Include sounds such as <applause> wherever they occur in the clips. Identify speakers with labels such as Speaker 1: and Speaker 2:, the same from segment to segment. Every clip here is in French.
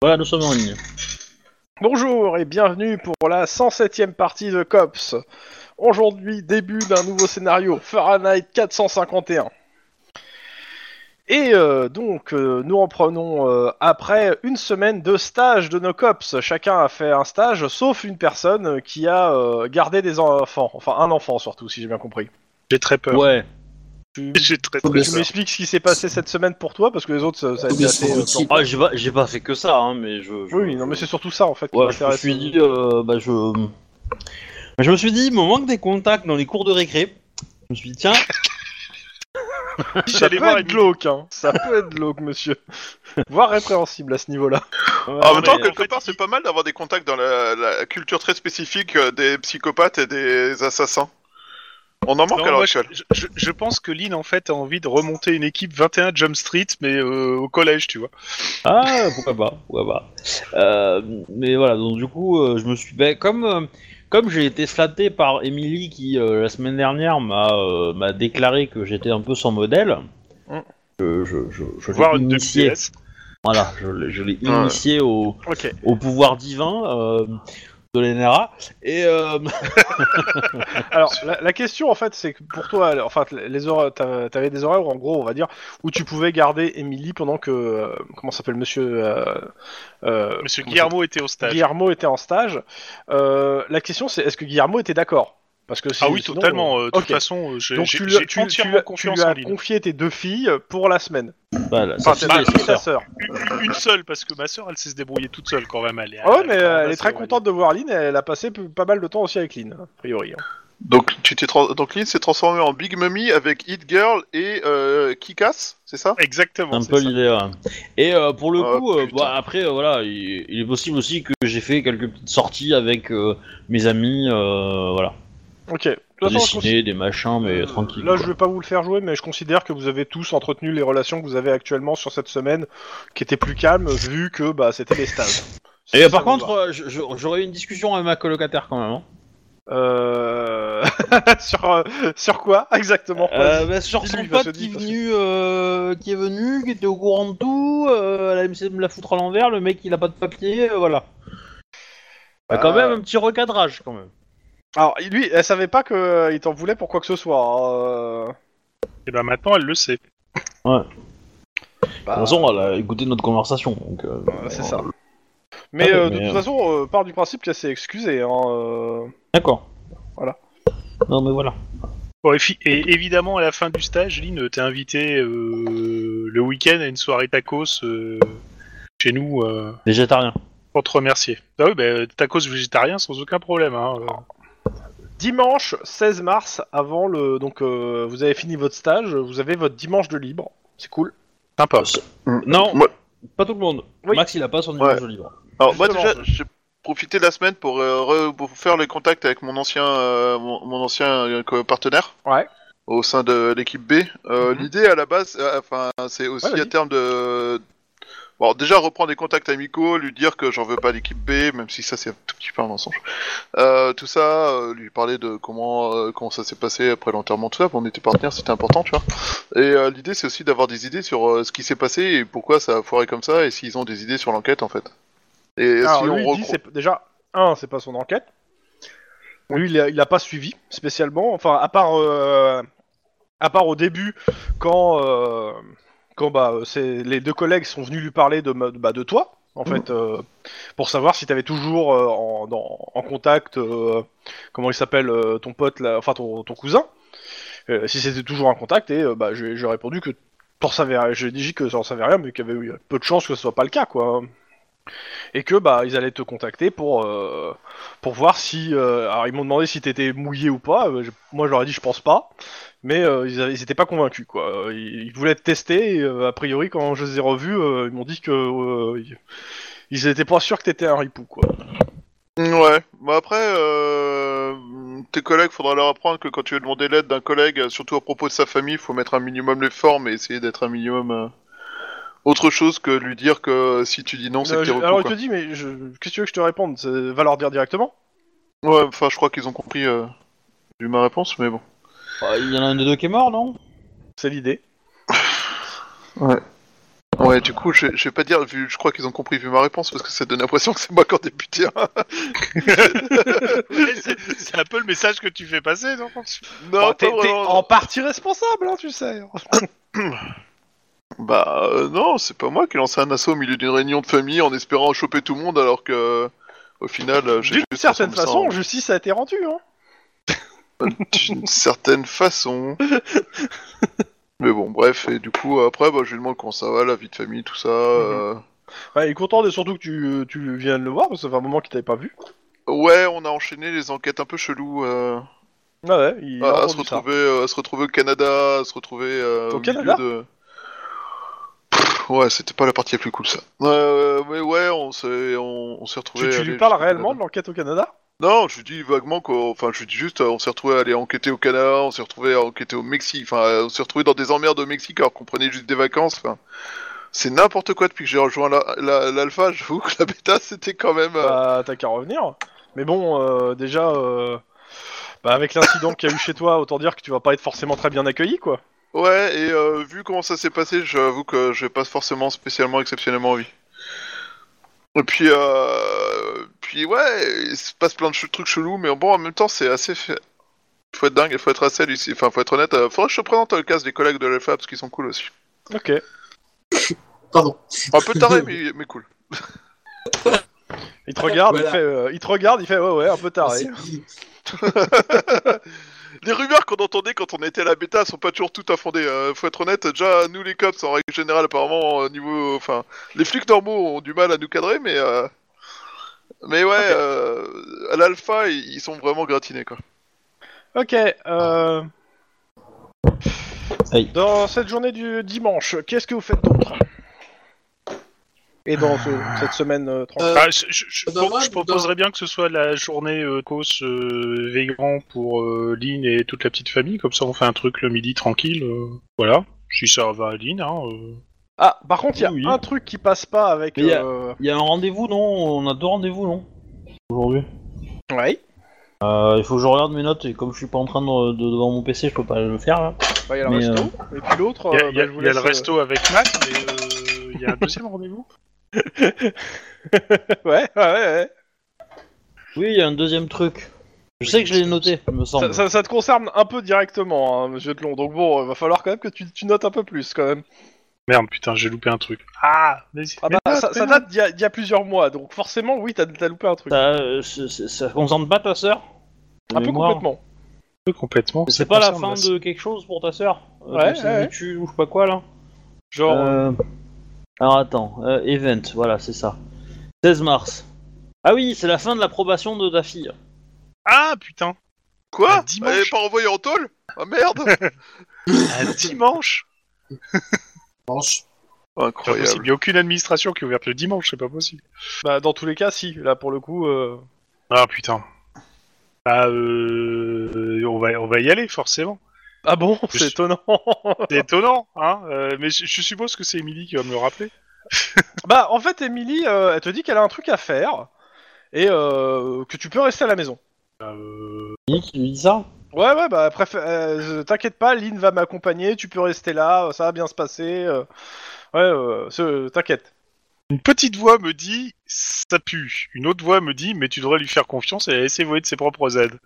Speaker 1: Voilà, nous sommes en ligne.
Speaker 2: Bonjour et bienvenue pour la 107ème partie de COPS. Aujourd'hui, début d'un nouveau scénario, Fahrenheit 451. Et euh, donc, euh, nous en prenons euh, après une semaine de stage de nos COPS. Chacun a fait un stage, sauf une personne qui a euh, gardé des enfants. Enfin, un enfant surtout, si j'ai bien compris.
Speaker 3: J'ai très peur.
Speaker 1: Ouais.
Speaker 2: Tu,
Speaker 3: <laughs> J'ai très très
Speaker 2: tu
Speaker 3: peur.
Speaker 2: m'expliques ce qui s'est passé cette semaine pour toi, parce que les autres, ça, ça a été assez... euh,
Speaker 4: Obéissant.
Speaker 1: Ah, j'ai pas, j'ai pas fait que ça, hein, mais je. je-
Speaker 2: Oui, non, mais c'est surtout ça, en fait, qui
Speaker 1: Ouais, je me
Speaker 2: m'intéresse.
Speaker 1: suis dit, euh, bah, je. Je me suis dit, il me manque des contacts dans les cours de récré. Je me suis dit, tiens,
Speaker 2: Ça peut
Speaker 5: <laughs>
Speaker 3: J'allais voir
Speaker 2: être glauque, hein. <laughs> Ça peut être glauque, monsieur. Voire répréhensible à ce niveau-là.
Speaker 1: euh,
Speaker 4: Ah,
Speaker 3: En même temps,
Speaker 4: mais-
Speaker 3: quelque
Speaker 4: en fait,
Speaker 3: part,
Speaker 4: il-
Speaker 3: c'est pas mal d'avoir des contacts dans la, la culture très spécifique euh, des psychopathes et des assassins. On en manque
Speaker 5: Non,
Speaker 3: à l'heure
Speaker 5: moi,
Speaker 3: actuelle.
Speaker 5: je, je- je pense que Lynn en fait a envie de remonter une équipe 21 Jump Street mais euh, au collège tu vois.
Speaker 1: Ah, pourquoi pas, pourquoi pas. Euh, mais voilà, donc du coup, euh, je me suis. ben, comme euh, comme j'ai été flatté par Émilie qui, euh, la semaine dernière, m'a euh, m'a déclaré que j'étais un peu sans modèle,
Speaker 2: Mm.
Speaker 1: je, je, je, je l'ai
Speaker 5: Voir une
Speaker 1: initié.
Speaker 5: WPS.
Speaker 1: Voilà, je, l'ai- je l'ai
Speaker 3: Ouais.
Speaker 1: initié au,
Speaker 2: Ok.
Speaker 1: au pouvoir divin euh, de l'ENRA. Et euh, <laughs>
Speaker 2: Alors, la, la question, en fait, c'est que pour toi, alors, enfin, les horaires, t'as- t'avais des horaires, où, en gros, on va dire, où tu pouvais garder Émilie pendant que, euh, comment s'appelle monsieur, euh, euh,
Speaker 5: Monsieur
Speaker 2: comment
Speaker 5: Guillermo était au
Speaker 2: s'appelle-
Speaker 5: stage.
Speaker 2: Guillermo était en stage. Euh, la question, c'est est-ce que Guillermo était d'accord Parce que si-
Speaker 5: Ah oui
Speaker 2: sinon,
Speaker 5: totalement.
Speaker 2: euh,
Speaker 5: euh, de toute
Speaker 2: ok.
Speaker 5: façon euh, j'ai
Speaker 2: Donc
Speaker 5: j'ai-
Speaker 2: tu, lui-
Speaker 5: j'ai
Speaker 2: tu, tu, lui
Speaker 5: entièrement
Speaker 2: as- tu
Speaker 5: confiance
Speaker 2: lui
Speaker 5: en
Speaker 2: as
Speaker 5: Lynn.
Speaker 2: confié tes deux filles pour la semaine.
Speaker 1: voilà, sa
Speaker 2: Enfin,
Speaker 1: fille
Speaker 2: ta-
Speaker 1: et sa
Speaker 2: ta
Speaker 1: sœur.
Speaker 2: sœur.
Speaker 5: Une- Une seule parce que ma sœur elle s'est débrouillée toute seule quand même. Elle, est-
Speaker 2: Ah ouais, mais euh, elle
Speaker 5: ramasse,
Speaker 2: est très
Speaker 5: euh,
Speaker 2: contente de voir Lynn. Elle a passé p- pas mal de temps aussi avec Lynn, a priori. hein.
Speaker 3: Donc, tu t'es tra- donc Lynn s'est transformée en Big Mummy avec Hit Girl et euh, Kikas, c'est ça
Speaker 5: Exactement.
Speaker 1: un
Speaker 5: c'est
Speaker 1: peu
Speaker 5: ça.
Speaker 1: l'idée. ouais. Et euh, pour le
Speaker 3: Oh,
Speaker 1: coup, euh,
Speaker 3: putain.
Speaker 1: bah, après, euh, voilà, il, il est possible aussi que j'ai fait quelques petites sorties avec euh, mes amis, euh, voilà,
Speaker 2: Ok. De toute
Speaker 1: des
Speaker 2: façon, je considère-
Speaker 1: ciné, des machins, mais
Speaker 2: Euh,
Speaker 1: tranquille.
Speaker 2: Là,
Speaker 1: quoi.
Speaker 2: je vais pas vous le faire jouer, mais je considère que vous avez tous entretenu les relations que vous avez actuellement sur cette semaine, qui étaient plus calmes vu que bah c'était les stages.
Speaker 1: <laughs> Et
Speaker 2: Ça
Speaker 1: par
Speaker 2: vous
Speaker 1: contre,
Speaker 2: va.
Speaker 1: euh, je- je- j'aurais eu une discussion avec ma colocataire quand même. hein.
Speaker 2: Euh, <laughs> sur euh, sur quoi exactement
Speaker 1: Euh, bah, sur
Speaker 2: dis-lui,
Speaker 1: son
Speaker 2: il va se
Speaker 1: pote qui,
Speaker 2: dire,
Speaker 1: est
Speaker 2: parce que-
Speaker 1: venu, euh, qui est venu, qui était au courant de tout, euh, elle a essayé de me la foutre à l'envers, le mec il a pas de papier, euh, voilà. Bah, quand
Speaker 2: Euh,
Speaker 1: même un petit recadrage quand même.
Speaker 2: Alors lui, elle savait pas que euh, il t'en voulait pour quoi que ce soit. hein, euh,
Speaker 5: Et ben maintenant elle le sait.
Speaker 2: bah,
Speaker 1: De toute façon, elle a écouté notre conversation. Donc, euh,
Speaker 2: euh, c'est
Speaker 1: bon,
Speaker 2: ça.
Speaker 1: euh,
Speaker 2: Mais
Speaker 1: Ah,
Speaker 2: euh,
Speaker 1: mais,
Speaker 2: de
Speaker 1: euh,
Speaker 2: toute façon, euh, part du principe qu'elle s'est excusée. Hein, euh.
Speaker 1: D'accord.
Speaker 2: Voilà.
Speaker 1: Non mais voilà.
Speaker 5: Bon, et, fi- et évidemment à la fin du stage Lynn t'es invité euh, le week-end à une soirée tacos euh, chez nous. euh,
Speaker 1: Végétarien.
Speaker 5: Pour te remercier. Ah oui, bah, tacos végétarien sans aucun problème. Hein. euh.
Speaker 2: Dimanche 16 mars, avant le donc euh, vous avez fini votre stage, vous avez votre dimanche de libre. C'est cool.
Speaker 5: Sympa.
Speaker 1: Euh, Non,
Speaker 3: Moi-
Speaker 1: pas tout le monde.
Speaker 2: Oui.
Speaker 1: Max il a pas son
Speaker 3: Ouais.
Speaker 1: image au livre.
Speaker 3: Alors, moi,
Speaker 2: Justement,
Speaker 3: déjà, j'ai profité de la semaine pour, euh, re- pour faire les contacts avec mon ancien, euh, mon, mon ancien euh, co- partenaire.
Speaker 2: Ouais.
Speaker 3: Au sein de l'équipe B. Euh,
Speaker 2: Mhm.
Speaker 3: L'idée, à la base, euh, enfin, c'est aussi
Speaker 2: Ouais, vas-y.
Speaker 3: à terme de. Bon, déjà, reprendre des contacts amicaux, lui dire que j'en veux pas l'équipe B, même si ça, c'est un tout petit peu un mensonge. Euh, tout ça, euh, lui parler de comment, euh, comment ça s'est passé après l'enterrement, tout ça. On était partenaires, c'était important, tu vois. Et euh, l'idée, c'est aussi d'avoir des idées sur euh, ce qui s'est passé et pourquoi ça a foiré comme ça et s'ils ont des idées sur l'enquête, en fait. Et
Speaker 2: Alors,
Speaker 3: si
Speaker 2: lui,
Speaker 3: on
Speaker 2: il dit,
Speaker 3: recro-
Speaker 2: c'est déjà, un, c'est pas son enquête. Lui, il a, il a pas suivi spécialement. Enfin, à part, euh, à part au début, quand, euh, quand bah, c'est, les deux collègues sont venus lui parler de, ma- bah, de toi, en
Speaker 3: Mhm.
Speaker 2: fait, euh, pour savoir si t'avais toujours euh, en, dans- en contact, euh, comment il s'appelle, euh, ton pote, là, enfin ton, ton cousin, euh, si c'était toujours en contact. Et euh, bah, j'ai, j'ai répondu que t'en savais, j'ai dit que j'en savais rien, mais qu'il y avait eu peu de chances que ce soit pas le cas, quoi et que bah ils allaient te contacter pour euh, pour voir si euh, alors ils m'ont demandé si t'étais mouillé ou pas Euh, je- moi je leur ai dit je pense pas mais euh, ils, avaient- ils étaient pas convaincus quoi Euh, ils, ils voulaient te tester et euh, a priori quand je les ai revus euh, ils m'ont dit que euh, ils- ils étaient pas sûrs que t'étais un ripou quoi
Speaker 3: Ouais, bah après, euh, tes collègues, faudra leur apprendre que quand tu veux demander l'aide d'un collègue, euh, surtout à propos de sa famille, faut mettre un minimum les formes et essayer d'être un minimum euh, autre chose que lui dire que si tu dis non, c'est
Speaker 2: Euh,
Speaker 3: que t'es
Speaker 2: je- alors
Speaker 3: repos,
Speaker 2: il te
Speaker 3: quoi.
Speaker 2: dit mais je- qu'est-ce que tu veux que je te réponde Ça va leur dire directement
Speaker 3: Ouais, enfin, je crois qu'ils ont compris euh, j'ai eu ma réponse, mais bon.
Speaker 1: Bah, Il y en a un des deux qui est mort, non
Speaker 2: c'est l'idée
Speaker 3: Ouais, Ouais, du coup, je, je vais pas dire, vu, je crois qu'ils ont compris vu ma réponse, parce que ça donne l'impression que c'est moi qui en député.
Speaker 5: Ouais, c'est <laughs> c'est un peu le message que tu fais passer, non
Speaker 3: Non,
Speaker 2: Bon, t'es
Speaker 3: pas
Speaker 2: t'es
Speaker 3: vraiment,
Speaker 2: en partie responsable, hein, tu sais.
Speaker 3: non. Bah, euh, non, c'est pas moi qui ai lancé un assaut au milieu d'une réunion de famille en espérant choper tout le monde, alors que, au final, euh,
Speaker 2: <laughs>
Speaker 3: j'ai
Speaker 2: D'une
Speaker 3: juste
Speaker 2: certaine
Speaker 3: transformé ça
Speaker 2: façon,
Speaker 3: en-
Speaker 2: justice a été rendue. Hein.
Speaker 3: d'une certaine façon. Mais bon, bref, et du coup, après, bah, je lui demande comment ça va, la vie de famille, tout
Speaker 2: Mhm.
Speaker 3: ça. euh.
Speaker 2: Ouais, il est content de surtout que tu, tu viennes le voir, parce que ça fait un moment qu'il t'avait pas vu.
Speaker 3: Ouais, on a enchaîné les enquêtes un peu cheloues. euh,
Speaker 2: Ah ouais, il a
Speaker 3: à, à se
Speaker 2: entendu ça.
Speaker 3: retrouver, euh, à se retrouver au Canada, à se retrouver euh,
Speaker 2: Au
Speaker 3: milieu
Speaker 2: Canada
Speaker 3: de... Pff, Ouais, c'était pas la partie la plus cool, ça. Euh, mais ouais, on s'est, on, on s'est
Speaker 2: Tu,
Speaker 3: retrouvé.
Speaker 2: tu lui parles réellement de l'enquête au Canada
Speaker 3: Non, je lui dis vaguement quoi. Enfin, je lui dis juste, euh, on s'est retrouvé à aller enquêter au Canada, on s'est retrouvé à enquêter au Mexique. Enfin, euh, on s'est retrouvé dans des emmerdes au Mexique alors qu'on prenait juste des vacances. Enfin, c'est n'importe quoi depuis que j'ai rejoint la- la- l'alpha. J'avoue que la bêta, c'était quand même. euh,
Speaker 2: Bah, t'as qu'à revenir. Mais bon, euh, déjà, euh, bah, avec l'incident qu'il y a eu chez toi, autant dire que tu vas pas être forcément très bien accueilli, quoi.
Speaker 3: Ouais, et euh, vu comment ça s'est passé, j'avoue que je passe forcément spécialement exceptionnellement envie. Et puis, euh... puis ouais, il se passe plein de ch- trucs chelous, mais bon, en même temps, c'est assez. fait- Faut être dingue, faut être assez halluciné. Enfin, faut être honnête. euh, Faudrait que je te présente euh, le cas des collègues de l'alpha parce qu'ils sont cool aussi.
Speaker 2: Ok.
Speaker 4: Pardon.
Speaker 3: Un peu taré, mais, mais cool.
Speaker 2: Il te regarde,
Speaker 4: Voilà.
Speaker 2: il, fait, euh, il te regarde, il fait ouais, ouais, un peu taré.
Speaker 4: Merci.
Speaker 3: Les rumeurs qu'on entendait quand on était à la bêta sont pas toujours tout à fondées. euh, faut être honnête, déjà, nous les cops, en règle générale, apparemment, euh, niveau. Enfin, les flics normaux ont du mal à nous cadrer, mais. euh, Mais ouais, euh, à l'alpha, ils ils sont vraiment gratinés, quoi.
Speaker 2: Ok, euh,
Speaker 1: Aïe.
Speaker 2: Dans cette journée du dimanche, qu'est-ce que vous faites d'autre Et dans ce- cette semaine euh, tranquille.
Speaker 4: Euh,
Speaker 5: Bah, je, je- je
Speaker 4: dans
Speaker 5: pro- je
Speaker 4: moi,
Speaker 5: proposerais bien que ce soit la journée euh, cause euh, Végrant pour euh, Lynn et toute la petite famille, comme ça on fait un truc le midi tranquille. euh, voilà, si ça va à Lynn. Hein, euh.
Speaker 2: Ah, par contre, il y a
Speaker 1: oui.
Speaker 2: un truc qui passe pas avec.
Speaker 1: Mais il y a-
Speaker 2: euh,
Speaker 1: Il y a un rendez-vous, non On a deux rendez-vous, non Aujourd'hui.
Speaker 2: Ouais.
Speaker 1: Euh, il faut que je regarde mes notes et comme je suis pas en train de, de- devant mon PC, je peux pas le faire hein. là.
Speaker 2: Bah, il y a le
Speaker 1: Mais,
Speaker 2: resto. Et puis l'autre.
Speaker 5: Il y
Speaker 2: euh,
Speaker 5: a, il y a-
Speaker 2: bah, je vous
Speaker 5: il y a le
Speaker 2: laisse, euh,
Speaker 5: resto avec Matt, mais euh, il y a un deuxième rendez-vous.
Speaker 2: euh, <laughs> Ouais, ouais, ouais. ouais.
Speaker 1: Oui, il y a un deuxième truc. Je sais que je l'ai noté, il me semble.
Speaker 2: Ça, ça- ça te concerne un peu directement, hein, monsieur Tlon. Donc bon, il va falloir quand même que tu, tu notes un peu plus quand même.
Speaker 5: Merde, putain, j'ai loupé un truc. Ah, mais,
Speaker 2: Ah bah, ça, ça date d'il y, a- d'il y a plusieurs mois, donc forcément, oui, t'as t'as loupé un truc.
Speaker 1: Ça, euh, c'est- c'est- ça concerne pas ta sœur
Speaker 2: un peu
Speaker 1: De mémoire.
Speaker 2: Ah, complètement.
Speaker 5: complètement.
Speaker 1: C'est pas la fin de quelque chose pour ta sœur Euh,
Speaker 2: Ouais,
Speaker 1: donc c'est un
Speaker 2: ouais.
Speaker 1: bitchu ou je sais pas quoi là
Speaker 2: Genre.
Speaker 1: Euh, Alors attends, euh, event, voilà, c'est ça. 16 mars. Ah oui, c'est la fin de la probation de ta fille.
Speaker 5: Ah putain,
Speaker 3: Quoi
Speaker 2: Eh,
Speaker 5: Un dimanche.
Speaker 3: Elle est pas envoyée en tôle Ah merde
Speaker 5: <laughs> un dimanche. C'est
Speaker 4: Manche.
Speaker 5: pas possible.
Speaker 3: Incroyable.
Speaker 5: Il n'y a aucune administration qui est ouverte le dimanche, c'est pas possible.
Speaker 2: Bah, dans tous les cas, si. Là, pour le coup, euh,
Speaker 5: Ah putain. Bah, euh, on va, on va y aller forcément.
Speaker 2: ah bon,
Speaker 5: Je-
Speaker 2: c'est étonnant. <laughs>
Speaker 3: Ah.
Speaker 5: C'est étonnant, hein. euh, mais je, je suppose que c'est Émilie qui va me le rappeler.
Speaker 2: bah, en fait, Emily, euh, elle te dit qu'elle a un truc à faire et euh, que tu peux rester à la maison.
Speaker 1: Nick, tu lui dis ça
Speaker 2: Ouais, ouais, bah, préf- euh, t'inquiète pas, Lynn va m'accompagner, tu peux rester là, ça va bien se passer. euh, Ouais, euh, ce- t'inquiète.
Speaker 5: Une petite voix me dit ça pue. Une autre voix me dit mais tu devrais lui faire confiance et la laisser voler de ses propres aides.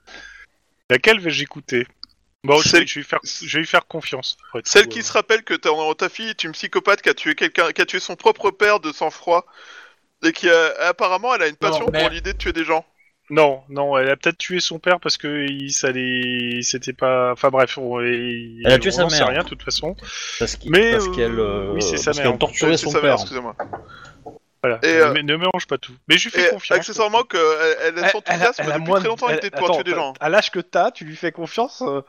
Speaker 5: Laquelle vais-je écouter Bon, je,
Speaker 3: Celle-
Speaker 5: je vais lui faire, je vais lui faire confiance. après tout,
Speaker 3: Celle qui
Speaker 5: euh.
Speaker 3: se rappelle que ta, ta fille est une psychopathe qui a tué quelqu'un, qui a tué son propre père de sang-froid, et qui a- apparemment elle a une
Speaker 4: Non,
Speaker 3: passion
Speaker 4: mais-
Speaker 3: pour l'idée de tuer des gens.
Speaker 5: Non, non, elle a peut-être tué son père parce que il, ça les, c'était pas. Enfin bref, on, et-
Speaker 1: Elle a tué
Speaker 5: on
Speaker 1: sa
Speaker 5: en sait
Speaker 1: mère.
Speaker 5: rien de toute façon.
Speaker 1: Parce qu'il-
Speaker 5: Mais,
Speaker 1: parce
Speaker 5: euh,
Speaker 1: qu'elle euh,
Speaker 5: oui, c'est sa
Speaker 1: parce
Speaker 5: mère,
Speaker 1: qu'elle
Speaker 5: en fait.
Speaker 1: torturait
Speaker 3: C'est
Speaker 1: son
Speaker 3: sa mère,
Speaker 1: père.
Speaker 3: excusez-moi.
Speaker 5: Voilà.
Speaker 3: Et,
Speaker 5: Ne-
Speaker 3: euh,
Speaker 5: ne, mélange pas tout. Mais je lui
Speaker 3: Et
Speaker 5: fais confiance.
Speaker 3: accessoirement que euh, elle, elle a son enthousiasme
Speaker 2: elle a
Speaker 3: depuis
Speaker 2: moins
Speaker 3: très longtemps
Speaker 2: elle-
Speaker 3: était de pouvoir
Speaker 2: attends,
Speaker 3: tuer des gens.
Speaker 2: À l'âge que t'as, tu lui fais confiance euh,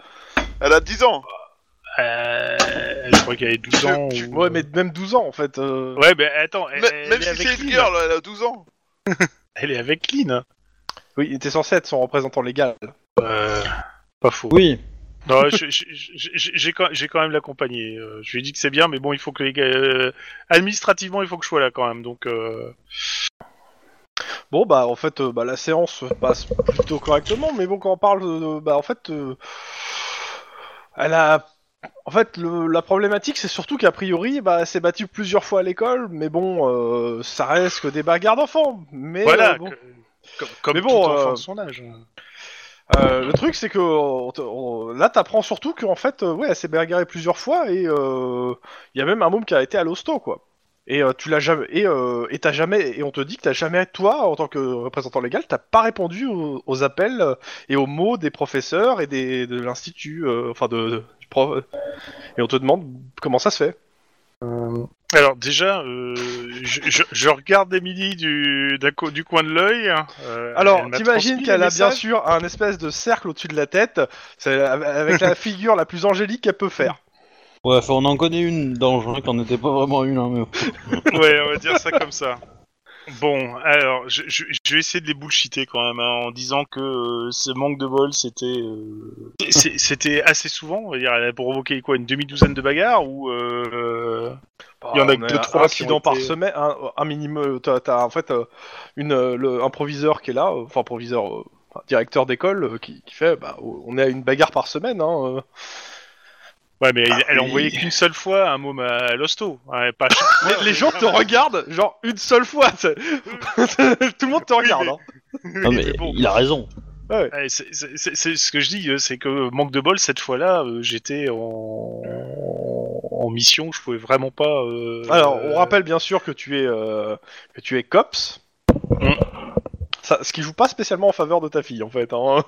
Speaker 3: Elle a 10 ans.
Speaker 5: Euh, je crois qu'elle avait 12 ans.
Speaker 2: tu-
Speaker 5: ou-
Speaker 2: Ouais, mais même 12 ans, en fait. euh,
Speaker 5: Mmh. Ouais, mais attends, elle,
Speaker 3: Mais-
Speaker 5: elle
Speaker 3: même
Speaker 5: est
Speaker 3: si
Speaker 5: avec
Speaker 3: c'est une
Speaker 5: Lynn.
Speaker 3: girl, elle a 12 ans.
Speaker 5: Elle est avec Lynn. hein.
Speaker 2: Oui, t'es censé être son représentant légal.
Speaker 5: Euh, pas faux.
Speaker 1: Oui,
Speaker 5: Non, je- je- je- je- j'ai quand j'ai quand même l'accompagné. Euh, Je lui ai dit que c'est bien, mais bon, il faut que les gars, euh, administrativement, il faut que je sois là quand même. Donc, euh,
Speaker 2: Bon bah en fait euh, bah, la séance se passe plutôt correctement mais bon quand on parle de, de- bah en fait euh, elle a En fait, le- la problématique, c'est surtout qu'a priori, bah, elle s'est battue plusieurs fois à l'école, mais bon, euh, ça reste que des bagarres d'enfants. Mais
Speaker 5: voilà,
Speaker 2: euh, bon.
Speaker 5: que- comme, comme
Speaker 2: Mais
Speaker 5: tout
Speaker 2: bon,
Speaker 5: enfant
Speaker 2: euh,
Speaker 5: de son âge.
Speaker 2: Euh, le truc, c'est que on te- on- là, t'apprends surtout qu'en fait, euh, ouais, elle s'est bagarrée plusieurs fois et euh, il y a même un môme qui a été à l'hosto, quoi. Et euh, tu l'as jamais et euh, et t'as jamais et on te dit que t'as jamais toi en tant que représentant légal t'as pas répondu aux, aux appels euh, et aux mots des professeurs et des de l'institut euh, enfin de, de- du prof euh, et on te demande comment ça se fait
Speaker 5: Alors déjà, euh, je, je- je regarde Émilie du, d'un co- du coin de l'œil. euh,
Speaker 2: Alors,
Speaker 5: elle m'a
Speaker 2: t'imagines
Speaker 5: transmis
Speaker 2: qu'elle
Speaker 5: les
Speaker 2: a bien
Speaker 5: messages.
Speaker 2: sûr un espèce de cercle au-dessus de la tête, c'est avec la figure la plus angélique qu'elle peut faire.
Speaker 1: Ouais, enfin, on en connaît une d'ange, hein, qui en était pas vraiment une, hein, mais...
Speaker 5: Ouais, on va dire ça comme ça. Bon, alors, je, je- je vais essayer de les bullshiter quand même, hein, en disant que euh, ce manque de bol, c'était euh, c'est- c'était assez souvent. On va dire, elle a provoqué quoi, une demi-douzaine de bagarres ou euh, Il y en a
Speaker 2: Bah,
Speaker 5: que
Speaker 2: on
Speaker 5: deux,
Speaker 2: à
Speaker 5: trois
Speaker 2: un
Speaker 5: qui ont
Speaker 2: incident par
Speaker 5: été-
Speaker 2: semaine, un, un minimum. T'as t'as, en fait euh, une, euh, le- un proviseur qui est là, euh, enfin proviseur, euh, enfin, directeur d'école euh, qui, qui fait, bah, on est à une bagarre par semaine. Hein, euh.
Speaker 5: Ouais, mais
Speaker 1: Ah
Speaker 5: elle- elle a
Speaker 3: oui.
Speaker 5: envoyé qu'une seule fois un môme à à l'hosto. Ouais, pas
Speaker 2: Les, les gens te regardent genre une seule fois. t'sais. <laughs> Tout le monde te regarde. hein.
Speaker 1: <laughs> Non, mais
Speaker 5: <laughs>
Speaker 1: il a raison.
Speaker 5: Ouais, c'est- c'est c'est- c'est ce que je dis, euh, c'est que manque de bol, cette fois-là, euh, j'étais en... en mission, je pouvais vraiment pas. euh,
Speaker 2: Alors, on
Speaker 5: euh,
Speaker 2: rappelle bien sûr que tu es euh, que tu es cops.
Speaker 5: Mm.
Speaker 2: Ça, ce qui joue pas spécialement en faveur de ta fille en fait. Hein.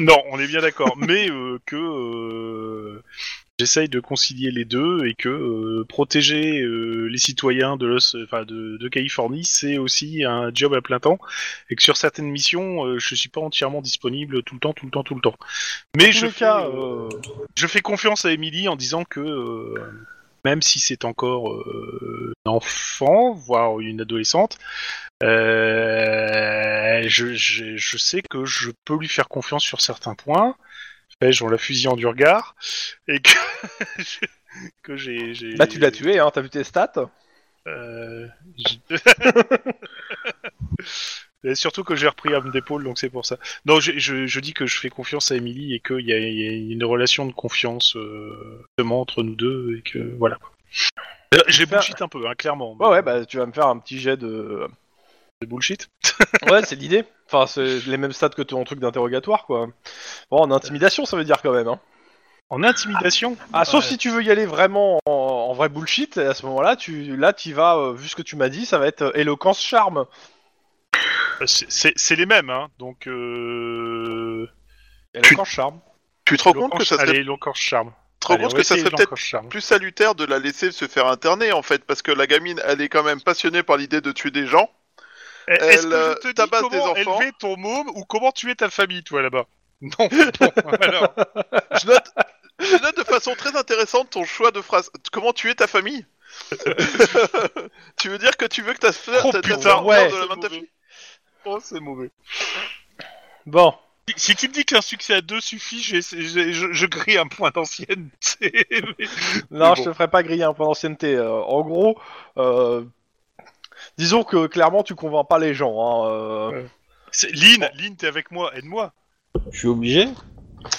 Speaker 5: Non, on est
Speaker 2: <laughs>
Speaker 5: bien d'accord, mais euh, que euh, j'essaye de concilier les deux et que euh, protéger euh, les citoyens de, Los- enfin, de, de Californie, c'est aussi un job à plein temps et que sur certaines missions, euh, je suis pas entièrement disponible tout le temps, tout le temps, tout le temps. Mais
Speaker 2: Dans tous
Speaker 5: je
Speaker 2: les
Speaker 5: fais,
Speaker 2: cas, euh,
Speaker 5: euh, je fais confiance à Émilie en disant que euh, même si c'est encore euh, un enfant, voire une adolescente, euh, je, je- je sais que je peux lui faire confiance sur certains points. Fais-je en la fusillant du regard et que, <laughs> je- que j'ai. j'ai-
Speaker 2: Bah, tu l'as tué. Hein, T'as vu tes stats.
Speaker 5: euh, j'ai- <laughs> Et surtout que j'ai repris arme d'épaule, donc c'est pour ça. Non, je, je- je dis que je fais confiance à Émilie et qu'il y, a- il y a une relation de confiance euh, justement entre nous deux et que voilà. Euh, Je les
Speaker 2: Faire-
Speaker 5: bullshit un peu, hein, clairement.
Speaker 2: Ouais ouais. Bah, tu vas me faire un petit jet de
Speaker 5: C'est bullshit.
Speaker 2: Ouais, c'est l'idée. Enfin, c'est les mêmes stats que ton truc d'interrogatoire, quoi. Bon, en intimidation, ça veut dire quand même. Hein.
Speaker 5: En intimidation.
Speaker 2: Ah, sauf
Speaker 5: Ouais.
Speaker 2: si tu veux y aller vraiment en, en vrai bullshit, et à ce moment-là, tu là, tu vas, euh, vu ce que tu m'as dit, ça va être euh, éloquence charme.
Speaker 5: Euh, c'est- C'est c'est les mêmes, hein, donc. Euh...
Speaker 2: Éloquence charme.
Speaker 3: Tu te rends compte que ça serait,
Speaker 5: Allez, l'encore charme.
Speaker 3: tu te rends
Speaker 5: Allez,
Speaker 3: compte
Speaker 5: on va
Speaker 3: que ça
Speaker 5: essayer
Speaker 3: serait peut-être
Speaker 5: l'encore charme.
Speaker 3: plus salutaire de la laisser se faire interner en fait, parce que la gamine, elle est quand même passionnée par l'idée de tuer des gens.
Speaker 5: Est-ce
Speaker 3: Elle,
Speaker 5: que
Speaker 3: euh,
Speaker 5: je te dis
Speaker 3: tabasse
Speaker 5: comment
Speaker 3: des enfants.
Speaker 5: élever ton môme ou comment tuer ta famille,
Speaker 3: <laughs>
Speaker 5: toi, là-bas Non, bon, <laughs> alors.
Speaker 3: Je note, je note de façon très intéressante ton choix de phrase. Comment tuer ta famille <laughs> Tu veux dire que tu veux que ta sœur
Speaker 5: Oh,
Speaker 3: ta- ta
Speaker 5: putain,
Speaker 3: sœur meure
Speaker 2: ouais.
Speaker 3: de la main de ta
Speaker 5: C'est
Speaker 3: fille
Speaker 5: Oh, c'est mauvais.
Speaker 2: Bon.
Speaker 5: Si- Si tu me dis qu'un succès à deux suffit, j'ai- j'ai- je, je grille un point d'ancienneté. <laughs>
Speaker 2: Non,
Speaker 5: Mais
Speaker 2: je
Speaker 5: bon.
Speaker 2: te ferai pas griller un point d'ancienneté. euh, en gros, euh, disons que clairement, tu convaincs pas les gens. Hein, euh.
Speaker 5: C'est- Lynn, Lynn, t'es avec moi, aide-moi.
Speaker 1: Je suis obligé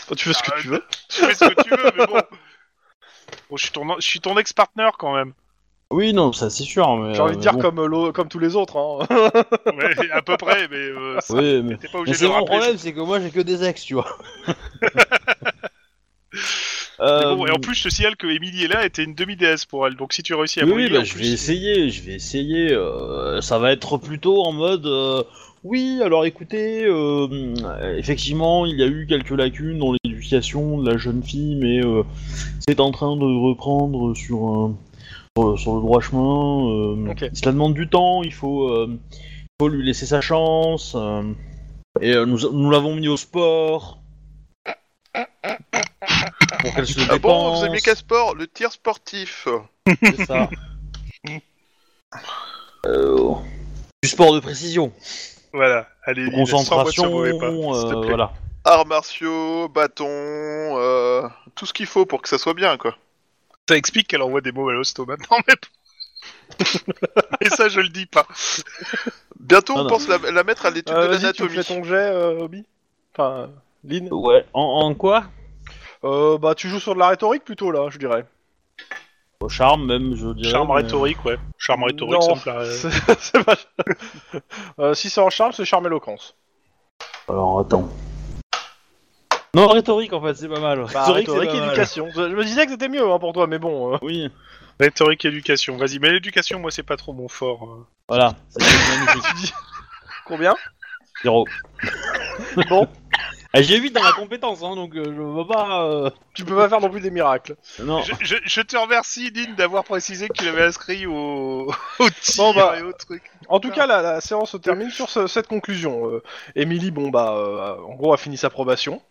Speaker 2: Toi, tu fais ce que
Speaker 5: Ah,
Speaker 2: tu veux.
Speaker 5: Je fais ce que tu veux, mais bon. Bon, je suis ton, je suis ton ex-partner quand même.
Speaker 1: Oui, non, ça c'est sûr, mais...
Speaker 2: J'ai envie
Speaker 1: euh,
Speaker 2: de dire
Speaker 1: bon.
Speaker 2: comme, euh, l'au- comme tous les autres. Hein.
Speaker 5: Ouais, à peu près, mais euh, ça,
Speaker 1: Oui, mais...
Speaker 5: t'es pas
Speaker 1: mais
Speaker 5: obligé
Speaker 1: c'est
Speaker 5: de le
Speaker 1: mon
Speaker 5: rappeler.
Speaker 1: problème, c'est que moi j'ai que des ex, tu
Speaker 5: <laughs>
Speaker 1: vois.
Speaker 5: Mais
Speaker 1: Euh,
Speaker 5: bon, et en plus, je te signale que Emily est là, était une demi-déesse pour elle. Donc si tu réussis à
Speaker 1: Oui, oui,
Speaker 5: briller,
Speaker 1: bah,
Speaker 5: en
Speaker 1: je
Speaker 5: plus,
Speaker 1: vais essayer, je vais essayer. euh, ça va être plutôt en mode. euh, oui, alors écoutez, euh, euh, effectivement, il y a eu quelques lacunes dans l'éducation de la jeune fille, mais euh, c'est en train de reprendre sur un- sur, sur le droit chemin. euh,
Speaker 2: Ok.
Speaker 1: Cela demande du temps, il faut, euh, il faut lui laisser sa chance. euh, et euh, nous, nous l'avons mis au sport. Pour qu'elle se dépense.
Speaker 3: Ah bon, vous aimez qu'à sport Le tir sportif.
Speaker 1: C'est ça. Euh, Du sport de précision,
Speaker 5: Voilà, allez, Lynn,
Speaker 1: concentration,
Speaker 5: sans moi, ça m'aurait pas, s'il te
Speaker 1: euh,
Speaker 5: plaît.
Speaker 1: voilà.
Speaker 3: Arts martiaux, bâton, euh, tout ce qu'il faut pour que ça soit bien, quoi.
Speaker 5: Ça explique qu'elle envoie des mots à l'hosto maintenant, mais. <laughs> Et ça, je le dis pas.
Speaker 3: Bientôt,
Speaker 1: Non,
Speaker 3: on
Speaker 1: non.
Speaker 3: pense la, la mettre à l'étude
Speaker 2: Ah Euh,
Speaker 3: de
Speaker 2: vas-y, tu me
Speaker 3: l'anatomie.
Speaker 2: fais ton jet, euh, Obi. Enfin, Lynn.
Speaker 1: Ouais, en, en quoi
Speaker 2: Euh, bah, tu joues sur de la rhétorique plutôt là, je dirais.
Speaker 1: Au charme, même, je dirais.
Speaker 5: Charme
Speaker 1: mais-
Speaker 5: rhétorique, ouais. Charme rhétorique, hein.
Speaker 2: Non,
Speaker 5: ça me plaît.
Speaker 2: c'est- <laughs> c'est pas- Euh, si c'est en charme, c'est charme éloquence.
Speaker 1: Alors, attends. Non, rhétorique, en fait, c'est pas mal.
Speaker 2: Bah,
Speaker 1: c'est
Speaker 2: rhétorique,
Speaker 1: pas mal.
Speaker 2: éducation. Je je me disais que c'était mieux hein, pour toi, mais bon. euh,
Speaker 1: Oui,
Speaker 5: Rhétorique, éducation. Vas-y, mais l'éducation, moi, c'est pas trop mon fort. euh.
Speaker 1: voilà. C'est magnifique.
Speaker 2: Combien
Speaker 1: Zéro. <laughs>
Speaker 2: Bon.
Speaker 1: Ah, J'ai 8 dans la compétence, hein, donc euh, je vois pas. euh,
Speaker 2: Tu peux pas faire non plus des miracles.
Speaker 1: Non.
Speaker 5: Je, je- je te remercie, Dean, d'avoir précisé qu'il avait inscrit au, <laughs> au tir
Speaker 2: Bon, bah.
Speaker 5: et au truc.
Speaker 2: En tout cas, la, la séance se termine sur ce- cette conclusion. Euh, Émilie, bon bah, euh, en gros, a fini sa probation.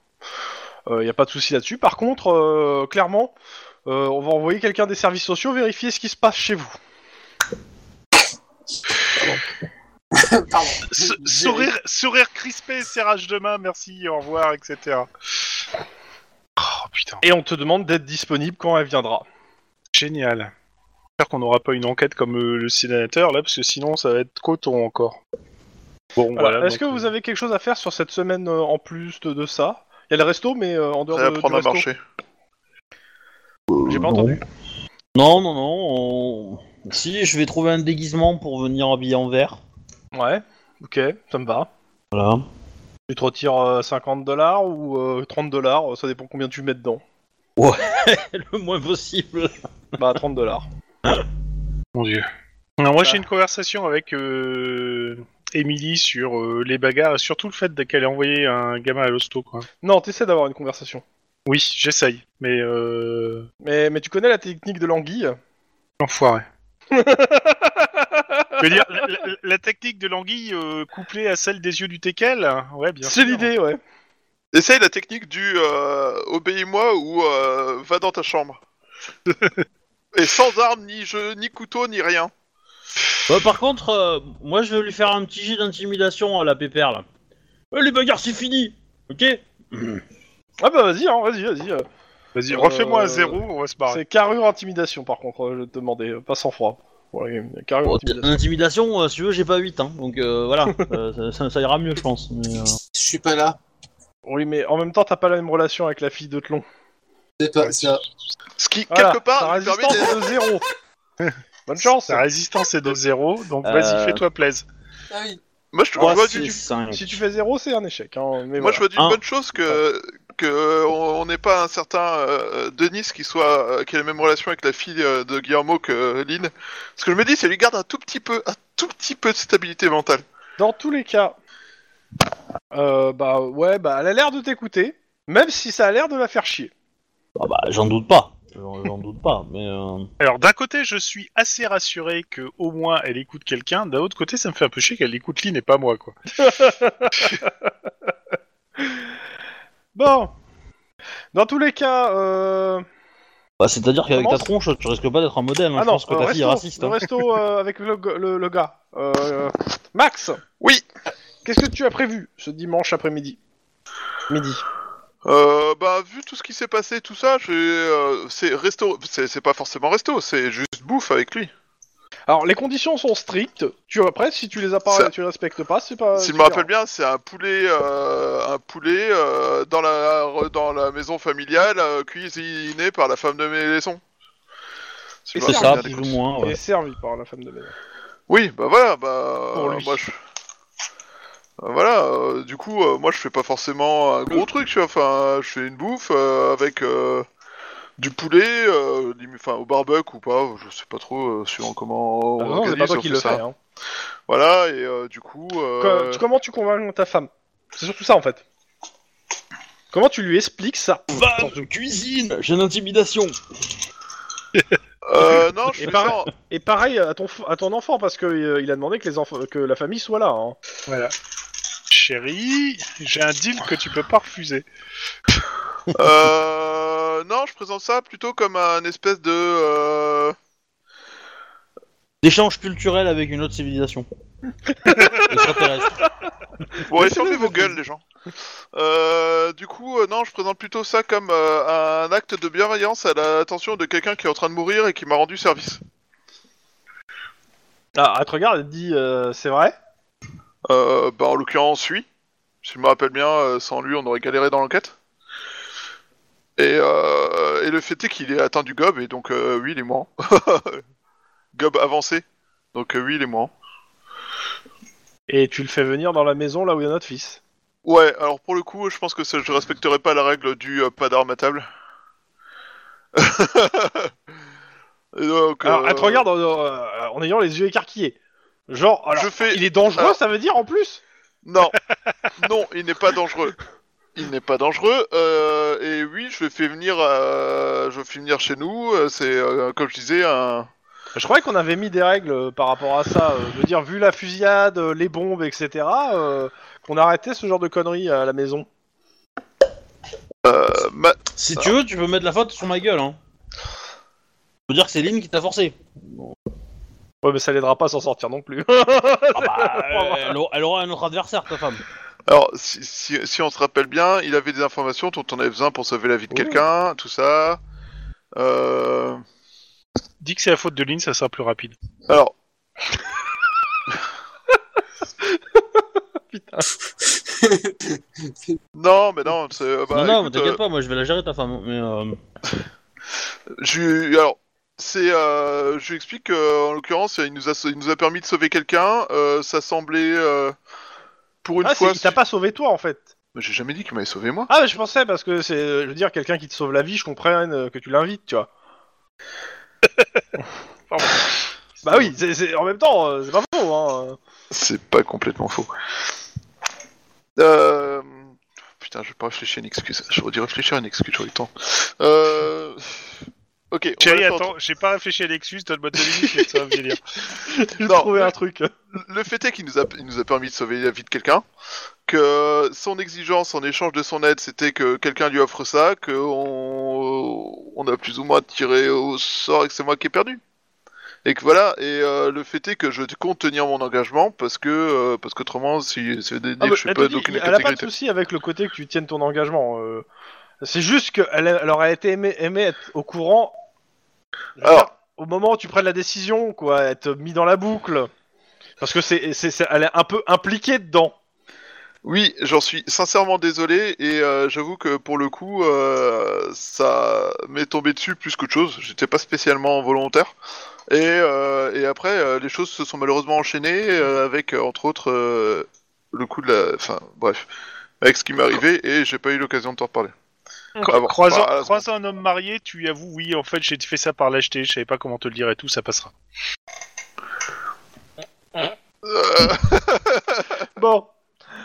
Speaker 2: Il n'y a pas de souci là-dessus. Par contre, euh, clairement, euh, on va envoyer quelqu'un des services sociaux vérifier ce qui se passe chez vous.
Speaker 4: Pardon.
Speaker 5: S-
Speaker 4: J'ai-
Speaker 5: sourire, sourire crispé, serrage de main, merci, au revoir, etc. Oh putain,
Speaker 2: Et on te demande d'être disponible quand elle viendra.
Speaker 5: génial. J'espère qu'on n'aura pas une enquête comme euh, le sénateur là, parce que sinon ça va être coton encore. Bon,
Speaker 2: Voilà.
Speaker 5: voilà. euh.
Speaker 2: Est-ce que vous avez quelque chose à faire sur cette semaine euh, en plus de, de ça Il y a le resto, mais euh, en dehors
Speaker 3: Allez,
Speaker 2: de, du
Speaker 3: apprendre à
Speaker 2: resto.
Speaker 3: marcher.
Speaker 2: J'ai pas entendu.
Speaker 1: Non, non, non. on- Si, je vais trouver un déguisement pour venir habillé en vert.
Speaker 2: Ouais. Ok, ça me va.
Speaker 1: Voilà.
Speaker 2: Tu te retires euh, 50 dollars ou euh, 30 dollars, ça dépend combien tu mets dedans.
Speaker 1: Le moins possible.
Speaker 2: bah <laughs> 30 dollars.
Speaker 5: Mon dieu. Non, moi
Speaker 2: Ah.
Speaker 5: j'ai une conversation avec euh, Emily sur euh, les bagarres et surtout le fait qu'elle ait envoyé un gamin à l'hosto. quoi.
Speaker 2: Non, t'essaies d'avoir une conversation.
Speaker 5: Oui, j'essaye, mais euh...
Speaker 2: Mais, mais tu connais la technique de l'anguille
Speaker 5: <laughs> l'enfoiré. Je veux dire, la, la- la technique de l'anguille euh, couplée à celle des yeux du teckel, hein. ouais, bien
Speaker 2: C'est
Speaker 5: sûr.
Speaker 2: l'idée, ouais.
Speaker 3: Essaye la technique du euh, obéis-moi ou euh, va dans ta
Speaker 5: <laughs>
Speaker 3: chambre. Et sans armes, ni jeu, ni couteau, ni rien.
Speaker 1: Ouais, par contre, euh, moi je vais lui faire un petit jet d'intimidation à la pépère là. Eh, les bagarres c'est fini Ok
Speaker 2: Ah bah vas-y, hein, vas-y, vas-y.
Speaker 3: Ah,
Speaker 2: euh.
Speaker 5: Vas-y,
Speaker 2: Euh,
Speaker 5: refais-moi un zéro, on va se barrer.
Speaker 2: C'est carrure intimidation par contre, euh, je vais te demandais, euh, pas sans froid. Ouais, carrure
Speaker 1: Bon, t-
Speaker 2: intimidation.
Speaker 1: L'intimidation, euh, si tu veux, j'ai pas 8, hein, donc euh,
Speaker 2: <laughs>
Speaker 1: voilà, Euh, ça, ça- ça ira mieux je pense. mais, euh,
Speaker 4: Je suis pas là.
Speaker 2: Oui, mais en même temps, t'as pas la même relation avec la fille de Tlon.
Speaker 4: C'est pas ça.
Speaker 3: Ce qui,
Speaker 2: Voilà,
Speaker 3: quelque part,
Speaker 2: ta
Speaker 3: lui permet
Speaker 2: résistance
Speaker 3: d'être-
Speaker 2: est de
Speaker 3: <laughs>
Speaker 2: zéro. Bonne chance.
Speaker 5: La résistance est de zéro, donc
Speaker 1: Euh,
Speaker 5: vas-y, fais-toi plaisir.
Speaker 4: Ah oui.
Speaker 3: Moi, je,
Speaker 1: trois,
Speaker 3: je vois
Speaker 1: six,
Speaker 3: du- du-
Speaker 1: cinq.
Speaker 2: Si tu fais zéro, c'est un échec. Hein, mais
Speaker 3: moi,
Speaker 2: voilà.
Speaker 3: je vois d'une
Speaker 1: Un.
Speaker 3: bonne chose que que on on n'ait pas un certain euh, Denis qui soit euh, qui a la même relation avec la fille euh, de Guillermo que euh, Lynn. Ce que je me dis, c'est lui garde un tout petit peu, un tout petit peu de stabilité mentale.
Speaker 2: Dans tous les cas, euh, bah ouais, bah elle a l'air de t'écouter, même si ça a l'air de la faire chier.
Speaker 1: Ah bah, j'en doute pas, j'en j'en doute pas, mais. euh,
Speaker 5: Alors d'un côté, je suis assez rassuré que au moins elle écoute quelqu'un. D'un autre côté, ça me fait un peu chier qu'elle écoute Lynn et pas moi, quoi.
Speaker 2: Bon. Dans tous les cas, euh...
Speaker 1: Bah, c'est-à-dire qu'avec ta
Speaker 2: Comment
Speaker 1: tronche, tu risques pas d'être un modèle, hein,
Speaker 2: ah
Speaker 1: je
Speaker 2: non,
Speaker 1: pense que
Speaker 2: euh,
Speaker 1: ta fille est
Speaker 2: resto,
Speaker 1: raciste.
Speaker 2: le
Speaker 1: hein.
Speaker 2: resto <laughs> euh, avec le, g- le- le gars. Euh, Max,
Speaker 3: Oui.
Speaker 2: qu'est-ce que tu as prévu ce dimanche après-midi Midi.
Speaker 3: Euh, bah, vu tout ce qui s'est passé, tout ça, j'ai, euh, c'est resto, c'est c'est pas forcément resto, c'est juste bouffe avec lui.
Speaker 2: Alors les conditions sont strictes. Tu après, si tu les as pas,
Speaker 3: Ça-
Speaker 2: tu les respectes pas, c'est pas.
Speaker 3: S'il
Speaker 2: c'est
Speaker 3: me rappelle
Speaker 2: grave.
Speaker 3: bien, c'est un poulet, euh, un poulet euh, dans la dans la maison familiale euh, cuisiné par la femme de mes leçons. Si
Speaker 2: Et
Speaker 3: je me
Speaker 1: C'est
Speaker 2: c'est
Speaker 1: ça,
Speaker 3: rappelle
Speaker 2: un
Speaker 1: plus
Speaker 3: bien
Speaker 1: ou
Speaker 3: des
Speaker 1: moins.
Speaker 2: Et
Speaker 1: ouais.
Speaker 2: servi par la femme de ménage.
Speaker 3: cons- Oui, bah voilà, bah
Speaker 2: Pour lui.
Speaker 3: moi je. Euh, Voilà, euh, du coup, euh, moi je fais pas forcément un gros truc, tu vois. Enfin, je fais une bouffe euh, avec euh, du poulet, euh, lim- enfin au barbecue ou pas, je sais pas trop, euh, suivant comment.
Speaker 2: Bah,
Speaker 3: on
Speaker 2: non, c'est pas
Speaker 3: organise,
Speaker 2: toi
Speaker 3: on
Speaker 2: qui
Speaker 3: fait
Speaker 2: le
Speaker 3: ça.
Speaker 2: fais. Hein.
Speaker 3: Voilà, et euh, du coup.
Speaker 2: Co-
Speaker 3: Euh...
Speaker 2: Comment tu convaincs ta femme C'est surtout ça en fait. Comment tu lui expliques ça
Speaker 1: Bam Cuisine J'ai l'intimidation
Speaker 3: euh,
Speaker 2: <laughs>
Speaker 3: non, je
Speaker 2: Et
Speaker 3: fais
Speaker 2: pareil-
Speaker 3: ça en-
Speaker 2: Et pareil à ton, f- à ton enfant parce que euh, il a demandé que, les enfants, que la famille soit là. hein.
Speaker 5: Voilà. Chérie, j'ai un deal que tu peux pas refuser.
Speaker 3: Euh, non, je présente ça plutôt comme un espèce de. euh,
Speaker 1: D'échange culturel avec une autre
Speaker 2: <laughs>
Speaker 1: civilisation. Extraterrestre.
Speaker 3: Bon, allez, fermez vos gueules, les gens. Euh, du coup, euh, non, je présente plutôt ça comme euh, un acte de bienveillance à l'attention de quelqu'un qui est en train de mourir et qui m'a rendu service.
Speaker 2: Ah, elle te regarde, elle te dit euh, c'est vrai
Speaker 3: Euh, bah, en l'occurrence, oui. Si je me rappelle bien, euh, sans lui, on aurait galéré dans l'enquête. Et, euh, et le fait est qu'il est atteint du gob, et donc euh, oui, il est mort. <laughs> gob avancé, donc euh, oui, il est mort.
Speaker 2: Et tu le fais venir dans la maison là où il y a notre fils.
Speaker 3: Ouais, alors pour le coup, je pense que ça- je respecterai pas la règle du euh, pas d'armes à table. <laughs> Et donc,
Speaker 2: Alors,
Speaker 3: euh,
Speaker 2: elle te regarde en, euh, en ayant les yeux écarquillés. Genre, alors,
Speaker 3: je fais.
Speaker 2: il est dangereux,
Speaker 3: alors-
Speaker 2: ça veut dire en plus
Speaker 3: Non, non, il n'est pas dangereux. Il n'est pas dangereux. euh, et oui, je le fais venir, euh, je le fais venir chez nous. euh, C'est euh, comme je disais, un,
Speaker 2: Je croyais qu'on avait mis des règles euh, par rapport à ça. euh, je veux dire, vu la fusillade, euh, les bombes, etc., euh, qu'on arrêtait ce genre de conneries à la maison.
Speaker 3: euh, ma-
Speaker 1: Si tu veux, tu peux mettre la faute sur ma gueule. Hein. Faut dire que c'est Lynn qui t'a forcé.
Speaker 2: Ouais, mais ça l'aidera pas à s'en sortir non plus.
Speaker 1: Ah bah, elle, aura- elle aura un autre adversaire, ta femme.
Speaker 3: Alors, si, si- si on se rappelle bien, il avait des informations dont on avait besoin pour sauver la vie de
Speaker 2: Oui.
Speaker 3: quelqu'un, tout ça. Euh,
Speaker 5: Dis que c'est la faute de Lynn, ça sera plus rapide.
Speaker 3: Alors, non, mais non, c'est- euh, bah,
Speaker 1: non, non,
Speaker 3: écoute,
Speaker 1: t'inquiète pas, moi je vais la gérer ta femme. Mais euh,
Speaker 3: euh, je- alors, c'est, euh, je lui explique qu'en l'occurrence, il nous, a, il nous a permis de sauver quelqu'un. euh, ça semblait, euh, pour une
Speaker 2: ah,
Speaker 3: fois,
Speaker 2: c'est- il t'a pas sauvé toi en fait.
Speaker 3: Mais j'ai jamais dit qu'il m'avait sauvé moi.
Speaker 2: Ah, mais je pensais parce que c'est, euh, je veux dire, quelqu'un qui te sauve la vie, je comprenne euh, que tu l'invites, tu vois. <laughs> Pardon. bah oui, c'est, c'est- en même temps, euh, c'est pas faux. Hein.
Speaker 3: C'est pas complètement faux. Euh... Putain, je vais pas réfléchir à une excuse. J'aurais dû réfléchir à une excuse, j'aurais eu le temps. Euh... Ok. on
Speaker 5: Thierry,
Speaker 3: va attendre.
Speaker 5: attends, j'ai pas réfléchi à l'excuse, donne-moi deux minutes, mais ça va me venir.
Speaker 2: <laughs> J'ai
Speaker 3: Non.
Speaker 2: trouvé un truc.
Speaker 3: Le fait est qu'il nous a, il nous a permis de sauver la vie de quelqu'un, que son exigence en échange de son aide, c'était que quelqu'un lui offre ça, que on, on a plus ou moins tiré au sort et que c'est moi qui ai perdu. Et que voilà. Et euh, le fait est que je compte tenir mon engagement parce que euh, parce qu'autrement, si c'est des
Speaker 2: Ah,
Speaker 3: je
Speaker 2: bah,
Speaker 3: suis
Speaker 2: elle
Speaker 3: pas
Speaker 2: te dit,
Speaker 3: d'aucune
Speaker 2: elle a pas de
Speaker 3: catégorie.
Speaker 2: souci avec le côté que tu tiennes ton engagement. euh. C'est juste qu'elle elle aurait été aimée, aimée être au courant. je veux
Speaker 3: Alors.
Speaker 2: dire, au moment où tu prends la décision, quoi, être mis dans la boucle. Parce que c'est, c'est, c'est- elle est un peu impliquée dedans.
Speaker 3: Oui, j'en suis sincèrement désolé et euh, j'avoue que pour le coup, euh, ça m'est tombé dessus plus qu'autre chose. J'étais pas spécialement volontaire. Et, euh, et après, euh, les choses se sont malheureusement enchaînées euh, avec, euh, entre autres, euh, le coup de la. Enfin, bref, avec ce qui m'est arrivé et j'ai pas eu l'occasion de t'en reparler.
Speaker 5: Cro-
Speaker 3: Ah bon,
Speaker 5: croisant,
Speaker 3: bah,
Speaker 5: croisant un homme marié, tu lui avoues, oui, en fait, j'ai fait ça par lâcheté, je savais pas comment te le dire et tout, ça passera.
Speaker 3: Euh,
Speaker 2: Bon,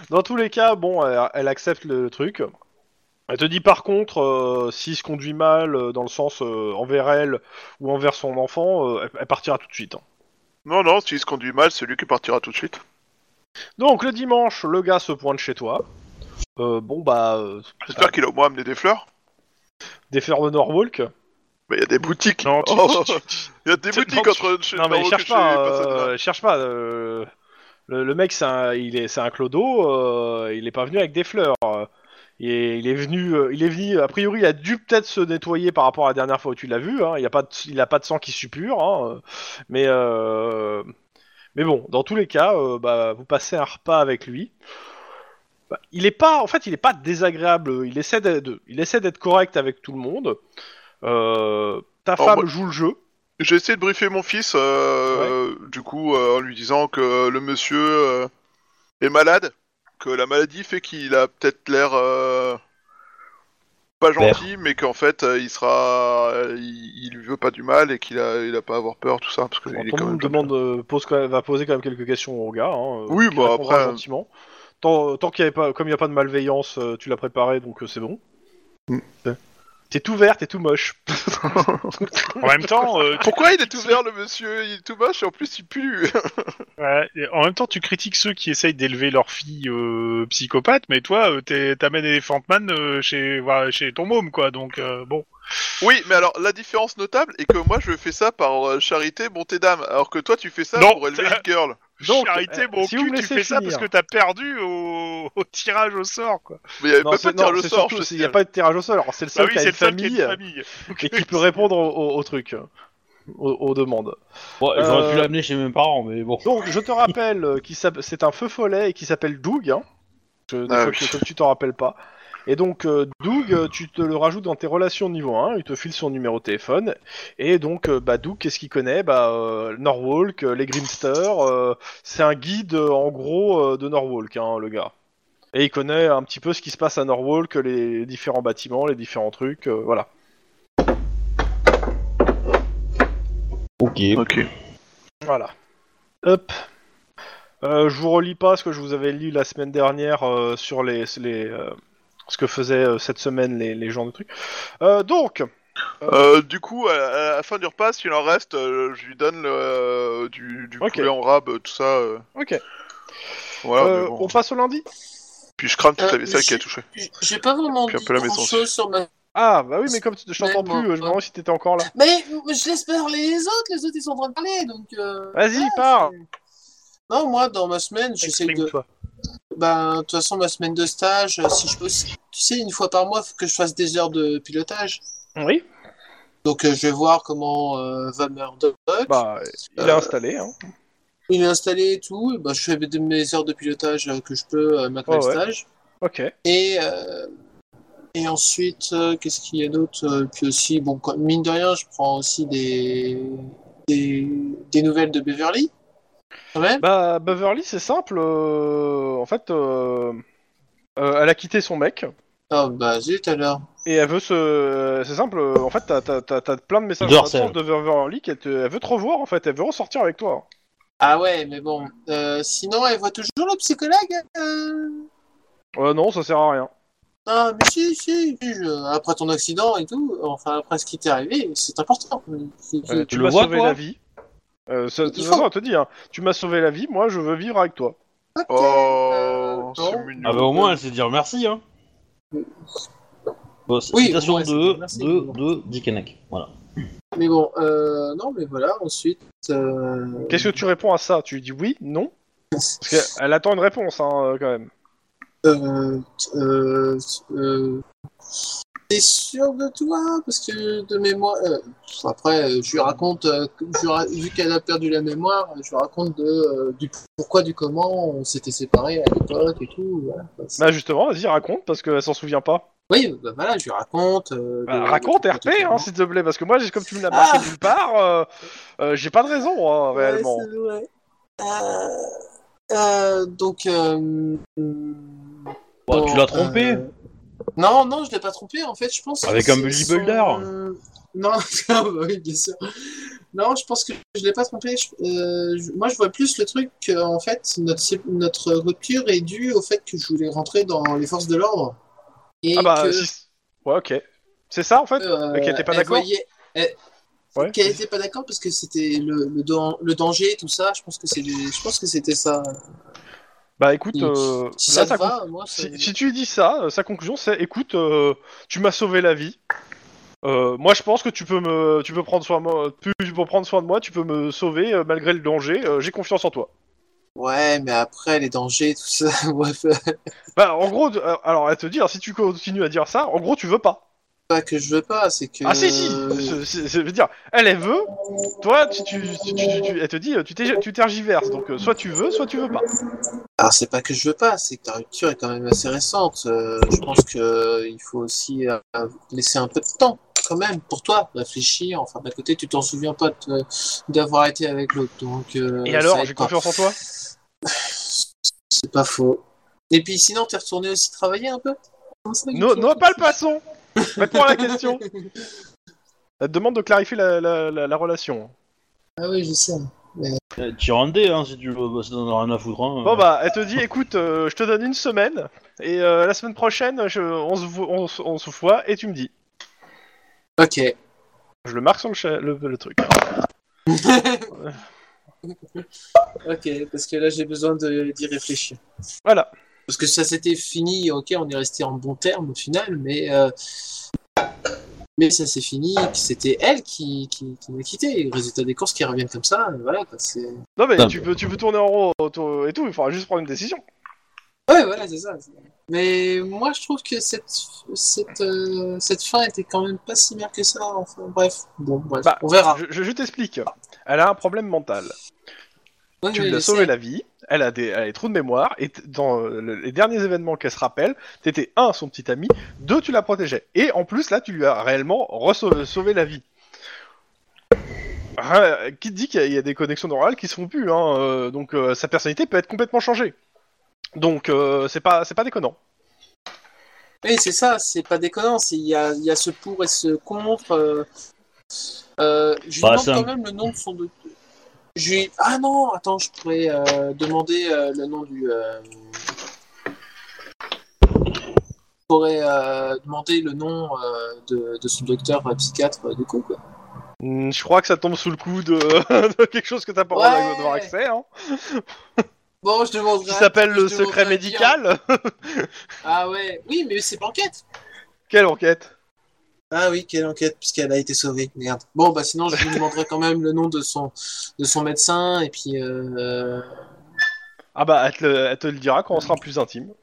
Speaker 2: dans tous les cas, bon, elle, elle accepte le, le truc. Elle te dit par contre, euh, s'il se conduit mal, euh, dans le sens euh, envers elle ou envers son enfant, euh, elle, elle partira tout de suite. hein.
Speaker 3: non, non, s'il se conduit mal, c'est lui qui partira tout de suite.
Speaker 2: Donc le dimanche, le gars se pointe chez toi. Euh, bon bah, euh,
Speaker 3: J'espère qu'il a au moins amené des fleurs.
Speaker 2: des fleurs de Norwalk.
Speaker 3: Mais <laughs> il y a des boutiques.
Speaker 5: Non, tu-
Speaker 3: Oh,
Speaker 5: tu-
Speaker 3: Il
Speaker 2: <laughs>
Speaker 3: y a des
Speaker 5: tu-
Speaker 3: boutiques
Speaker 5: non,
Speaker 3: entre chez
Speaker 2: non mais
Speaker 3: Marocco
Speaker 2: cherche
Speaker 3: et chez
Speaker 2: pas,
Speaker 3: Pasadena.
Speaker 2: euh, cherche pas. euh, le, le mec, c'est un, il est, c'est un clodo. euh, il est pas venu avec des fleurs. euh. Il est, il est venu, euh, il est venu. A priori, il a dû peut-être se nettoyer par rapport à la dernière fois où tu l'as vu. hein. Il a pas, de, il a pas de sang qui suppure. hein, euh, Mais, euh, mais bon, dans tous les cas, euh, bah, vous passez un repas avec lui. Bah, il est pas, en fait, il est pas désagréable. Il essaie d'être, il essaie d'être correct avec tout le monde. Euh, ta
Speaker 3: Oh,
Speaker 2: femme
Speaker 3: moi-
Speaker 2: joue le jeu.
Speaker 3: J'ai essayé de briefer mon fils, euh, euh, du coup, euh, en lui disant que le monsieur euh, est malade, que la maladie fait qu'il a peut-être l'air euh, pas gentil, mais qu'en fait, euh, il sera, euh, il, il lui veut pas du mal et qu'il a, il a pas à avoir peur, tout ça, parce que
Speaker 2: Bon,
Speaker 3: il est
Speaker 2: ton
Speaker 3: quand même hein.
Speaker 2: monde demande, euh, pose quand même- va poser quand même quelques questions au gars. Hein, euh,
Speaker 3: Oui,
Speaker 2: qui
Speaker 3: bah,
Speaker 2: répondra
Speaker 3: après, euh,
Speaker 2: gentiment. Tant, tant qu'il y avait pas, comme il n'y a pas de malveillance, euh, tu l'as préparé, donc euh, c'est bon.
Speaker 3: Mm.
Speaker 2: T'es tout vert, t'es tout moche.
Speaker 5: En même temps, euh, tu-
Speaker 3: Pourquoi il est tout vert, le monsieur Il est tout moche et en plus il pue. <laughs>
Speaker 5: ouais, et en même temps, tu critiques ceux qui essayent d'élever leur fille euh, psychopathe, mais toi, euh, t'es- t'amènes Elephant Man euh, chez, voilà, chez ton môme, quoi, donc euh, bon.
Speaker 3: oui, mais alors la différence notable est que moi je fais ça par euh, charité, bonté d'âme, alors que toi tu fais ça
Speaker 5: Non,
Speaker 3: pour élever
Speaker 5: t'as-
Speaker 3: une girl.
Speaker 2: Donc,
Speaker 5: Charité,
Speaker 2: euh,
Speaker 5: mon
Speaker 2: si vous
Speaker 5: cul,
Speaker 2: me
Speaker 5: tu
Speaker 2: laissez
Speaker 5: fais ça
Speaker 2: finir.
Speaker 5: parce que t'as perdu au... au tirage au sort, quoi.
Speaker 3: <laughs> Mais il y avait
Speaker 2: Non,
Speaker 3: pas
Speaker 2: c'est-
Speaker 3: de tir
Speaker 2: non,
Speaker 3: le
Speaker 2: c'est
Speaker 3: sort.
Speaker 2: surtout,
Speaker 3: je
Speaker 2: c'est- il n'y
Speaker 3: sais.
Speaker 2: a pas de tirage au sol. Alors c'est le
Speaker 5: Ah
Speaker 2: seul
Speaker 5: oui,
Speaker 2: qui a
Speaker 5: c'est
Speaker 2: une
Speaker 5: le seul qui a
Speaker 2: famille,
Speaker 5: une famille.
Speaker 2: et qui peut répondre au- au- aux, trucs, aux, aux demandes.
Speaker 1: bon, j'aurais pu
Speaker 2: Euh,
Speaker 1: l'amener chez mes parents, mais bon.
Speaker 2: Donc je te rappelle euh, qu'il s'app- c'est un feu follet et qui s'appelle Doug. Hein. Je, des
Speaker 3: Ah
Speaker 2: fois
Speaker 3: oui.
Speaker 2: que- comme tu t'en rappelles pas. Et donc, euh, Doug, euh, tu te le rajoutes dans tes relations niveau 1, il te file son numéro de téléphone. Et donc, euh, bah, Doug, qu'est-ce qu'il connaît bah, euh, Norwalk, euh, les Grimster, euh, c'est un guide euh, en gros euh, de Norwalk, hein, le gars. Et il connaît un petit peu ce qui se passe à Norwalk, les différents bâtiments, les différents trucs, euh, voilà.
Speaker 1: Ok.
Speaker 3: Ok.
Speaker 2: Voilà. Hop. Euh, je vous relis pas ce que je vous avais lu la semaine dernière euh, sur les, les euh, ce que faisaient euh, cette semaine les, les gens de trucs. Euh, donc,
Speaker 3: Euh, du coup, à, à la fin du repas, s'il en reste, euh, je lui donne le, euh, du, du
Speaker 2: Ok.
Speaker 3: poulet en rab, tout ça. euh,
Speaker 2: ok.
Speaker 3: voilà,
Speaker 2: Euh,
Speaker 3: Ah, mais bon.
Speaker 2: on passe au lundi.
Speaker 3: Puis je crame toute
Speaker 4: Euh,
Speaker 3: la vaisselle
Speaker 4: mais
Speaker 3: qui a
Speaker 4: si-
Speaker 3: touché.
Speaker 4: J- J'ai pas vraiment
Speaker 3: Puis
Speaker 4: dit
Speaker 3: un peu la maison.
Speaker 4: grand chose sur ma.
Speaker 2: Ah bah oui, mais comme tu- je t'entends
Speaker 4: Mais bon,
Speaker 2: plus, euh, je me demande si t'étais encore là.
Speaker 4: Mais mais je laisse parler les autres, les autres ils sont en train de parler donc. euh,
Speaker 2: Vas-y,
Speaker 4: ah,
Speaker 2: parle.
Speaker 4: c'est- Non, moi dans ma semaine, j'essaie de.
Speaker 5: Exprime-toi.
Speaker 4: Ben, de toute façon, ma semaine de stage, euh, si je peux. Tu sais, une fois par mois, faut que je fasse des heures de pilotage.
Speaker 2: Oui.
Speaker 4: Donc, euh, je vais voir comment euh, va Murdoch.
Speaker 2: Bah, il est
Speaker 4: Euh,
Speaker 2: installé. Hein.
Speaker 4: Il est installé et tout. et ben, je fais de- mes heures de pilotage euh, que je peux euh, maintenant
Speaker 2: Ouais,
Speaker 4: le
Speaker 2: ouais.
Speaker 4: stage.
Speaker 2: Ok.
Speaker 4: Et, euh, et ensuite, euh, qu'est-ce qu'il y a d'autre Euh, Puis aussi, bon, quoi- mine de rien, je prends aussi des, des, des nouvelles de Beverly. Quand même.
Speaker 2: Bah Beverly, c'est simple. euh, en fait, euh, euh, elle a quitté son mec.
Speaker 4: Ah, bah zut alors.
Speaker 2: Et elle veut se. C'est simple, euh, en fait, t'as t'as- t'as- t'as plein de messages
Speaker 1: Dehors,
Speaker 2: d'absence de Beverly qu'elle te- elle veut te revoir en fait, elle veut ressortir avec toi.
Speaker 4: Ah ouais, mais bon. Euh, sinon, elle voit toujours le psychologue euh
Speaker 2: Euh, non, ça sert à rien.
Speaker 4: Ah, mais si, si, si, je- après ton accident et tout, enfin, après ce qui t'est arrivé, c'est important. C'est-
Speaker 2: Euh,
Speaker 4: c'est-
Speaker 2: tu
Speaker 1: le
Speaker 2: m'as
Speaker 1: vois,
Speaker 2: sauvé
Speaker 1: toi
Speaker 2: la vie. Euh, ça- de toute
Speaker 4: Il
Speaker 2: façon,
Speaker 4: faut-
Speaker 2: elle te dit, hein, tu m'as sauvé la vie, moi je veux vivre avec toi.
Speaker 4: Ok,
Speaker 3: Oh,
Speaker 4: euh,
Speaker 3: c'est
Speaker 4: bon.
Speaker 3: mignon.
Speaker 1: Ah bah au moins elle sait dire merci hein. Bon,
Speaker 4: Oui,
Speaker 1: citation
Speaker 4: ouais, c'est
Speaker 1: de,
Speaker 4: bien, merci.
Speaker 1: de, de Dickeneck. Voilà.
Speaker 4: Mais bon, euh, non, mais voilà, ensuite. euh,
Speaker 2: Qu'est-ce que tu réponds à ça Tu lui dis oui, non Parce
Speaker 4: <laughs>
Speaker 2: qu'elle attend une réponse hein, euh, quand même.
Speaker 4: euh, euh, euh, T'es sûr de toi Parce que de mémoire. euh, après, euh, je lui raconte, euh, je lui ra- vu qu'elle a perdu la mémoire, je lui raconte de, euh, du pourquoi, du comment on s'était séparés à l'époque et tout. Voilà, quoi.
Speaker 2: Bah justement, vas-y, raconte, parce qu'elle s'en souvient pas.
Speaker 4: Oui, bah voilà, je lui raconte. euh,
Speaker 2: Bah,
Speaker 4: de-
Speaker 2: raconte
Speaker 4: de-
Speaker 2: RP, hein, s'il te plaît, parce que moi, j'ai- comme tu me l'as marqué
Speaker 4: Ah
Speaker 2: nulle part, euh, euh, j'ai pas de raison hein,
Speaker 4: Ouais,
Speaker 2: réellement.
Speaker 4: c'est vrai. Euh, euh, donc. euh, hum,
Speaker 1: Bah,
Speaker 4: bon,
Speaker 1: tu l'as trompé
Speaker 4: euh, Non, non, je l'ai pas trompé. En fait, je pense. que
Speaker 1: Avec un
Speaker 4: c'est
Speaker 1: bodybuilder.
Speaker 4: son- euh, Non, <laughs> ah bah oui, bien sûr. Non, je pense que je l'ai pas trompé. Je- euh, je- Moi, je vois plus le truc que, en fait, notre, sé- notre rupture est due au fait que je voulais rentrer dans les forces de l'ordre. Et
Speaker 2: Ah bah,
Speaker 4: que,
Speaker 2: si- Ouais, ok. C'est ça en fait
Speaker 4: euh,
Speaker 2: qu'elle était pas
Speaker 4: elle
Speaker 2: d'accord
Speaker 4: voyait- elle-
Speaker 2: Ouais.
Speaker 4: qu'elle était pas d'accord parce que c'était le, le, dan- le danger tout ça je pense que c'est des- je pense que c'était ça
Speaker 2: Bah écoute,
Speaker 4: Si-
Speaker 2: euh,
Speaker 4: si
Speaker 2: là,
Speaker 4: ça
Speaker 2: ça
Speaker 4: te va moi ça-
Speaker 2: Si, si tu lui dis ça, euh, sa conclusion c'est écoute, euh, tu m'as sauvé la vie. Euh, moi je pense que tu peux me tu peux prendre soin de moi, tu tu peux prendre soin de moi, tu peux me sauver euh, malgré le danger, euh, j'ai confiance en toi.
Speaker 4: ouais mais après les dangers tout ça <laughs> bref
Speaker 2: Bah en gros de- euh, alors à te dire si tu continues à dire ça, en gros tu veux pas.
Speaker 4: pas que je veux pas c'est que
Speaker 2: Ah si si,
Speaker 4: Euh.
Speaker 2: c'est- c'est- c'est- je veux dire elle elle veut, toi tu, tu, tu- tu- tu- elle te dit euh, tu t'es- tu tergiverses donc euh, soit tu veux soit tu veux pas.
Speaker 4: alors ah, c'est pas que je veux pas c'est que ta rupture est quand même assez récente Euh, je pense que il faut aussi euh, laisser un peu de temps quand même pour toi réfléchir enfin d'un côté tu t'en souviens pas de- d'avoir été avec l'autre donc euh,
Speaker 2: Et
Speaker 4: ça
Speaker 2: alors
Speaker 4: aide
Speaker 2: j'ai
Speaker 4: pas.
Speaker 2: confiance en toi.
Speaker 4: c'est pas faux et puis sinon t'es retourné aussi travailler un peu
Speaker 2: Non non pas le passons. Réponds à la question. Elle te demande de clarifier la- la- la- la relation.
Speaker 4: <laughs> Ah oui, je sais.
Speaker 1: Euh, Tu rendais hein si tu veux, bah, ça donne rien à foutre hein.
Speaker 2: Bon bah, elle te dit, écoute, euh, je te donne une semaine, et euh, la semaine prochaine, je- on, se vo- on se- on se voit, et tu me dis.
Speaker 4: Ok.
Speaker 2: Je le marque sur le, cha- le- le truc. hein.
Speaker 4: <laughs> ok, parce que là j'ai besoin de- d'y réfléchir.
Speaker 2: Voilà.
Speaker 4: Parce que ça s'était fini, ok, on est resté en bon terme au final, mais euh, mais ça s'est fini, que c'était elle qui, qui, qui m'a quitté. Résultat des courses qui reviennent comme ça, et voilà. quoi, c'est-
Speaker 2: Non mais
Speaker 1: Putain.
Speaker 2: tu peux, tu peux tourner en rond autour et tout, il faudra juste prendre une décision.
Speaker 4: Ouais, voilà, c'est ça. c'est- Mais moi je trouve que cette, cette, euh, cette fin était quand même pas si merde que ça. Enfin, bref, bon, bref,
Speaker 2: Bah,
Speaker 4: on verra.
Speaker 2: Je, je- je t'explique. Elle a un problème mental.
Speaker 4: Moi,
Speaker 6: Tu
Speaker 4: je vais
Speaker 6: lui as
Speaker 4: laisser-
Speaker 6: sauvé la vie, elle a, des, elle a des trous de mémoire, et t- dans euh, le- les derniers événements qu'elle se rappelle, t'étais un, son petit ami, deux, tu la protégeais. Et en plus, là, tu lui as réellement resau- sauvé la vie. Ah, qui te dit qu'il y, a- il y a des connexions neurales qui se font plus, hein, euh, donc euh, sa personnalité peut être complètement changée. Donc, euh, c'est pas, c'est pas déconnant.
Speaker 4: Oui, c'est ça, c'est pas déconnant. c'est- Il y a, il y a ce pour et ce contre. euh, euh, je lui
Speaker 1: Bah,
Speaker 4: demande
Speaker 1: ça-
Speaker 4: quand même le nom de son. doc- Je lui... Ah non, attends, je pourrais euh, demander euh, le nom du. euh, Je pourrais euh, demander le nom euh, de, de son docteur euh, psychiatre euh, du coup. Quoi.
Speaker 6: Hmm, je crois que ça tombe sous le coup de, <laughs> de quelque chose que t'as pas le droit
Speaker 4: Ouais.
Speaker 6: d'avoir accès, hein,
Speaker 4: Bon, je demanderai.
Speaker 6: qui s'appelle
Speaker 4: je
Speaker 6: le secret
Speaker 4: demanderai bien.
Speaker 6: médical.
Speaker 4: Ah ouais, oui, mais c'est l'enquête.
Speaker 6: <laughs> Quelle enquête
Speaker 4: Ah oui, quelle enquête, puisqu'elle a été sauvée. Merde. Bon, bah sinon, je lui demanderai quand même le nom de son, de son médecin, et puis. Euh...
Speaker 6: Ah bah, elle te, le- elle te le dira quand on sera plus intime.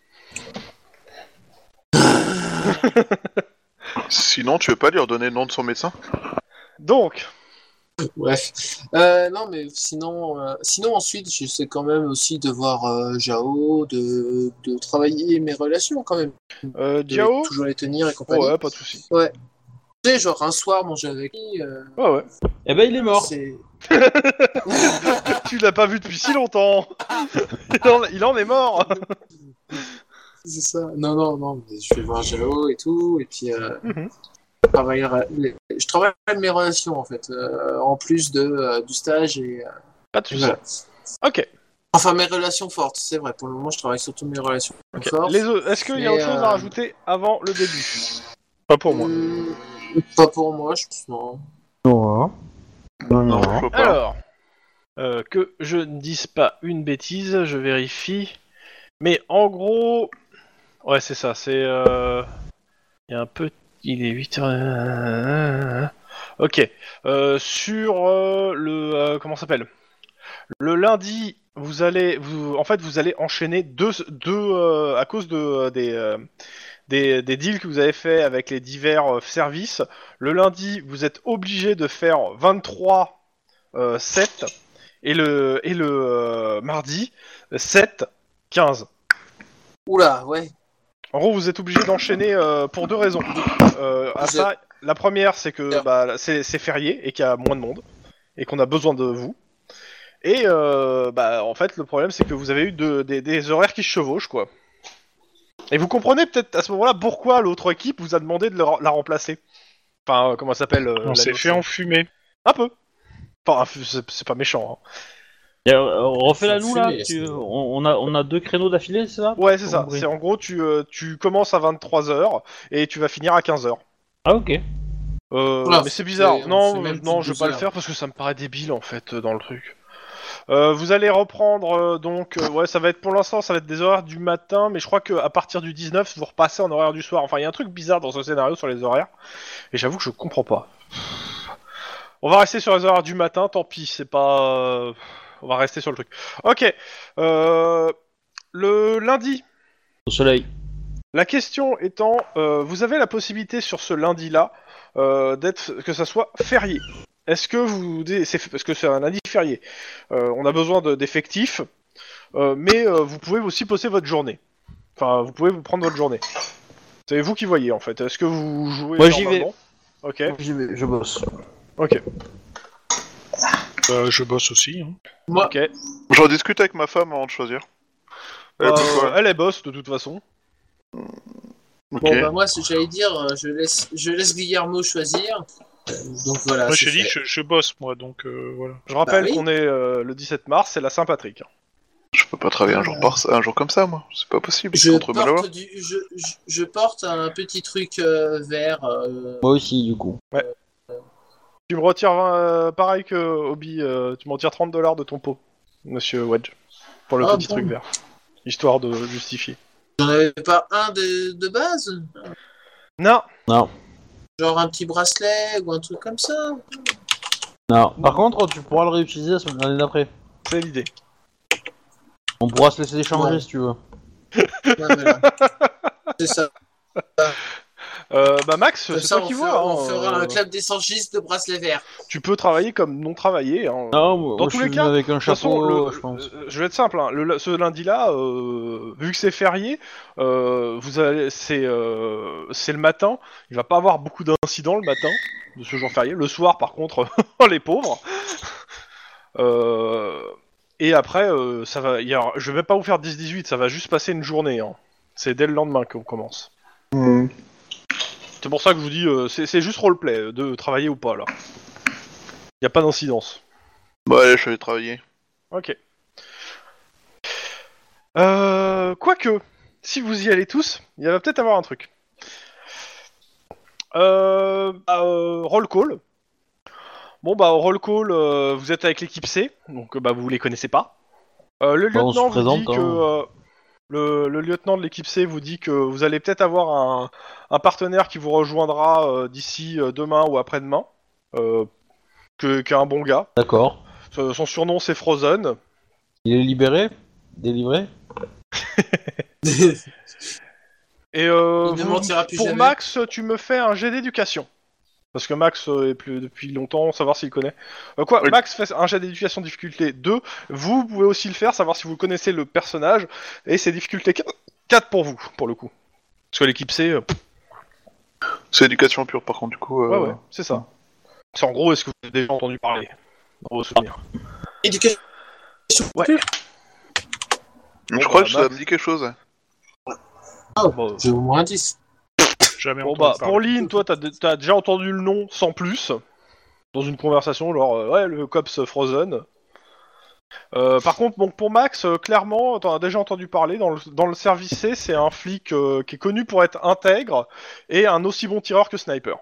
Speaker 3: Sinon, tu veux pas lui redonner le nom de son médecin
Speaker 6: Donc,
Speaker 4: Bref. Euh, non, mais sinon, euh, sinon ensuite, je sais quand même aussi de voir euh, Jao, de, de travailler mes relations quand même.
Speaker 6: euh,
Speaker 4: De
Speaker 6: Diao
Speaker 4: toujours les tenir et compagnie.
Speaker 6: Ouais, pas de soucis.
Speaker 4: Tu sais, genre un soir, manger avec lui. euh,
Speaker 6: Ouais, ouais. <laughs>
Speaker 1: Eh ben, il est mort.
Speaker 4: c'est-
Speaker 6: tu l'as pas vu depuis si longtemps <laughs> il, en, il en est mort
Speaker 4: C'est ça. Non, non, non. mais Je vais voir Jao et tout, et puis euh,
Speaker 6: Mhm.
Speaker 4: je, travaillerai- je travaille mes relations en fait, euh, en plus de, euh, du stage et. euh,
Speaker 6: Pas de soucis.
Speaker 4: voilà.
Speaker 6: Ok.
Speaker 4: Enfin, mes relations fortes, c'est vrai. Pour le moment, je travaille surtout mes relations
Speaker 6: ok.
Speaker 4: fortes.
Speaker 6: Les autres, est-ce qu'il y a
Speaker 4: Mais,
Speaker 6: autre chose
Speaker 4: euh,
Speaker 6: à rajouter avant le début Pas pour moi.
Speaker 4: Hmm, pas pour moi, je pense. Non.
Speaker 3: Non, je vois pas.
Speaker 2: Alors, euh, que je ne dise pas une bêtise, je vérifie. Mais en gros, ouais, c'est ça. C'est euh, il y a un peu, il est 8 heures. Ok. Euh, sur euh, le euh, comment ça s'appelle Le lundi, vous allez, vous, en fait, vous allez enchaîner deux, deux euh, à cause de euh, des euh, des, des deals que vous avez fait avec les divers euh, services. Le lundi, vous êtes obligé de faire 23 euh, 7 et le, et le euh, mardi 7 15.
Speaker 4: Oula, ouais.
Speaker 2: En gros, vous êtes obligé d'enchaîner euh, pour deux raisons. Euh, à
Speaker 4: Vous
Speaker 2: ça, la première, c'est que
Speaker 4: Bien.
Speaker 2: bah, c'est c'est férié et qu'il y a moins de monde et qu'on a besoin de vous. Et euh, bah, en fait, le problème, c'est que vous avez eu de- des, des horaires qui se chevauchent, quoi. Et vous comprenez peut-être à ce moment-là pourquoi l'autre équipe vous a demandé de leur- la remplacer. Enfin, euh, comment ça s'appelle euh, la
Speaker 6: s'est
Speaker 2: nôtre
Speaker 6: fait
Speaker 2: enfumer. Un peu. Enfin, c'est c'est pas méchant. hein.
Speaker 1: Et, euh, Refais-la
Speaker 4: Ça
Speaker 1: nous
Speaker 4: fait,
Speaker 1: là.
Speaker 4: mais
Speaker 1: tu-
Speaker 4: c'est-
Speaker 1: on, on a, on a deux créneaux d'affilée, c'est ça
Speaker 2: Ouais, c'est ça.
Speaker 1: Compris.
Speaker 2: C'est en gros, tu, euh, tu commences à 23h et tu vas finir à 15h.
Speaker 1: Ah, ok.
Speaker 2: Euh,
Speaker 4: Oula,
Speaker 2: mais c'est bizarre.
Speaker 4: c'est-
Speaker 2: Non,
Speaker 4: c'est même
Speaker 2: non,
Speaker 4: plus
Speaker 2: je vais
Speaker 4: deux
Speaker 2: pas le
Speaker 4: heures.
Speaker 2: faire parce que ça me paraît débile en fait euh, dans le truc. Euh, vous allez reprendre euh, donc euh, ouais ça va être pour l'instant ça va être des horaires du matin mais je crois que à partir du 19 vous repassez en horaire du soir enfin il y a un truc bizarre dans ce scénario sur les horaires et j'avoue que je comprends pas on va rester sur les horaires du matin tant pis c'est pas euh, on va rester sur le truc ok euh, le lundi
Speaker 1: Au soleil.
Speaker 2: la question étant, euh, vous avez la possibilité sur ce lundi-là euh, d'être que ça soit férié. Est-ce que vous dé- c'est parce que c'est un lundi férié, Euh, on a besoin de- d'effectifs, euh, mais euh, vous pouvez aussi poser votre journée. Enfin, vous pouvez vous prendre votre journée. C'est vous qui voyez en fait. Est-ce que vous jouez
Speaker 1: Moi, j'y
Speaker 2: normalement Ok.
Speaker 4: Euh,
Speaker 1: je bosse.
Speaker 2: Bah, je bosse aussi.
Speaker 4: Moi,
Speaker 2: Ok.
Speaker 3: J'en discute avec ma femme avant de choisir. Elle
Speaker 2: Euh,
Speaker 3: peut pas.
Speaker 2: elle est boss de toute façon.
Speaker 3: Ok.
Speaker 4: bon, bah, moi, ce que j'allais dire, euh, je laisse, je laisse Guillermo choisir. Euh, Donc voilà.
Speaker 5: Moi,
Speaker 4: c'est
Speaker 5: je te dis, je,
Speaker 4: fait.
Speaker 5: je bosse, moi, donc euh, voilà.
Speaker 2: Je rappelle
Speaker 4: Bah oui.
Speaker 2: qu'on est euh, le 17 mars, c'est la Saint-Patrick.
Speaker 3: Je peux pas travailler un jour, par... un jour comme ça, moi. C'est pas possible.
Speaker 4: Je
Speaker 3: c'est contre ma loi.
Speaker 4: porte, du, je, je, je porte un petit truc euh, vert. euh,
Speaker 1: Moi aussi, du coup.
Speaker 2: Tu me retires 20, euh, pareil que Obi, euh, tu me retires 30 dollars de ton pot, monsieur Wedge, pour le
Speaker 4: Ah
Speaker 2: petit
Speaker 4: bon
Speaker 2: truc vert. Histoire de justifier.
Speaker 4: J'en avais pas un de, de base
Speaker 2: Non
Speaker 4: Genre un petit bracelet ou un truc comme ça
Speaker 1: Non. Par contre, tu pourras le réutiliser la semaine- l'année d'après.
Speaker 2: C'est l'idée.
Speaker 1: On pourra se laisser échanger
Speaker 6: <laughs>
Speaker 4: Ouais.
Speaker 1: si tu veux.
Speaker 4: Ouais, voilà. C'est ça.
Speaker 2: Euh, bah Max, c'est
Speaker 4: ça,
Speaker 2: toi
Speaker 4: on
Speaker 2: qui
Speaker 4: fera-
Speaker 2: vois.
Speaker 4: on
Speaker 2: hein,
Speaker 4: fera
Speaker 2: euh,
Speaker 4: un club d'échangistes de bracelets verts.
Speaker 2: Tu peux travailler comme non travailler. Hein.
Speaker 1: Non, moi, moi,
Speaker 2: Dans tous
Speaker 1: je
Speaker 2: les
Speaker 1: suis
Speaker 2: cas,
Speaker 1: venu avec un
Speaker 2: De toute façon,
Speaker 1: chapeau,
Speaker 2: le-
Speaker 1: je pense.
Speaker 2: euh, je vais être simple. hein. Le- ce lundi-là, euh, vu que c'est férié, euh, vous allez- c'est euh, c'est le matin. Il va pas avoir beaucoup d'incidents le matin de ce jour férié. Le soir, par contre, <laughs> oh, les pauvres. Euh, et après, euh, ça va. il y aura- je vais pas vous faire 10-18. Ça va juste passer une journée. hein. C'est dès le lendemain qu'on commence. C'est pour ça que je vous dis, euh, c'est c'est juste roleplay euh, de travailler ou pas là. Il y a pas d'incidence.
Speaker 3: Bon, Bah, allez, je vais travailler.
Speaker 2: Ok. Euh, quoique, si vous y allez tous, il va peut-être avoir un truc. Euh, bah, euh, roll call. Bon bah au roll call, euh, vous êtes avec l'équipe C, donc euh, bah vous les connaissez pas. Euh, le
Speaker 1: Bah, on se
Speaker 2: lieutenant vous dit
Speaker 1: présente, hein.
Speaker 2: que euh, le, le lieutenant de l'équipe C vous dit que vous allez peut-être avoir un, un partenaire qui vous rejoindra euh, d'ici euh, demain ou après-demain, euh, que- qui est un bon gars. Euh,
Speaker 1: D'accord.
Speaker 2: Son son surnom c'est Frozen.
Speaker 1: Il est libéré Délivré
Speaker 6: <laughs>
Speaker 4: J'ai
Speaker 2: Et euh,
Speaker 4: Il ne
Speaker 2: vous-
Speaker 4: mentira plus
Speaker 2: pour
Speaker 4: jamais.
Speaker 2: Max, tu me fais un jet d'éducation. Parce que Max euh, est plus depuis longtemps, savoir s'il connaît. Euh, quoi,
Speaker 3: Oui.
Speaker 2: Max fait un jet d'éducation difficulté 2. Vous pouvez aussi le faire, savoir si vous connaissez le personnage. Et c'est difficulté 4 pour vous, pour le coup. Parce que l'équipe C, euh, pff,
Speaker 3: C'est éducation pure, par contre, du coup. euh,
Speaker 2: ouais, ouais, c'est ça. C'est en gros, est-ce que vous avez déjà entendu parler dans vos souvenirs
Speaker 4: Éducation.
Speaker 2: Ouais.
Speaker 3: Je crois
Speaker 2: bah,
Speaker 3: que ça
Speaker 2: Max.
Speaker 3: me dit quelque chose. ouais.
Speaker 2: Ah, Bon,
Speaker 4: J'ai au moins un 10.
Speaker 7: Jamais
Speaker 2: Bon
Speaker 7: entendu
Speaker 2: bah,
Speaker 7: parler.
Speaker 2: pour Lynn, toi, t'as, t'as déjà entendu le nom sans plus, dans une conversation, genre, euh, ouais, le Cops Frozen. Euh, par contre, bon, pour Max, euh, clairement, t'en as déjà entendu parler, dans le, dans le service C, c'est un flic euh, qui est connu pour être intègre et un aussi bon tireur que sniper.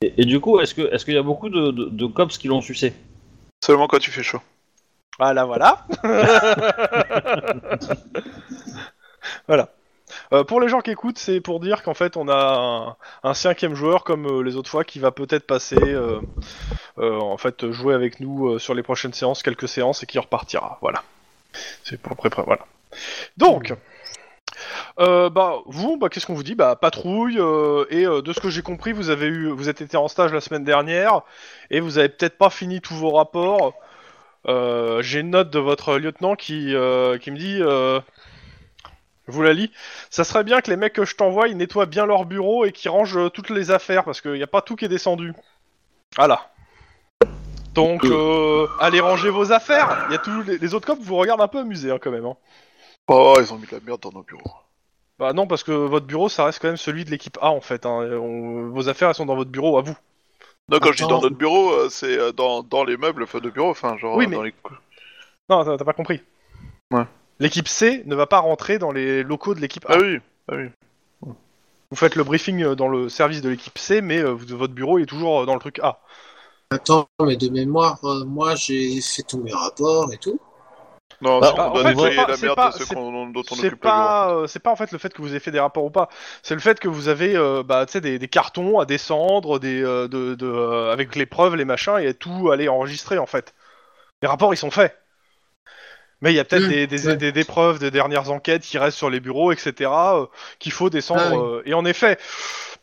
Speaker 1: et, et du coup, est-ce que est-ce qu'il y a beaucoup de, de, de cops qui l'ont sucé
Speaker 3: Seulement quand il fait chaud.
Speaker 2: Voilà, voilà. voilà. Euh, pour les gens qui écoutent, c'est pour dire qu'en fait, on a un, un cinquième joueur comme euh, les autres fois qui va peut-être passer, euh, euh, en fait, jouer avec nous euh, sur les prochaines séances, quelques séances, et qui repartira. Voilà. C'est pour préparer. Voilà. Donc. euh, bah vous, bah, qu'est-ce qu'on vous dit Bah patrouille euh, et euh, de ce que j'ai compris, vous avez eu, vous êtes été en stage la semaine dernière et vous avez peut-être pas fini tous vos rapports. Euh, j'ai une note de votre lieutenant qui, euh, qui me dit, euh, je vous la lis, ça serait bien que les mecs que je t'envoie, ils nettoient bien leur bureau et qu'ils rangent euh, toutes les affaires, parce qu'il n'y a pas tout qui est descendu. Voilà. Donc, euh, allez ranger vos affaires. Il y a tous les, les autres cops vous regardent un peu amusés hein, quand même. hein.
Speaker 3: Oh, ils ont mis de la merde dans nos bureaux.
Speaker 2: Bah non, parce que votre bureau, ça reste quand même celui de l'équipe A en fait. hein. On- vos affaires, elles sont dans votre bureau, à vous.
Speaker 3: Non, quand je dis
Speaker 4: Attends.
Speaker 3: dans notre bureau, euh, c'est euh, dans, dans les meubles enfin, de bureau, enfin, genre
Speaker 2: Oui,
Speaker 3: euh,
Speaker 2: mais- Ah.
Speaker 3: dans les. cou-
Speaker 2: Non, t'as t'as pas compris.
Speaker 3: Ouais.
Speaker 2: L'équipe C ne va pas rentrer dans les locaux de l'équipe A.
Speaker 3: Ah oui,
Speaker 2: Vous faites le briefing euh, dans le service de l'équipe C, mais euh, vous- votre bureau il est toujours euh, dans le truc A.
Speaker 4: Attends, mais de mémoire, euh, moi j'ai fait tous mes rapports et tout.
Speaker 3: non,
Speaker 1: Bah,
Speaker 3: c'est qu'on
Speaker 2: en
Speaker 3: doit
Speaker 2: fait,
Speaker 3: nettoyer
Speaker 2: c'est pas-
Speaker 3: la
Speaker 2: c'est
Speaker 3: merde
Speaker 2: pas-
Speaker 3: de ceux
Speaker 2: c'est-
Speaker 3: qu'on- dont on
Speaker 2: C'est
Speaker 3: occupe le bureau.
Speaker 2: pas, euh, c'est pas en fait le fait que vous ayez fait des rapports ou pas. C'est le fait que vous avez, euh, bah, tu sais, des, des cartons à descendre, des, euh, de, de, euh, avec les preuves, les machins, et tout aller enregistrer en fait. Les rapports ils sont faits. Mais il y a peut-être
Speaker 4: Mmh,
Speaker 2: des, des,
Speaker 4: ouais.
Speaker 2: des- des preuves des dernières enquêtes qui restent sur les bureaux, etc. euh, qu'il faut descendre.
Speaker 4: Ah oui.
Speaker 2: euh, et en effet,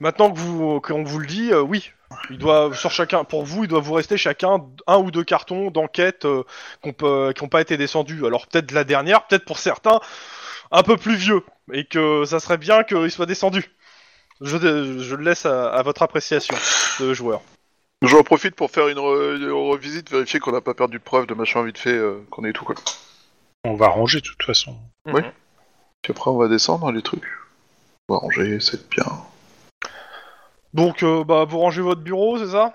Speaker 2: maintenant que vous, qu'on vous le dit, euh, oui, il doit sur chacun, pour vous, il doit vous rester chacun un ou deux cartons d'enquête euh, qu'on peut- qui n'ont pas été descendus. Alors peut-être la dernière, peut-être pour certains, un peu plus vieux, et que ça serait bien qu'il soit descendu. Je, je le laisse à, à votre appréciation, de joueur.
Speaker 3: J'en profite pour faire une, re- une revisite, vérifier qu'on n'a pas perdu de preuves de machin vite fait, euh, qu'on est tout quoi.
Speaker 7: On va ranger de toute façon.
Speaker 3: Puis après, on va descendre hein, les trucs. On va ranger, c'est bien.
Speaker 2: Donc, euh, bah, vous rangez votre bureau, c'est ça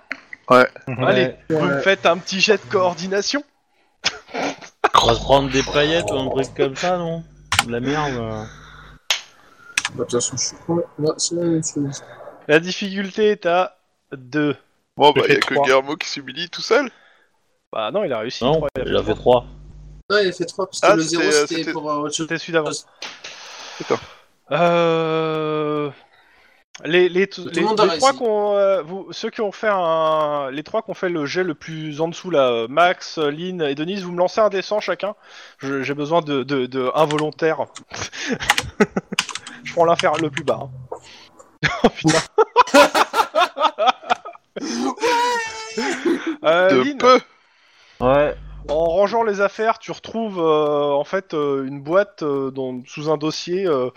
Speaker 2: Allez, vous me faites un petit jet de coordination.
Speaker 1: On va se prendre des paillettes ou un truc comme ça, non De la merde. euh.
Speaker 4: Bah, De toute façon, je suis con. Ouais, c'est la même chose.
Speaker 2: La difficulté est à 2.
Speaker 3: Bon, bah,
Speaker 7: J'ai
Speaker 3: il a
Speaker 7: fait
Speaker 3: que
Speaker 7: trois.
Speaker 3: Guillermo qui s'humilie tout seul.
Speaker 2: Bah non, il a réussi.
Speaker 1: Non,
Speaker 2: trois, il a fait
Speaker 1: il a
Speaker 2: trois.
Speaker 1: fait 3.
Speaker 4: Non, il a fait 3 parce que
Speaker 3: Ah,
Speaker 4: le
Speaker 3: c'était,
Speaker 4: 0
Speaker 3: euh,
Speaker 4: c'était
Speaker 3: c'était-
Speaker 4: pour euh, autre chose.
Speaker 2: C'était celui d'avant.
Speaker 3: D'accord.
Speaker 2: Euh... Les, les,
Speaker 4: le
Speaker 2: les-
Speaker 4: monde a
Speaker 2: les trois
Speaker 4: réussi.
Speaker 2: qu'on, euh, vous- ceux qui ont fait un, les trois qui ont fait le jet le plus en dessous là, euh, Max, euh, Lynn et Denise, vous me lancez un dessin chacun. Je- J'ai besoin de, de, de un <laughs>
Speaker 4: <laughs>
Speaker 2: volontaire. Je prends l'infer le plus bas. hein. <laughs> oh putain. Euh,
Speaker 3: de
Speaker 2: Lynn,
Speaker 3: peu.
Speaker 1: Ouais.
Speaker 2: En rangeant les affaires, tu retrouves euh, en fait euh, une boîte euh, dont- sous un dossier. euh,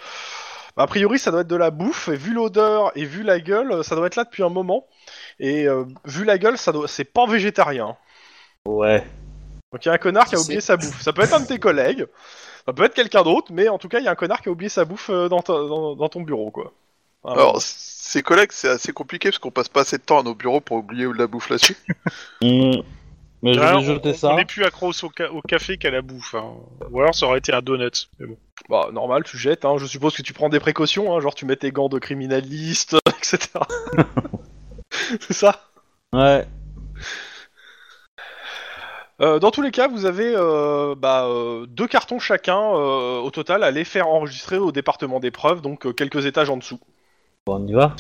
Speaker 2: a priori, ça doit être de la bouffe. Et vu l'odeur et vu la gueule, euh, ça doit être là depuis un moment. Et euh, vu la gueule, ça doit... c'est pas végétarien. hein.
Speaker 1: Ouais.
Speaker 2: Donc il y a un connard qui a
Speaker 4: C'est-
Speaker 2: oublié sa bouffe. Ça peut être un de tes collègues, ça peut être quelqu'un d'autre, mais en tout cas, il y a un connard qui a oublié sa bouffe euh, dans, ta- dans- dans ton bureau, quoi. Ah,
Speaker 3: Alors, ces collègues, c'est assez compliqué parce qu'on passe pas assez de temps à nos bureaux pour oublier où de la bouffe là-dessus.
Speaker 1: Mmh. Mais je
Speaker 5: Là,
Speaker 1: vais
Speaker 5: on-
Speaker 1: jeter
Speaker 5: on-
Speaker 1: ça.
Speaker 5: On est plus accro au, ca- au café qu'à la bouffe. hein. Ou alors ça aurait été un donut. Mais bon.
Speaker 2: Bah, normal, tu jettes, hein. je suppose que tu prends des précautions, hein, genre tu mets tes gants de criminaliste, <laughs> etc. C'est ça
Speaker 1: Ouais.
Speaker 2: Euh, Dans tous les cas, vous avez euh, bah, euh, deux cartons chacun euh, au total à les faire enregistrer au département des preuves, donc euh, quelques étages en dessous.
Speaker 1: Bon, on y va.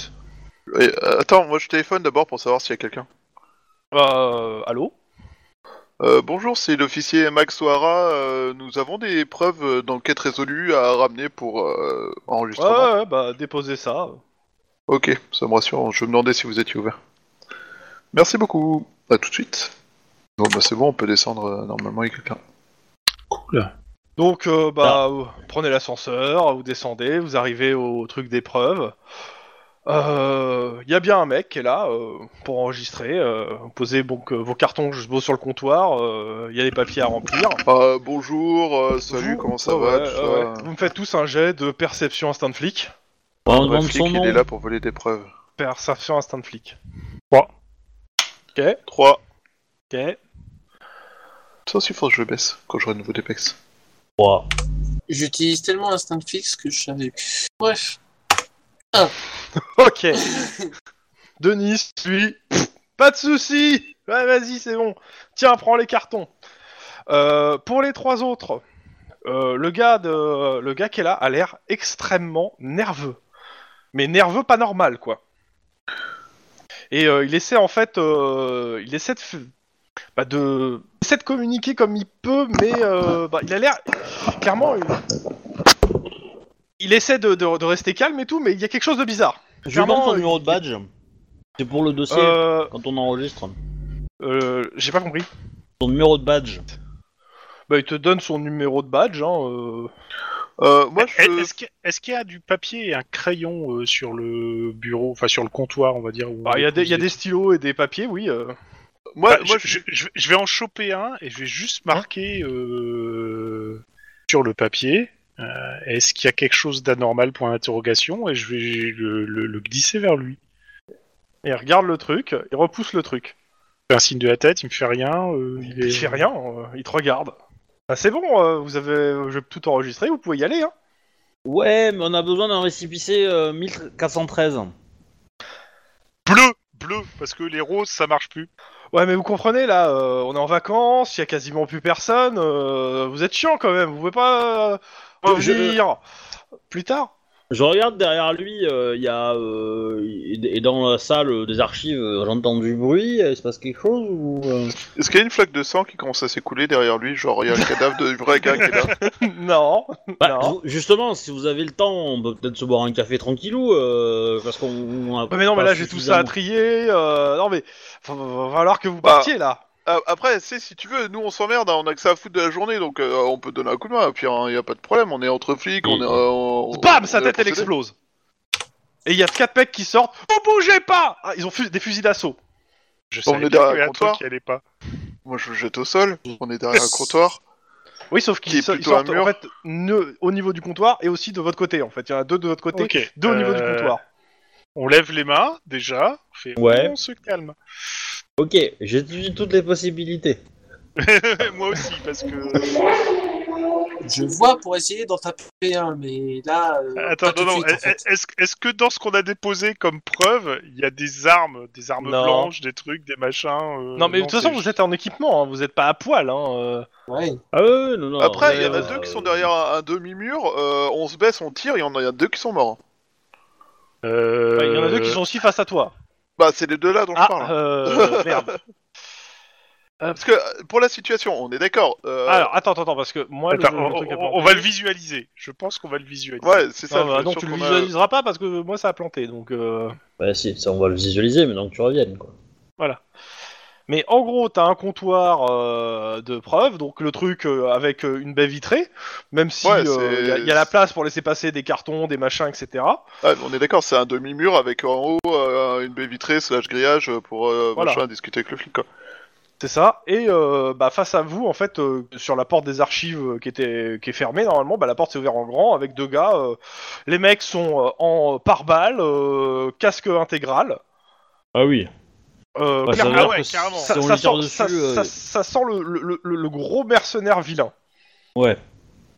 Speaker 3: Et, euh, attends, moi je téléphone d'abord pour savoir s'il y a quelqu'un.
Speaker 2: Euh, allô
Speaker 3: Euh, bonjour, c'est l'officier Max O'Hara. euh, nous avons des preuves euh, d'enquête résolue à ramener pour euh,
Speaker 2: Ouais,
Speaker 3: enregistrement.
Speaker 2: ouais, ouais, bah déposez ça.
Speaker 3: Ok, ça me rassure, je me demandais si vous étiez ouvert. Merci beaucoup, à tout de suite. Bon bah c'est bon, on peut descendre euh, normalement avec quelqu'un.
Speaker 2: Donc, euh, bah, euh, prenez l'ascenseur, vous descendez, vous arrivez au truc des preuves. Il y a bien un mec qui est là euh, pour enregistrer. euh, vous posez donc, euh, vos cartons je suppose, sur le comptoir. Il y a des papiers à remplir.
Speaker 3: Euh, bonjour, euh, salut,
Speaker 2: Vous-
Speaker 3: comment ça
Speaker 2: Ouais,
Speaker 3: va
Speaker 2: ouais,
Speaker 3: tout ça
Speaker 2: ouais. Vous me faites tous un jet de perception instinct de flic.
Speaker 1: On
Speaker 3: Ouais,
Speaker 1: demande
Speaker 3: flic,
Speaker 1: son nom.
Speaker 3: il est là pour voler des preuves.
Speaker 2: Perception instinct de flic.
Speaker 3: 3.
Speaker 2: Ok.
Speaker 3: Ça aussi, faut que je le baisse quand j'aurai de nouveau Depex.
Speaker 1: Trois.
Speaker 4: J'utilise tellement l'instinct fixe que je savais. Bref.
Speaker 2: <laughs> Ok. Denis, lui, pff, pas de souci. Ouais, vas-y, c'est bon. Tiens, prends les cartons. Euh, pour les trois autres, euh, le gars de, le gars qui est là a l'air extrêmement nerveux, mais nerveux pas normal quoi. Et euh, il essaie en fait, euh, il essaie de, f- bah, de, il essaie de communiquer comme il peut, mais euh, bah, il a l'air clairement. il- Il essaie de- de- de rester calme et tout, mais il y a quelque chose de bizarre.
Speaker 1: Je demande
Speaker 2: Clairement,
Speaker 1: ton
Speaker 2: euh,
Speaker 1: numéro de badge. C'est pour le dossier
Speaker 2: Euh,
Speaker 1: quand on enregistre.
Speaker 2: euh, j'ai pas compris.
Speaker 1: Ton numéro de badge.
Speaker 2: Bah, il te donne son numéro de badge. Hein, euh.
Speaker 3: Euh, moi,
Speaker 5: Eh,
Speaker 3: je...
Speaker 5: Est-ce qu'il y a- est-ce qu'il y a du papier et un crayon euh, sur le bureau, enfin sur le comptoir, on va dire où on
Speaker 2: Bah, il y, a des-
Speaker 5: dépose
Speaker 2: il y a des stylos et des papiers, oui. euh.
Speaker 3: moi,
Speaker 5: Bah,
Speaker 3: moi,
Speaker 5: je, Hein je- je- je vais en choper un et je vais juste marquer euh, sur le papier. euh, Est-ce qu'il y a quelque chose d'anormal pour l'interrogation Et je vais le, le- le glisser vers lui.
Speaker 2: Et il regarde le truc, il repousse le truc.
Speaker 5: Il fait un signe de la tête, il me fait rien. euh, il est-
Speaker 2: Il fait rien, euh, il te regarde. Bah, c'est bon, euh, vous avez, je vais tout enregistrer, vous pouvez y aller. Hein.
Speaker 1: Ouais, mais on a besoin d'un récipicé euh, 1413.
Speaker 5: Bleu Bleu Parce que les roses, ça marche plus.
Speaker 2: Ouais, mais vous comprenez là, euh, on est en vacances, il y a quasiment plus personne. euh, vous êtes chiant quand même, vous pouvez pas euh,
Speaker 1: Je-
Speaker 2: revenir plus tard. <laughs>
Speaker 1: Je regarde derrière lui, euh, il y a. euh, et et dans la salle euh, des archives, euh, j'entends du bruit, euh, il se passe quelque chose ou. euh
Speaker 3: Est-ce qu'il y a une flaque de sang qui commence à s'écouler derrière lui Genre, il y a le cadavre de- du vrai gars qui est là.
Speaker 2: non.
Speaker 1: Bah,
Speaker 2: Non.
Speaker 1: vous- Justement, si vous avez le temps, on peut peut-être se boire un café tranquillou, euh, parce qu'on. on a
Speaker 2: Ouais, mais non, mais
Speaker 1: pas
Speaker 2: là j'ai tout ça
Speaker 1: suffisamment-
Speaker 2: à trier. euh, non, mais va- va va falloir que vous
Speaker 3: Bah.
Speaker 2: partiez là.
Speaker 3: Ah, Après, c'est si tu veux, nous on s'emmerde, hein, on a que ça à foutre de la journée, donc euh, on peut donner un coup de main, et puis il n'y a pas de problème, on est entre flics, on est... euh, on-
Speaker 2: Bam,
Speaker 3: on
Speaker 2: sa
Speaker 3: est
Speaker 2: tête elle
Speaker 3: procédé.
Speaker 2: explose. Et il y a quatre mecs qui sortent. Vous bougez pas Ah, Ils ont fu- des fusils d'assaut.
Speaker 5: Je
Speaker 3: On
Speaker 5: savais
Speaker 3: est
Speaker 5: bien
Speaker 3: derrière
Speaker 5: qu'il y avait
Speaker 3: un
Speaker 5: un truc
Speaker 3: comptoir.
Speaker 5: qui allait pas.
Speaker 3: Moi je le jette au sol, on
Speaker 1: <laughs>
Speaker 3: est derrière un comptoir.
Speaker 2: Oui, sauf
Speaker 3: Qui est
Speaker 2: qu'ils so- ils
Speaker 3: plutôt un
Speaker 2: sortent en
Speaker 3: mur.
Speaker 2: fait ne- au niveau du comptoir et aussi de votre côté en fait. Il y en a deux de votre côté,
Speaker 5: Ok,
Speaker 2: deux au niveau du
Speaker 5: euh,
Speaker 2: comptoir.
Speaker 5: On lève les mains, déjà. On, fait,
Speaker 1: Ouais.
Speaker 5: on se calme. <laughs>
Speaker 1: Ok, j'étudie toutes les possibilités.
Speaker 5: Moi aussi, parce que...
Speaker 4: Je vois pour essayer d'en taper un, mais là. euh,
Speaker 5: Attends,
Speaker 4: pas tout
Speaker 5: non,
Speaker 4: de
Speaker 5: non.
Speaker 4: suite, en fait.
Speaker 5: Est- Est-ce est-ce que dans ce qu'on a déposé comme preuve, il y a des armes, des armes
Speaker 2: Non.
Speaker 5: blanches, des trucs, des machins euh,
Speaker 2: Non, mais de toute façon,
Speaker 5: c'est-
Speaker 2: vous êtes en équipement, hein, vous êtes pas à poil. Hein, euh.
Speaker 4: Ouais.
Speaker 1: Ah ouais, non, non.
Speaker 3: Après, il y en a
Speaker 1: ouais,
Speaker 3: deux qui sont
Speaker 1: euh,
Speaker 3: derrière un, un demi-mur, euh, on se baisse, on tire, il y en a, il y a deux qui sont morts. hein.
Speaker 5: Euh,
Speaker 2: Bah, Il y en a deux qui sont aussi face à toi.
Speaker 3: Bah c'est les deux là dont je parle.
Speaker 2: Ah, euh, <laughs> merde.
Speaker 3: Parce que euh, pour la situation, on est d'accord. euh,
Speaker 2: Alors, attends, attends, parce que moi, le-
Speaker 5: Attends,
Speaker 2: le,
Speaker 5: on,
Speaker 2: truc a
Speaker 5: on-
Speaker 2: planté.
Speaker 5: on va le visualiser. Je pense qu'on va le visualiser.
Speaker 3: Ouais, c'est ça.
Speaker 2: Non, bah,
Speaker 3: je
Speaker 2: non,
Speaker 3: suis
Speaker 2: tu
Speaker 3: sûr
Speaker 2: le
Speaker 3: qu'on a-
Speaker 2: visualiseras pas parce que moi, ça a planté. Donc, euh,
Speaker 1: Bah, si, ça, on va le visualiser, mais donc tu reviennes, quoi.
Speaker 2: Mais en gros, t'as un comptoir euh, de preuves, donc le truc euh, avec euh, une baie vitrée, même si
Speaker 3: Ouais,
Speaker 2: il
Speaker 3: c'est-
Speaker 2: y, a- y a la place pour laisser passer des cartons, des machins, etc.
Speaker 3: Ah, on est d'accord, c'est un demi-mur avec en haut euh, une baie vitrée slash grillage pour euh,
Speaker 2: Voilà.
Speaker 3: machin, discuter avec le flic. Quoi.
Speaker 2: C'est ça. Et euh, bah, face à vous, en fait, euh, sur la porte des archives euh, qui, était, qui est fermée, normalement, bah, la porte s'est ouverte en grand avec deux gars. euh, les mecs sont euh, en pare-balles, euh, casque intégral.
Speaker 1: Ah oui.
Speaker 2: euh,
Speaker 1: Ouais, ça veut
Speaker 2: clairement,
Speaker 1: dire
Speaker 5: Ah ouais,
Speaker 1: que
Speaker 5: carrément.
Speaker 1: si
Speaker 2: ça,
Speaker 1: on
Speaker 2: ça
Speaker 1: lui tire
Speaker 2: sent,
Speaker 1: dessus,
Speaker 2: ça-
Speaker 1: euh,
Speaker 2: ça- ça sent le, le- le- le gros mercenaire vilain.
Speaker 1: Ouais.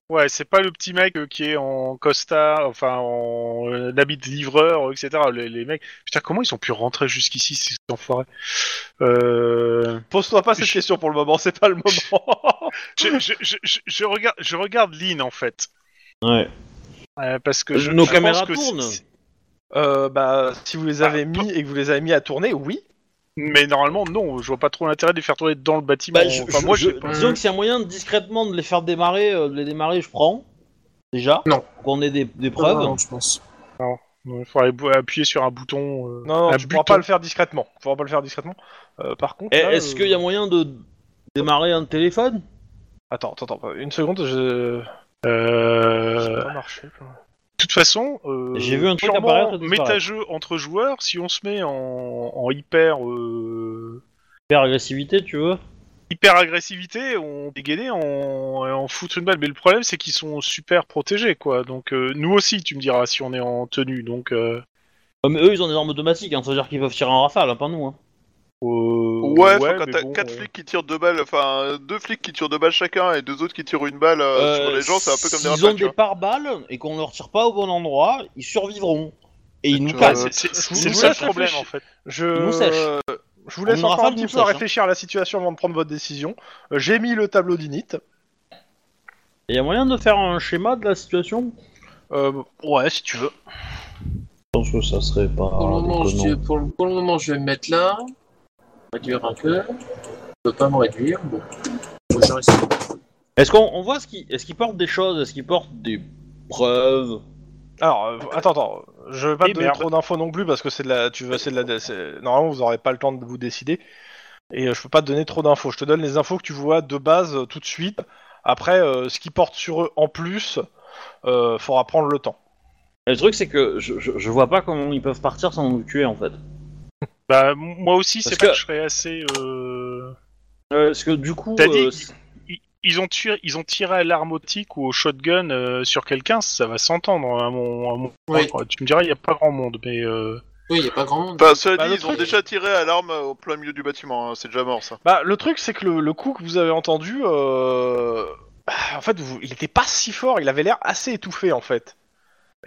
Speaker 5: Ouais, c'est pas le petit mec euh, qui est en costard, enfin en euh, habit de livreur, euh, etc. Les, les mecs. Putain, comment ils ont pu rentrer jusqu'ici, ces enfoirés euh...
Speaker 2: Pose-toi pas cette question pour le moment, c'est pas le moment.
Speaker 5: je, je, je, je- je regarde, je regarde Lynn en fait.
Speaker 1: Ouais.
Speaker 5: Euh, parce que je,
Speaker 1: Nos
Speaker 5: je
Speaker 1: caméras
Speaker 5: pense que
Speaker 1: tournent.
Speaker 5: c'est-
Speaker 2: <laughs> Euh, bah, si vous les avez mis et que vous les avez mis à tourner, oui.
Speaker 5: Mais normalement, non, je vois pas trop l'intérêt de les faire tourner dans le bâtiment.
Speaker 1: Bah, je-
Speaker 5: Enfin,
Speaker 1: je-
Speaker 5: moi,
Speaker 1: je-
Speaker 5: j'ai pas-
Speaker 1: disons que s'il y a moyen de discrètement de les faire démarrer, euh, de les démarrer, je prends. Déjà.
Speaker 4: Non.
Speaker 1: Pour Qu'on ait des, des
Speaker 4: Pas
Speaker 1: preuves.
Speaker 4: vraiment, je pense.
Speaker 5: Il faudrait bou- appuyer sur un bouton. euh.
Speaker 2: Non, non
Speaker 5: Un
Speaker 2: tu pourras
Speaker 5: buton.
Speaker 2: pas le faire discrètement. Tu pourras pas le faire discrètement. Euh, par contre,
Speaker 1: Et
Speaker 2: là,
Speaker 1: Est-ce
Speaker 2: euh,
Speaker 1: qu'il y a moyen de démarrer un téléphone
Speaker 2: attends, attends, attends, une seconde, je.
Speaker 5: Euh,
Speaker 2: Ça a marché, putain.
Speaker 5: De toute façon, euh,
Speaker 1: J'ai vu un truc
Speaker 5: purement
Speaker 1: apparaître et disparaître.
Speaker 5: méta-jeu entre joueurs, si on se met en, en hyper euh,
Speaker 1: Faire agressivité, tu veux
Speaker 5: hyper agressivité, on dégainait, on, on fout une balle. Mais le problème, c'est qu'ils sont super protégés, quoi. Donc euh, nous aussi, tu me diras si on est en tenue. Donc euh,
Speaker 1: Ouais, Mais eux, ils ont des armes automatiques, hein, ça veut dire qu'ils peuvent tirer en rafale, hein, pas nous. Hein.
Speaker 5: euh,
Speaker 3: Ouais, enfin, quand
Speaker 5: mais
Speaker 3: t'as
Speaker 5: bon,
Speaker 3: quatre
Speaker 5: euh,
Speaker 3: flics qui tirent deux balles, enfin euh, deux flics qui tirent deux balles chacun et deux autres qui tirent une balle euh, sur les gens, c'est un peu comme des
Speaker 1: Ils ont
Speaker 3: rafales, tu
Speaker 1: des pare-balles et qu'on leur tire pas au bon endroit, ils survivront. Et ils nous
Speaker 3: tu
Speaker 2: Bah,
Speaker 5: ouais,
Speaker 1: cassent.
Speaker 5: c'est- c'est
Speaker 2: Je vous
Speaker 5: c'est le
Speaker 2: laisse
Speaker 5: seul problème
Speaker 2: réfléchir.
Speaker 5: en fait.
Speaker 2: Je,
Speaker 1: Ils nous sèchent.
Speaker 2: je vous
Speaker 1: On
Speaker 2: laisse
Speaker 1: nous
Speaker 2: encore un
Speaker 1: rafale,
Speaker 2: petit
Speaker 1: nous
Speaker 2: peu
Speaker 1: sèche,
Speaker 2: à
Speaker 1: hein.
Speaker 2: réfléchir à la situation avant de prendre votre décision. Euh, J'ai mis le tableau d'init.
Speaker 1: Il y a moyen de faire un schéma de la situation
Speaker 2: Euh, ouais, si tu veux.
Speaker 1: Je pense que ça serait pas.
Speaker 4: Pour, le moment,
Speaker 1: déconnant.
Speaker 4: je, pour, le- pour le moment, je vais me mettre là. Réduire un peu. Je peux pas me réduire. Bon. Faut que je reste-
Speaker 1: Est-ce qu'on on voit ce qui est-ce qu'ils portent des choses Est-ce qu'ils portent des preuves
Speaker 2: Alors, euh, attends, attends. Je vais pas
Speaker 5: Eh
Speaker 2: te donner
Speaker 5: merde.
Speaker 2: trop d'infos non plus parce que c'est de la, tu veux, c'est de la, c'est- normalement vous aurez pas le temps de vous décider et euh, je peux pas te donner trop d'infos. Je te donne les infos que tu vois de base euh, tout de suite. Après, euh, ce qu'ils portent sur eux en plus, euh, faudra prendre le temps.
Speaker 1: Le truc c'est que je, je, je vois pas comment ils peuvent partir sans nous tuer en fait.
Speaker 5: Bah, m- moi aussi,
Speaker 1: Parce
Speaker 5: c'est pas
Speaker 1: que-
Speaker 5: que je serais assez. euh,
Speaker 1: Euh, parce que du coup,
Speaker 5: T'as dit-
Speaker 1: euh, c'est-
Speaker 5: ils- ils ont, tiré, ils ont tiré à l'armotique ou au shotgun euh, sur quelqu'un, ça va s'entendre hein, à mon, à mon point,
Speaker 4: Oui.
Speaker 5: quoi. Tu me diras, il n'y a pas grand monde, mais euh,
Speaker 4: Oui, il n'y a pas grand monde.
Speaker 3: Enfin, cela
Speaker 2: Bah,
Speaker 3: dit,
Speaker 2: le
Speaker 3: ils ont
Speaker 2: truc-
Speaker 3: déjà tiré à l'arme au plein milieu du bâtiment, hein, c'est déjà mort ça.
Speaker 2: Bah, le truc, c'est que le, le coup que vous avez entendu, euh, bah, en fait, vous- il était pas si fort. Il avait l'air assez étouffé, en fait.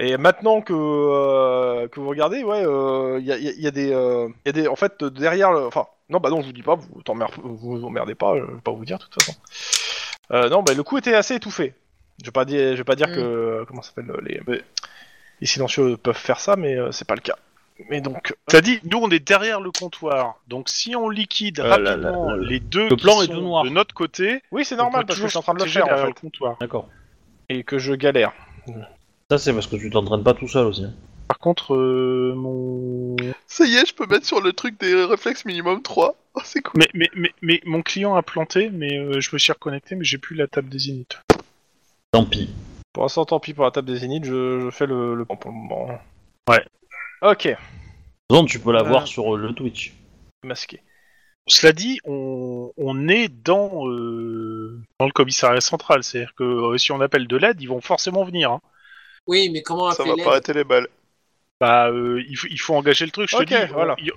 Speaker 2: Et maintenant que euh, que vous regardez, ouais, euh, il y, a, il y a- il y a des, euh, il y a des, en fait, euh, derrière, le- enfin, non, bah non, je vous dis pas, vous t'emmer- vous vous emmerdez pas, je vais pas vous dire de toute façon. Euh, non, bah le coup était assez étouffé. Je vais pas dire, je vais pas dire
Speaker 4: Mm.
Speaker 2: que comment ça s'appelle euh, les, les silencieux peuvent faire ça, mais euh, c'est pas le cas. Mais donc, euh,
Speaker 5: T'as dit, nous on est derrière le comptoir, donc si on liquide
Speaker 1: Ah là là
Speaker 5: rapidement
Speaker 1: là là.
Speaker 5: les deux
Speaker 1: Le
Speaker 5: qui
Speaker 1: plan est
Speaker 5: sont
Speaker 1: tout noir.
Speaker 5: de notre côté,
Speaker 2: oui, c'est
Speaker 5: on
Speaker 2: normal
Speaker 5: peut
Speaker 2: parce que
Speaker 5: toujours
Speaker 2: je suis en train de le
Speaker 5: protéger
Speaker 2: faire en
Speaker 5: derrière
Speaker 2: fait,
Speaker 5: le comptoir.
Speaker 1: d'accord.
Speaker 2: et que je galère.
Speaker 1: Ça c'est parce que tu t'entraînes pas tout seul aussi. hein.
Speaker 5: Par contre, euh, mon
Speaker 3: Ça y est, je peux mettre sur le truc des réflexes minimum 3. <laughs> Oh, c'est cool.
Speaker 5: mais, mais, mais, mais mon client a planté, mais euh, je me suis reconnecté, mais j'ai plus la table des init.
Speaker 1: Tant pis.
Speaker 2: Pour l'instant, tant pis pour la table des zéniths, je, je fais le, le plan pour le moment.
Speaker 5: Ouais.
Speaker 2: Ok,
Speaker 1: Donc tu peux la
Speaker 2: Euh.
Speaker 1: voir sur euh, le Twitch.
Speaker 2: masqué.
Speaker 5: Cela dit, on, on est dans euh, dans le commissariat central, c'est-à-dire que euh, si on appelle de l'aide, ils vont forcément venir. hein.
Speaker 4: Oui, mais
Speaker 2: Ah,
Speaker 4: comment
Speaker 3: Ça va
Speaker 4: appeler
Speaker 3: pas arrêter les balles.
Speaker 5: Bah, euh, il, faut, il faut engager le truc, je
Speaker 2: Ok,
Speaker 5: te dis.
Speaker 2: voilà.
Speaker 5: Il y,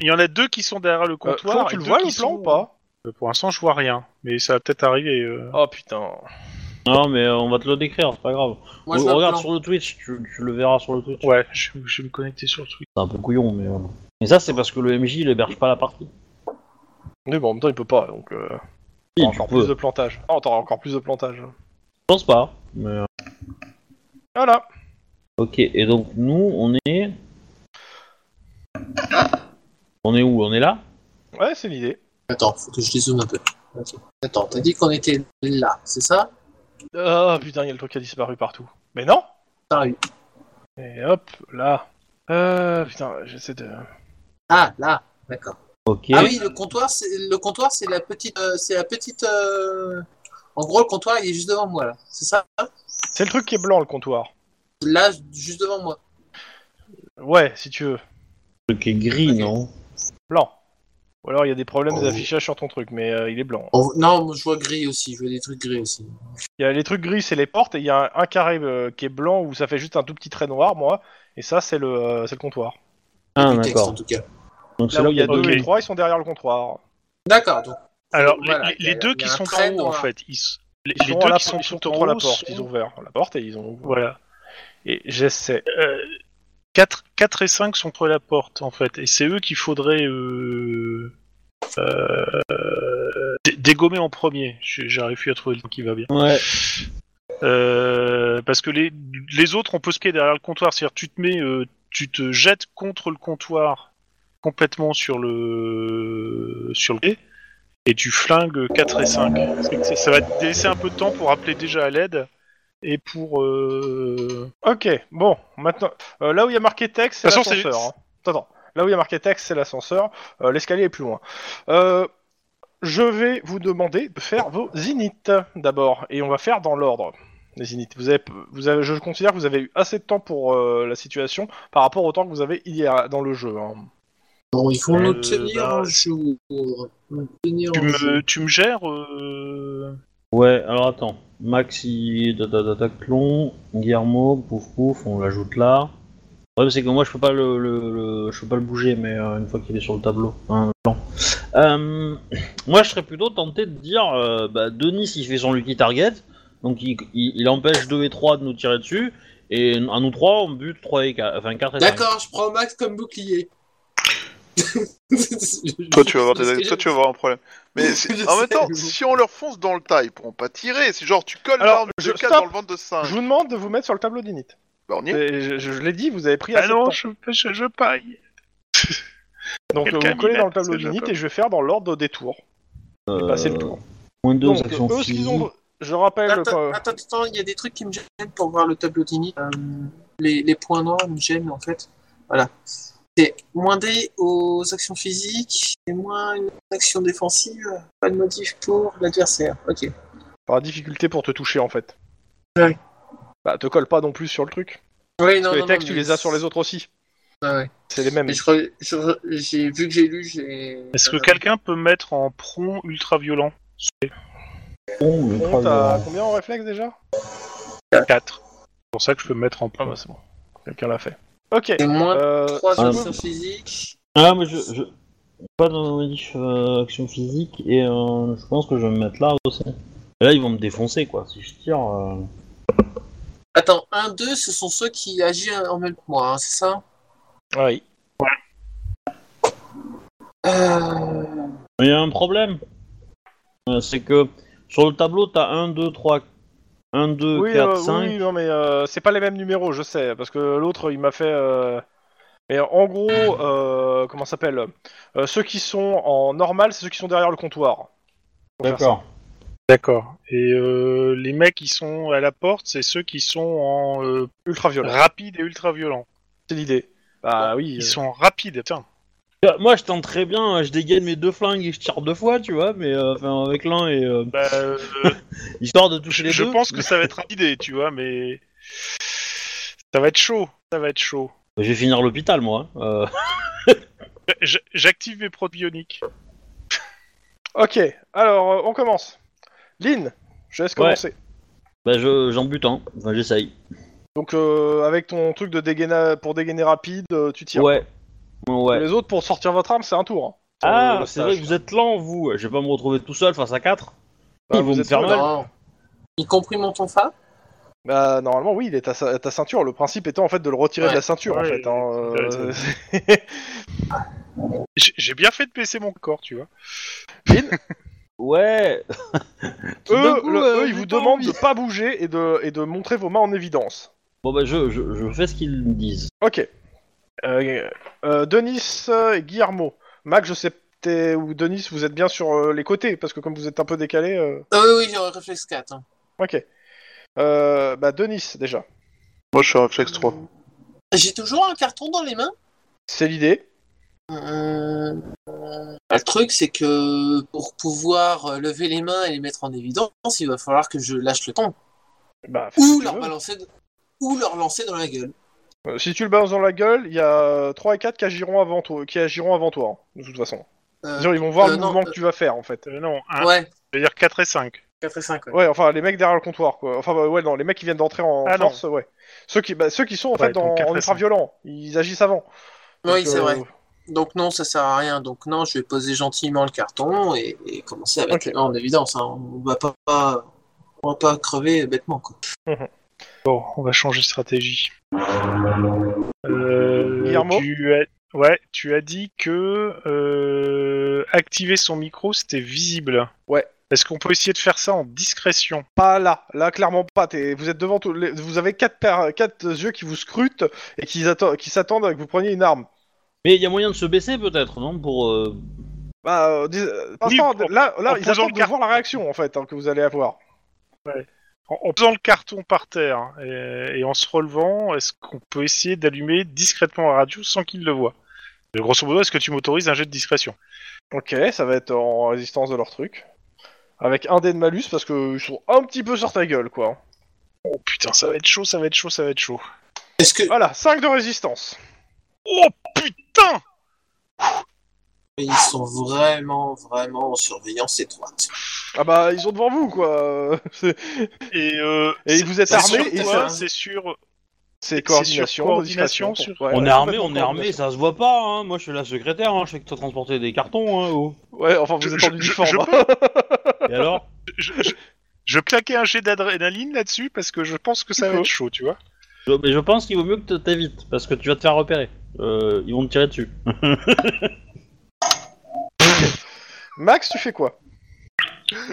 Speaker 5: il y en a deux qui sont derrière le
Speaker 2: Euh,
Speaker 5: comptoir.
Speaker 2: Flo,
Speaker 5: et
Speaker 2: tu le
Speaker 5: deux
Speaker 2: vois
Speaker 5: qui
Speaker 2: le plan
Speaker 5: sont-
Speaker 2: ou pas
Speaker 5: Euh, Pour l'instant, je vois rien, mais ça va peut-être arriver. euh.
Speaker 2: Oh putain.
Speaker 1: Non mais euh, on va te le décrire, c'est pas grave.
Speaker 4: Moi,
Speaker 1: On-
Speaker 4: je vois
Speaker 1: regarde
Speaker 4: plan.
Speaker 1: sur le Twitch, tu, tu le verras sur le Twitch.
Speaker 5: Ouais, je, je vais me connecter sur le truc.
Speaker 1: C'est un peu couillon mais. euh, Mais ça c'est parce que le MJ il héberge pas la partie.
Speaker 2: Mais bon, en même temps, il peut pas, donc. Euh,
Speaker 1: Si,
Speaker 2: t'auras
Speaker 1: tu
Speaker 2: encore
Speaker 1: peux.
Speaker 2: plus de plantage. Oh, t'auras encore plus de plantage.
Speaker 1: Je pense pas. Mais... euh,
Speaker 2: Voilà.
Speaker 1: Ok, et donc nous, on est... On est où On est là
Speaker 2: Ouais, c'est l'idée.
Speaker 4: Attends, faut que je dézoome un peu. Ok. Attends, t'as dit qu'on était là, c'est ça
Speaker 5: Ah,
Speaker 2: Oh putain, il y a le truc qui a disparu partout. Mais non
Speaker 4: Pareil.
Speaker 2: Et hop, là.
Speaker 5: Euh, putain, j'essaie de.
Speaker 4: Ah, là, d'accord.
Speaker 1: Ok.
Speaker 4: Ah oui, le comptoir, c'est le comptoir, c'est la petite, euh, c'est la petite. euh, En gros, le comptoir, il est juste devant moi là. C'est ça
Speaker 2: C'est le truc qui est blanc, le comptoir.
Speaker 4: Là, juste devant moi.
Speaker 2: Ouais, si tu veux.
Speaker 1: Le truc est gris,
Speaker 4: Ok.
Speaker 1: non
Speaker 2: Blanc. Ou alors il y a des problèmes
Speaker 4: Oh.
Speaker 2: d'affichage sur ton truc, mais euh, il est blanc.
Speaker 4: On- Non, moi, je vois gris aussi. Je vois des trucs gris aussi.
Speaker 2: Il y a les trucs gris, c'est les portes, et il y a un, un carré euh, qui est blanc où ça fait juste un tout petit trait noir, moi. Et ça, c'est le, euh, c'est le comptoir.
Speaker 1: Ah,
Speaker 4: Du texte, en
Speaker 1: d'accord.
Speaker 4: tout cas.
Speaker 1: Donc c'est
Speaker 2: Là où il y a
Speaker 1: où-
Speaker 2: deux
Speaker 5: Ok.
Speaker 2: et trois, ils sont derrière le comptoir.
Speaker 4: D'accord. Donc.
Speaker 5: Alors,
Speaker 4: Voilà,
Speaker 5: les,
Speaker 4: il y a-
Speaker 5: les deux
Speaker 4: il y a
Speaker 5: qui
Speaker 4: un
Speaker 5: sont
Speaker 4: trait
Speaker 5: en haut, en
Speaker 4: noir.
Speaker 5: fait, ils, s- les,
Speaker 2: Ils
Speaker 5: les
Speaker 2: sont
Speaker 5: deux
Speaker 2: à la
Speaker 5: qui sont,
Speaker 2: porte,
Speaker 5: sont
Speaker 2: ils sont
Speaker 5: en haut
Speaker 2: la porte, ils
Speaker 5: sont-
Speaker 2: ont ouvert la porte et ils ont.
Speaker 5: Voilà.
Speaker 2: Et j'essaie.
Speaker 5: 4, et 5 sont près de la porte, en fait. Et c'est eux qu'il faudrait euh, euh, dé- dégommer en premier. J'ai- J'arrive plus à trouver le nom qui va bien.
Speaker 1: Ouais.
Speaker 5: Euh, parce que les, les autres, on peut se pied derrière le comptoir. C'est-à-dire, tu te mets, euh, tu te jettes contre le comptoir complètement sur le sur le quai et tu flingues 4 et 5. C'est que Ça, ça va te laisser un peu de temps pour appeler déjà à l'aide et pour. euh,
Speaker 2: Ok, bon, maintenant. euh, là où il y a marqué texte, c'est
Speaker 5: De toute façon,
Speaker 2: l'ascenseur. hein. Attends, attends. Là où il y a marqué texte, c'est l'ascenseur. Euh, L'escalier est plus loin. Euh, je vais vous demander de faire vos init d'abord. Et on va faire dans l'ordre. Les init. Vous avez, vous avez, je considère que vous avez eu assez de temps pour euh, la situation par rapport au temps que vous avez hier dans le jeu. hein.
Speaker 4: Bon, il faut
Speaker 5: Euh,
Speaker 4: nous tenir
Speaker 5: bah,
Speaker 4: en jour. Nous tenir
Speaker 5: Tu
Speaker 4: en jour.
Speaker 5: me, tu me gères euh,
Speaker 1: Ouais, alors attends. Maxi, Clon, Guillermo, Pouf Pouf, on l'ajoute là. Le problème c'est que moi je peux pas le, le- le- je peux pas le bouger, mais euh, une fois qu'il est sur le tableau, hein, le plan. Euh, moi je serais plutôt tenté de dire, euh, bah, Denis il fait son lucky target, donc il, il- il empêche 2 et 3 de nous tirer dessus, et à nous 3 on bute 3 et 4, enfin 4 et 5.
Speaker 4: D'accord, je prends Max comme bouclier. <laughs>
Speaker 3: Toi, tu vas avoir, des... Toi, tu vas avoir un problème. <laughs> Mais si-
Speaker 4: Je
Speaker 3: en
Speaker 4: sais,
Speaker 3: même temps,
Speaker 4: mais bon.
Speaker 3: si on leur fonce dans le tas, ils pourront pas tirer. Si genre tu colles
Speaker 2: Alors,
Speaker 3: l'arme de
Speaker 2: je-
Speaker 3: 4
Speaker 2: stop.
Speaker 3: dans le ventre de
Speaker 5: Ah.
Speaker 3: 5,
Speaker 2: Je vous demande de vous mettre sur le tableau d'init.
Speaker 3: bah, on y est.
Speaker 2: Et Je, je- je l'ai dit, vous avez pris
Speaker 5: Ah
Speaker 2: assez de
Speaker 5: non,
Speaker 2: temps.
Speaker 5: je, je, je paille.
Speaker 2: Donc euh,
Speaker 5: Quelqu'un
Speaker 2: vous collez
Speaker 5: m'y
Speaker 2: dans le
Speaker 5: met, parce
Speaker 2: tableau
Speaker 5: que je
Speaker 2: d'init
Speaker 5: peux
Speaker 2: et je vais faire dans l'ordre des tours.
Speaker 1: Euh,
Speaker 2: Et passer le tour.
Speaker 1: Moins 2
Speaker 2: Donc,
Speaker 1: actions
Speaker 2: eux, ce qu'ils ont.
Speaker 1: physiques.
Speaker 2: Je rappelle.
Speaker 4: Attends,
Speaker 2: que-
Speaker 4: attends, attends, il y a des trucs qui me gênent pour voir le tableau d'init. Euh, les, les points noirs me gênent en fait. Voilà. C'est moins D aux actions physiques et moins une action défensive. Pas de motif pour l'adversaire. Ok.
Speaker 2: Par difficulté pour te toucher en fait.
Speaker 4: Ouais.
Speaker 2: Bah, te colle pas non plus sur le truc.
Speaker 4: Oui,
Speaker 2: Parce que les textes, tu les as sur les autres aussi. C'est les mêmes.
Speaker 4: Mais je re- je re- j'ai vu que j'ai lu, j'ai.
Speaker 5: Est-ce que
Speaker 4: Euh,
Speaker 5: quelqu'un peut mettre en prompt ultra violent
Speaker 1: Oh, le
Speaker 2: On t'a
Speaker 1: travail.
Speaker 2: combien en réflexe déjà
Speaker 5: 4. C'est pour ça que je peux mettre en prompt.
Speaker 2: c'est bon. Quelqu'un l'a fait. Ok.
Speaker 4: c'est moins
Speaker 2: Euh,
Speaker 4: 3
Speaker 1: ah.
Speaker 4: actions physiques.
Speaker 1: Ah, mais je, je- Pas dans les modifs euh, action physique, et euh, je pense que je vais me mettre là aussi. Et là, ils vont me défoncer, quoi, si je tire. euh.
Speaker 4: Attends, 1, 2, ce sont ceux qui agissent en même temps que moi, hein, c'est ça
Speaker 2: oui.
Speaker 4: Euh,
Speaker 1: Mais Il y a un problème. Euh, c'est que sur le tableau, t'as 1, 2, 3, 1, 2,
Speaker 2: Oui,
Speaker 1: 4,
Speaker 2: euh,
Speaker 1: 5.
Speaker 2: oui, non, mais euh, c'est pas les mêmes numéros, je sais, parce que l'autre, il m'a fait. euh, Mais en gros, euh, comment ça s'appelle Euh, Ceux qui sont en normal, c'est ceux qui sont derrière le comptoir. Pour faire
Speaker 1: D'accord.
Speaker 5: D'accord. Et euh, les mecs qui sont à la porte, c'est ceux qui sont en euh,
Speaker 2: ça. Ultra-violent,
Speaker 5: rapide et ultra violent.
Speaker 2: c'est l'idée. Bah oui.
Speaker 5: Ils
Speaker 2: euh,
Speaker 5: sont en rapide, tiens.
Speaker 1: Euh, Moi, je tente très bien, euh, je dégaine mes deux flingues et je tire deux fois, tu vois, mais euh, enfin, avec l'un et. euh,
Speaker 5: Bah, <laughs> euh,
Speaker 1: histoire de toucher
Speaker 5: je
Speaker 1: les
Speaker 5: je
Speaker 1: deux.
Speaker 5: pense que ça va être rapide, tu vois, mais ça va être chaud. Ça va être chaud.
Speaker 1: Je vais finir l'hôpital, moi. hein. Euh,
Speaker 5: J- J'active mes probioniques.
Speaker 2: Ok, alors euh, on commence. Lynn, je laisse
Speaker 1: Ouais.
Speaker 2: commencer.
Speaker 1: bah, je- j'en bute un. Enfin, j'essaye.
Speaker 2: Donc euh, avec ton truc de dégainer, pour dégainer rapide, euh, tu tires.
Speaker 1: Ouais. Ouais.
Speaker 2: Les autres, pour sortir votre arme, c'est un tour. hein.
Speaker 1: Ah,
Speaker 2: Euh, le
Speaker 1: c'est
Speaker 2: stage.
Speaker 1: vrai que vous êtes lent, vous. Je vais pas me retrouver tout seul face à 4. Ils
Speaker 2: Bah,
Speaker 1: vont
Speaker 2: vous
Speaker 1: me
Speaker 2: êtes
Speaker 1: faire
Speaker 2: deux,
Speaker 1: mal.
Speaker 2: là.
Speaker 4: non. Y compris mon tonfa
Speaker 2: Bah, normalement, oui, il est à, sa- à ta ceinture. Le principe étant en fait de le retirer
Speaker 4: Ouais.
Speaker 2: de la ceinture, en
Speaker 5: Ouais,
Speaker 2: fait. hein, euh,
Speaker 5: J'ai j'ai bien fait de baisser mon corps, tu vois.
Speaker 1: Ouais. Tout d'un
Speaker 2: eux,
Speaker 1: coup,
Speaker 2: le-
Speaker 1: euh,
Speaker 2: eux,
Speaker 1: j'ai
Speaker 2: ils vous
Speaker 1: pas
Speaker 2: demandent
Speaker 1: envie.
Speaker 2: de pas bouger et de, et de montrer vos mains en évidence.
Speaker 1: Bon bah je, je, je fais ce qu'ils me disent.
Speaker 2: Ok. Euh, euh, Denis euh, et Guillermo. Mac, je sais t'es- ou Denis, vous êtes bien sur euh, les côtés, parce que comme vous êtes un peu décalé... euh,
Speaker 4: Ah oui, oui, j'ai un réflexe 4. hein.
Speaker 2: Ok. Euh, bah, Denis, déjà.
Speaker 3: Moi, je suis un réflexe 3.
Speaker 4: J'ai toujours un carton dans les mains.
Speaker 2: C'est l'idée.
Speaker 4: Euh, Le truc, c'est que pour pouvoir lever les mains et les mettre en évidence, il va falloir que je lâche le temps.
Speaker 2: Bah, si
Speaker 4: Ou
Speaker 2: tu
Speaker 4: leur,
Speaker 2: veux.
Speaker 4: balancer de- ou leur lancer dans la gueule.
Speaker 2: Euh, si tu le balances dans la gueule, il y a 3 et 4 qui agiront avant toi, qui agiront avant toi hein, de toute façon.
Speaker 4: Euh,
Speaker 2: C'est-à-dire, ils vont voir
Speaker 4: euh,
Speaker 2: le
Speaker 4: non,
Speaker 2: mouvement
Speaker 4: euh,
Speaker 2: que tu vas faire en fait.
Speaker 5: Euh, non, un,
Speaker 4: ouais,
Speaker 5: c'est-à-dire 4 et 5.
Speaker 4: 4 et 5.
Speaker 2: Ouais, enfin les mecs derrière le comptoir quoi. Enfin bah, ouais, non, les mecs qui viennent d'entrer en
Speaker 5: Ah, non.
Speaker 2: force, ouais. Ceux qui, bah, ceux qui sont en
Speaker 5: Ouais,
Speaker 2: fait
Speaker 5: donc
Speaker 2: dans,
Speaker 5: quatre
Speaker 2: en
Speaker 5: à
Speaker 2: ultra
Speaker 5: cinq.
Speaker 2: violent, ils agissent avant.
Speaker 4: Oui,
Speaker 2: Donc,
Speaker 4: c'est
Speaker 2: euh,
Speaker 4: vrai. Donc non, ça sert à rien. Donc non, je vais poser gentiment le carton et, et commencer à mettre
Speaker 2: Ok.
Speaker 4: les mains en évidence. hein. On va pas, pas- on va pas crever bêtement. Quoi.
Speaker 5: Bon, on va changer de stratégie. Euh,
Speaker 2: Guillermo
Speaker 5: tu as... Ouais, tu as dit que euh, activer son micro, c'était visible.
Speaker 2: Ouais.
Speaker 5: Est-ce qu'on peut essayer de faire ça en discrétion
Speaker 2: Pas là, là clairement pas. T'es- vous êtes devant, tous les- vous avez quatre paires- quatre yeux qui vous scrutent et qui, atten- qui s'attendent à que vous preniez une arme.
Speaker 1: Mais il y a moyen de se baisser peut-être, non Pour. euh,
Speaker 2: Bah, euh, dis- euh, pour
Speaker 5: Oui,
Speaker 2: l'instant,
Speaker 5: en-
Speaker 2: là, là
Speaker 5: en
Speaker 2: ils
Speaker 5: posant
Speaker 2: attendent
Speaker 5: le
Speaker 2: de
Speaker 5: carton.
Speaker 2: voir la réaction en fait hein, que vous allez avoir.
Speaker 5: en, en posant le carton par terre hein, et, et en se relevant, est-ce qu'on peut essayer d'allumer discrètement la radio sans qu'il le voit Euh, Grosso modo, est-ce que tu m'autorises un jet de discrétion
Speaker 2: Ok, ça va être en résistance de leur truc. Avec un dé de malus parce que ils sont un petit peu sur ta gueule quoi.
Speaker 5: Oh putain, ça va être chaud, ça va être chaud, ça va être chaud.
Speaker 4: Est-ce que
Speaker 2: Voilà, 5 de résistance.
Speaker 5: Oh putain
Speaker 4: ils sont vraiment, vraiment en surveillance étroite
Speaker 2: Ah bah ils sont devant vous quoi. <laughs> C'est-
Speaker 5: Et, euh,
Speaker 2: Et
Speaker 5: c'est-
Speaker 2: vous êtes
Speaker 5: c'est
Speaker 2: armés
Speaker 5: sur
Speaker 2: et
Speaker 5: quoi
Speaker 2: ça-
Speaker 5: C'est sur.
Speaker 2: C'est
Speaker 5: sur
Speaker 2: coordination,
Speaker 5: coordination,
Speaker 2: discrétion,
Speaker 5: sur-
Speaker 2: ouais,
Speaker 1: on
Speaker 2: ouais,
Speaker 1: est armé,
Speaker 2: complètement
Speaker 1: on est armé,
Speaker 2: coordination.
Speaker 1: ça se voit pas. Hein. Moi, je suis la secrétaire. Hein. Je sais que t'as transporté des cartons. Hein, oh.
Speaker 2: Ouais, enfin vous
Speaker 5: Je-
Speaker 2: êtes en
Speaker 5: je-
Speaker 2: uniforme.
Speaker 5: je-
Speaker 2: hein. <laughs>
Speaker 1: Et alors
Speaker 5: Je, je- je claquais un jet d'adrénaline là-dessus parce que je pense que ça va être chaud, tu vois.
Speaker 1: je, mais je pense qu'il vaut mieux que t- t'évites parce que tu vas te faire repérer. Euh, ils vont te tirer dessus.
Speaker 2: Max, tu fais quoi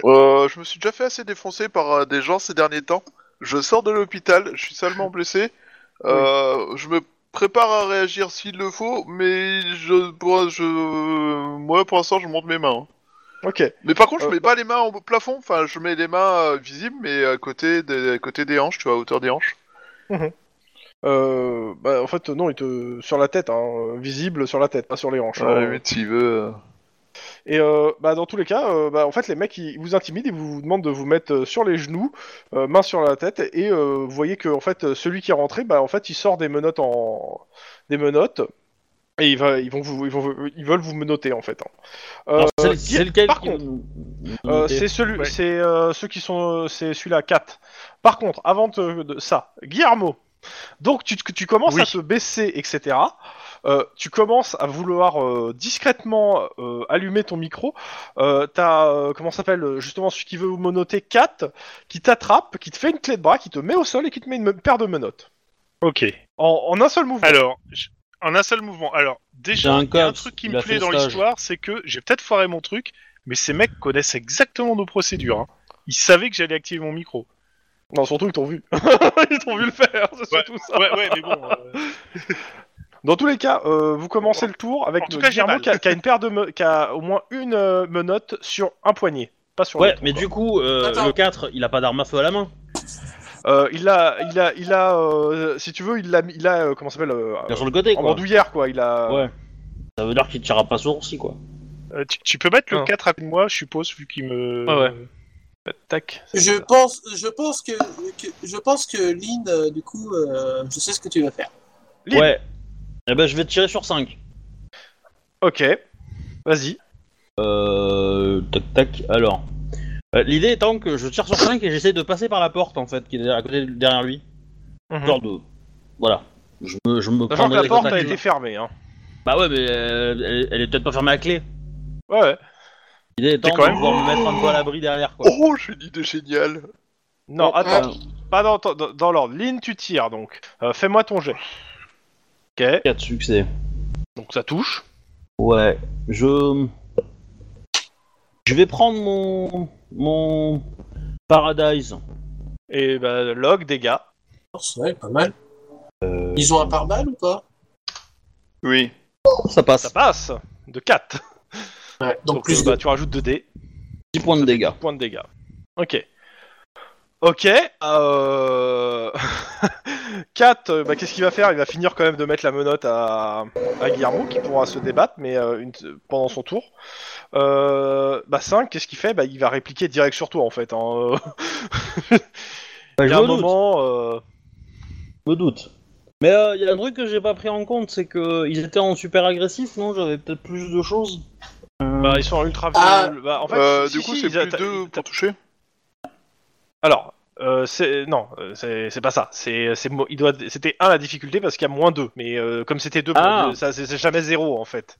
Speaker 3: Euh, je me suis déjà fait assez défoncer par euh, des gens ces derniers temps. Je sors de l'hôpital, je
Speaker 2: <laughs>
Speaker 3: suis salement blessé. Euh, Je me prépare à réagir s'il le faut, mais je, pour- je, moi pour l'instant je monte mes mains. hein.
Speaker 2: Ok.
Speaker 3: Mais par contre, je
Speaker 2: Euh,
Speaker 3: mets pas les mains au plafond, enfin je mets les mains euh, visibles, mais à côté des, à côté des hanches, tu vois, à hauteur des hanches.
Speaker 2: Euh, bah, en fait non, il te sur la tête, hein, visible sur la tête, pas sur les hanches.
Speaker 3: Ouais,
Speaker 2: hein.
Speaker 3: mais s'il veut. euh.
Speaker 2: Et euh, bah, dans tous les cas, euh, bah, en fait, les mecs ils vous intimident et vous demandent de vous mettre euh, sur les genoux, euh, main sur la tête, et euh, vous voyez que en fait euh, celui qui est rentré, bah, en fait, il sort des menottes en des menottes et il va, ils vont vous, ils, vont, ils veulent vous menotter en fait. hein. Euh,
Speaker 1: Alors, c'est- c'est lequel
Speaker 2: par
Speaker 1: qui-
Speaker 2: contre, euh, c'est celui,
Speaker 5: Ouais.
Speaker 2: c'est euh, ceux qui sont, euh, c'est celui-là 4. Par contre, avant de, de- ça, Guillermo. Donc tu, tu commences
Speaker 5: Oui.
Speaker 2: à te baisser, etc. Euh, tu commences à vouloir euh, discrètement euh, allumer ton micro. Euh, T'as euh, comment ça s'appelle euh, justement celui qui veut vous menoter 4, qui t'attrape, qui te fait une clé de bras, qui te met au sol et qui te met une me- paire de menottes.
Speaker 5: Ok.
Speaker 2: En, en un seul mouvement.
Speaker 5: Alors, je- en un seul mouvement. Alors,
Speaker 1: J'ai
Speaker 5: déjà,
Speaker 1: un
Speaker 5: il y a un
Speaker 1: cops,
Speaker 5: truc qui
Speaker 1: il
Speaker 5: me
Speaker 1: a
Speaker 5: plaît
Speaker 1: fait
Speaker 5: dans
Speaker 1: stage.
Speaker 5: l'histoire, c'est que j'ai peut-être foiré mon truc, mais ces mecs connaissent exactement nos procédures. hein. Ils savaient que j'allais activer mon micro.
Speaker 2: Non, surtout ils t'ont vu. <laughs> ils t'ont vu le faire. c'est surtout ça.
Speaker 5: Ah. Ouais, ouais, mais bon. euh,
Speaker 2: Dans tous les cas, euh, vous commencez le tour avec
Speaker 5: En tout
Speaker 2: le
Speaker 5: cas, j'ai
Speaker 2: Guillermo
Speaker 5: mal.
Speaker 2: qui a, qui a une paire de me- qui a au moins une euh, menotte sur un poignet, pas sur
Speaker 1: Ouais,
Speaker 2: l'autre
Speaker 1: mais
Speaker 2: encore.
Speaker 1: du coup, euh,
Speaker 4: Attends.
Speaker 1: le 4, il a pas d'arme à feu à la main.
Speaker 2: Euh, il a, il a, il a, euh, si tu veux, il l'a, mis- il a, euh, comment ça s'appelle, euh,
Speaker 1: Il est sur le côté,
Speaker 2: en
Speaker 1: quoi.
Speaker 2: bandoulière quoi. Il a.
Speaker 1: Ouais. Ça veut dire qu'il tirera pas son aussi, quoi.
Speaker 5: euh, tu, tu peux mettre le
Speaker 2: Ah.
Speaker 5: 4 avec moi, je suppose, vu qu'il me.
Speaker 2: Ouais, Euh, Tac.
Speaker 4: Je pense, je pense que, que- je pense que Lynn, euh, du coup, euh, je sais ce que tu vas faire.
Speaker 2: Libre.
Speaker 1: Ouais. Eh ben, je vais tirer sur 5.
Speaker 2: Ok. Vas-y.
Speaker 1: Euh. Tac tac, alors. Euh, L'idée étant que je tire sur 5 et j'essaie de passer par la porte en fait, qui est derrière- à côté derrière lui.
Speaker 2: Mhm.
Speaker 1: Genre de. Voilà. Je me, je me
Speaker 2: Sachant que
Speaker 1: prendrai
Speaker 2: la
Speaker 1: les
Speaker 2: porte a
Speaker 1: contacts.
Speaker 2: été fermée. Hein.
Speaker 1: Bah ouais, mais euh, elle, elle est peut-être pas fermée à clé.
Speaker 2: Ouais. ouais.
Speaker 1: L'idée étant
Speaker 5: quand
Speaker 1: de
Speaker 5: même-
Speaker 1: pouvoir me mettre un peu à l'abri derrière quoi.
Speaker 3: Oh, j'ai une idée géniale
Speaker 2: Non,
Speaker 4: Ouais.
Speaker 2: attends. Pas dans, dans, dans l'ordre. Lynn, tu tires donc. Euh, Fais-moi ton jet. Ok.
Speaker 1: 4 succès.
Speaker 2: Donc ça touche.
Speaker 1: Ouais. Je. Je vais prendre mon. Mon. Paradise.
Speaker 2: Et bah, log dégâts.
Speaker 4: Oh, c'est vrai, pas mal.
Speaker 1: Euh,
Speaker 4: Ils ont un pare-balles ou pas
Speaker 3: Oui.
Speaker 1: Ça
Speaker 2: Ça
Speaker 1: passe.
Speaker 2: passe. De 4.
Speaker 4: ouais, Donc,
Speaker 2: Donc,
Speaker 4: plus
Speaker 2: euh,
Speaker 4: de.
Speaker 2: bah, tu rajoutes 2 dés.
Speaker 1: 10 points de dégâts.
Speaker 2: Point de dégâts. Ok. Ok. Euh... <laughs> Kat, euh, bah, qu'est-ce qu'il va faire Il va finir quand même de mettre la menotte à, à Guillermo, qui pourra se débattre, mais euh, une- pendant son tour. Euh, bah 5, qu'est-ce qu'il fait bah, Il va répliquer direct sur toi, en fait. hein. Il y a
Speaker 1: bah, je
Speaker 2: un
Speaker 1: me doute,
Speaker 2: moment... euh,
Speaker 1: je me doute. Mais euh, il y a un truc que j'ai pas pris en compte, c'est que ils étaient en super agressif, non J'avais peut-être plus de choses. Euh,
Speaker 2: bah, ils sont en ultra...
Speaker 4: Ah.
Speaker 2: bah, en fait,
Speaker 3: Euh,
Speaker 2: si-
Speaker 3: du
Speaker 2: si,
Speaker 3: coup,
Speaker 2: si,
Speaker 3: c'est
Speaker 2: ils
Speaker 3: plus
Speaker 2: atta-
Speaker 3: deux pour toucher.
Speaker 2: Alors, euh, c'est non, euh, c'est c'est pas ça. C'est c'est mo- il doit c'était 1 la difficulté parce qu'il y a moins 2, mais euh, comme c'était 2 pour
Speaker 1: Ah.
Speaker 2: deux, ça c'est c'est jamais 0 en fait.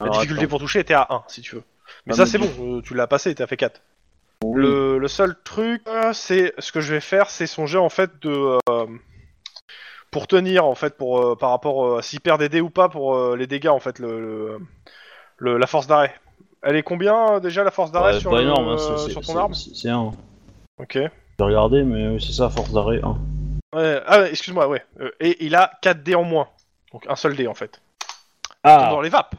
Speaker 2: La
Speaker 1: alors,
Speaker 2: difficulté pour toucher était à 1 si tu veux. Mais
Speaker 1: Ah,
Speaker 2: ça
Speaker 1: mais
Speaker 2: c'est
Speaker 1: du-
Speaker 2: bon, euh, tu l'as passé, t'as fait 4.
Speaker 1: Oui.
Speaker 2: Le, le seul truc euh, c'est ce que je vais faire, c'est songer en fait de euh, pour tenir en fait pour euh, par rapport euh, à s'il perd des dés ou pas pour euh, les dégâts en fait le, le- le- la force d'arrêt. Elle est combien euh, déjà la force
Speaker 1: attends.
Speaker 2: d'arrêt
Speaker 1: Ouais,
Speaker 2: sur,
Speaker 1: pas
Speaker 2: le- euh,
Speaker 1: énorme, hein, c'est- c'est-
Speaker 2: sur ton
Speaker 1: c'est-
Speaker 2: arme
Speaker 1: C'est c'est un.
Speaker 2: Ok.
Speaker 1: J'ai regardé, mais oui, c'est ça, force d'arrêt 1.
Speaker 2: Ouais, ah, ouais, excuse-moi, ouais. Euh, et il a 4 dés en moins. Donc un seul dé en fait.
Speaker 4: Ah,
Speaker 2: Tombe Dans les vapes.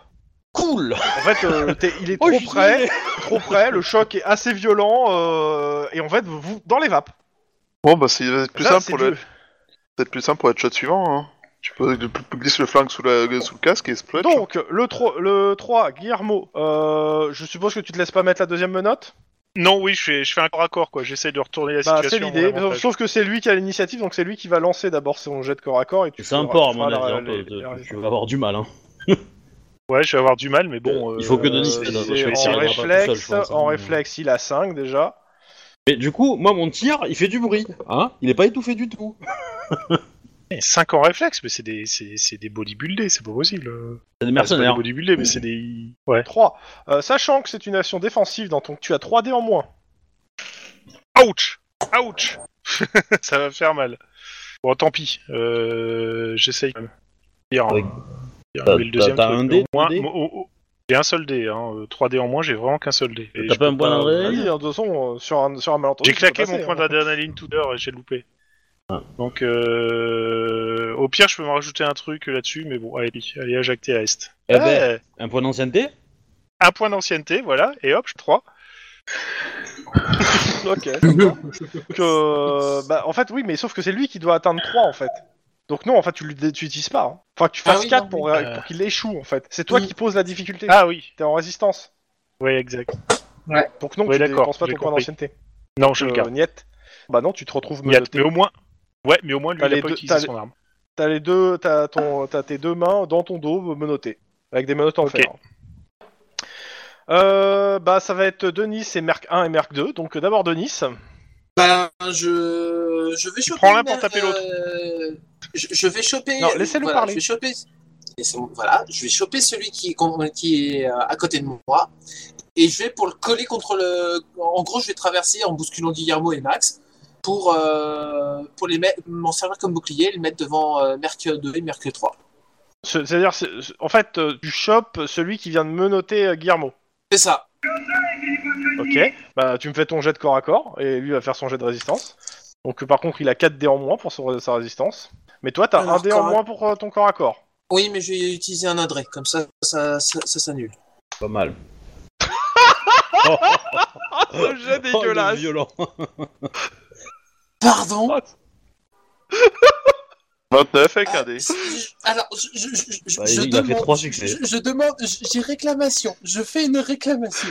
Speaker 1: cool
Speaker 2: En fait, euh, t'es- il est
Speaker 1: Oh,
Speaker 2: trop
Speaker 1: je
Speaker 2: près, trop près, le choc est assez violent, euh, et en fait, vous, dans les vapes.
Speaker 3: Bon, bah, c'est peut-être plus,
Speaker 2: Là,
Speaker 3: simple
Speaker 2: c'est
Speaker 3: pour le...
Speaker 2: du-
Speaker 3: peut-être plus simple pour le shot suivant. Hein. Tu peux glisser le flingue sous, la... sous le casque et split.
Speaker 2: Donc, le, tro- le 3, Guillermo, euh, je suppose que tu te laisses pas mettre la deuxième menotte
Speaker 5: Non, oui, je fais, je fais un corps à corps, quoi. J'essaie de retourner la
Speaker 2: Bah, c'est
Speaker 5: situation. à mon
Speaker 2: l'idée,
Speaker 5: avantage.
Speaker 2: sauf que c'est lui qui a l'initiative, donc c'est lui qui va lancer d'abord son jet de corps à corps. et tu
Speaker 1: C'est un
Speaker 2: feras-
Speaker 1: port, à
Speaker 2: tu
Speaker 1: mon
Speaker 2: feras
Speaker 1: avis,
Speaker 2: la-
Speaker 1: hein,
Speaker 2: les-
Speaker 1: t'as- t'as-
Speaker 2: les-
Speaker 1: tu vas avoir du mal. Hein.
Speaker 5: Ouais, je vais avoir du mal, mais bon.
Speaker 1: Il faut que Denis
Speaker 5: euh,
Speaker 1: t'aide, hein,
Speaker 5: c'est-
Speaker 1: je vais essayer
Speaker 2: en
Speaker 1: de
Speaker 5: en
Speaker 1: voir.
Speaker 5: vrai,
Speaker 1: tout seul, je
Speaker 2: réflexe,
Speaker 1: pense, hein.
Speaker 2: en réflexe, il a 5 déjà.
Speaker 1: Mais du coup, moi, mon tir, il fait du bruit, hein Il est pas étouffé du tout.
Speaker 5: 5 en réflexe, mais c'est des, c'est, c'est des bodybuildés, c'est pas
Speaker 1: C'est
Speaker 5: possible.
Speaker 1: des
Speaker 5: Enfin, c'est pas des
Speaker 1: mercenaires.
Speaker 5: bodybuildés, mais c'est des. Ouais.
Speaker 2: 3. Euh, sachant que c'est une action défensive, dans ton... tu as 3 dés en moins.
Speaker 5: Ouch Ouch <laughs> Ça va faire mal. Bon, tant pis. Euh, j'essaye quand même. Pire, hein.
Speaker 1: Ouais.
Speaker 5: Pire,
Speaker 1: T'as-
Speaker 5: mais le deuxième
Speaker 1: t'as- t'as
Speaker 5: truc,
Speaker 1: un
Speaker 5: au
Speaker 1: dé, deux
Speaker 5: moins-
Speaker 1: dés
Speaker 5: mo- oh, oh, J'ai un seul dé, hein. euh, 3 dés en moins, j'ai vraiment qu'un seul dé. Et
Speaker 1: T'as
Speaker 5: je
Speaker 1: pas un
Speaker 5: peux
Speaker 1: point d'adrénaline
Speaker 2: Vas-y, hein, de toute façon, euh, sur un, sur un malentendu.
Speaker 5: J'ai
Speaker 2: ça peut
Speaker 5: claqué
Speaker 2: passer,
Speaker 5: mon point
Speaker 2: hein.
Speaker 5: d'adrénaline tout à l'heure et j'ai loupé.
Speaker 1: Ah.
Speaker 5: Donc, euh, au pire, je peux me rajouter un truc là-dessus, mais bon, allez, allez à Jacques Terrestre.
Speaker 1: Eh ben,
Speaker 5: Ouais,
Speaker 1: un point d'ancienneté
Speaker 5: un point d'ancienneté, voilà, et hop, je 3.
Speaker 2: Ok. Donc, euh, bah, en fait, oui, mais sauf que c'est lui qui doit atteindre 3 en fait. Donc, non, en fait, tu lui dé- tu l'utilises pas. hein. Enfin, que tu
Speaker 4: Ah
Speaker 2: fasses
Speaker 4: oui,
Speaker 2: 4
Speaker 4: non,
Speaker 2: pour,
Speaker 5: oui.
Speaker 2: euh, pour qu'il échoue en fait. C'est toi
Speaker 4: Oui.
Speaker 2: qui poses la difficulté.
Speaker 5: Ah oui,
Speaker 2: T'es en résistance.
Speaker 5: ouais, exact.
Speaker 2: Donc, non,
Speaker 5: Oui,
Speaker 2: tu
Speaker 5: d'accord,
Speaker 2: dépenses pas
Speaker 5: j'ai
Speaker 2: ton point
Speaker 5: compris.
Speaker 2: d'ancienneté.
Speaker 5: Non, je le
Speaker 2: Euh,
Speaker 5: garde.
Speaker 2: Niet. Bah, non, tu te retrouves
Speaker 5: Niat,
Speaker 2: menotté.
Speaker 5: mais au moins. Ouais, mais au moins, lui,
Speaker 2: T'as
Speaker 5: il
Speaker 2: les
Speaker 5: a pas
Speaker 2: deux-
Speaker 5: utilisé
Speaker 2: t'as
Speaker 5: son arme.
Speaker 2: T'as les deux, t'as ton, t'as tes deux mains dans ton dos menottées, avec des menottes en
Speaker 5: Ok.
Speaker 2: fer. hein. Euh, bah ça va être Denis et Merc 1 et Merc 2. Donc euh, d'abord Denis.
Speaker 4: <laughs> Ben, je, je vais choper.
Speaker 5: prends l'un
Speaker 4: une-
Speaker 5: pour taper l'autre.
Speaker 4: euh, Je, je vais choper.
Speaker 2: Non, laissez-le
Speaker 4: voilà,
Speaker 2: parler.
Speaker 4: Je vais choper. laissez-moi- Voilà, je vais choper celui qui, qui est euh, à côté de moi et je vais pour le coller contre le. En gros, je vais traverser en bousculant Guillermo et Max pour, euh, pour les mettre, m'en servir comme bouclier et le mettre devant euh, Merc 2 et Merc 3.
Speaker 2: Ce- C'est-à-dire, c'est- c'est- en fait, euh, tu chopes celui qui vient de menotter euh, Guillermo.
Speaker 4: C'est ça.
Speaker 2: Ok. Bah tu me fais ton jet de corps à corps et lui va faire son jet de résistance. Donc euh, par contre, il a 4 dés en moins pour son- sa résistance. Mais toi, t'as
Speaker 4: Alors,
Speaker 2: un dé en
Speaker 4: corps à-
Speaker 2: moins pour euh, ton corps à corps.
Speaker 4: Oui, mais je vais utiliser un adré, comme ça, ça, ça, ça s'annule.
Speaker 1: Pas mal.
Speaker 2: Le jet
Speaker 1: Oh, le violent.
Speaker 4: Pardon
Speaker 3: 29 avec
Speaker 4: Ah,
Speaker 3: un dé.
Speaker 4: Alors, je, je, je, je,
Speaker 1: Bah,
Speaker 4: je
Speaker 1: il a fait
Speaker 4: demande,
Speaker 1: trois succès.
Speaker 4: je, je demande, je- j'ai réclamation, je fais une réclamation.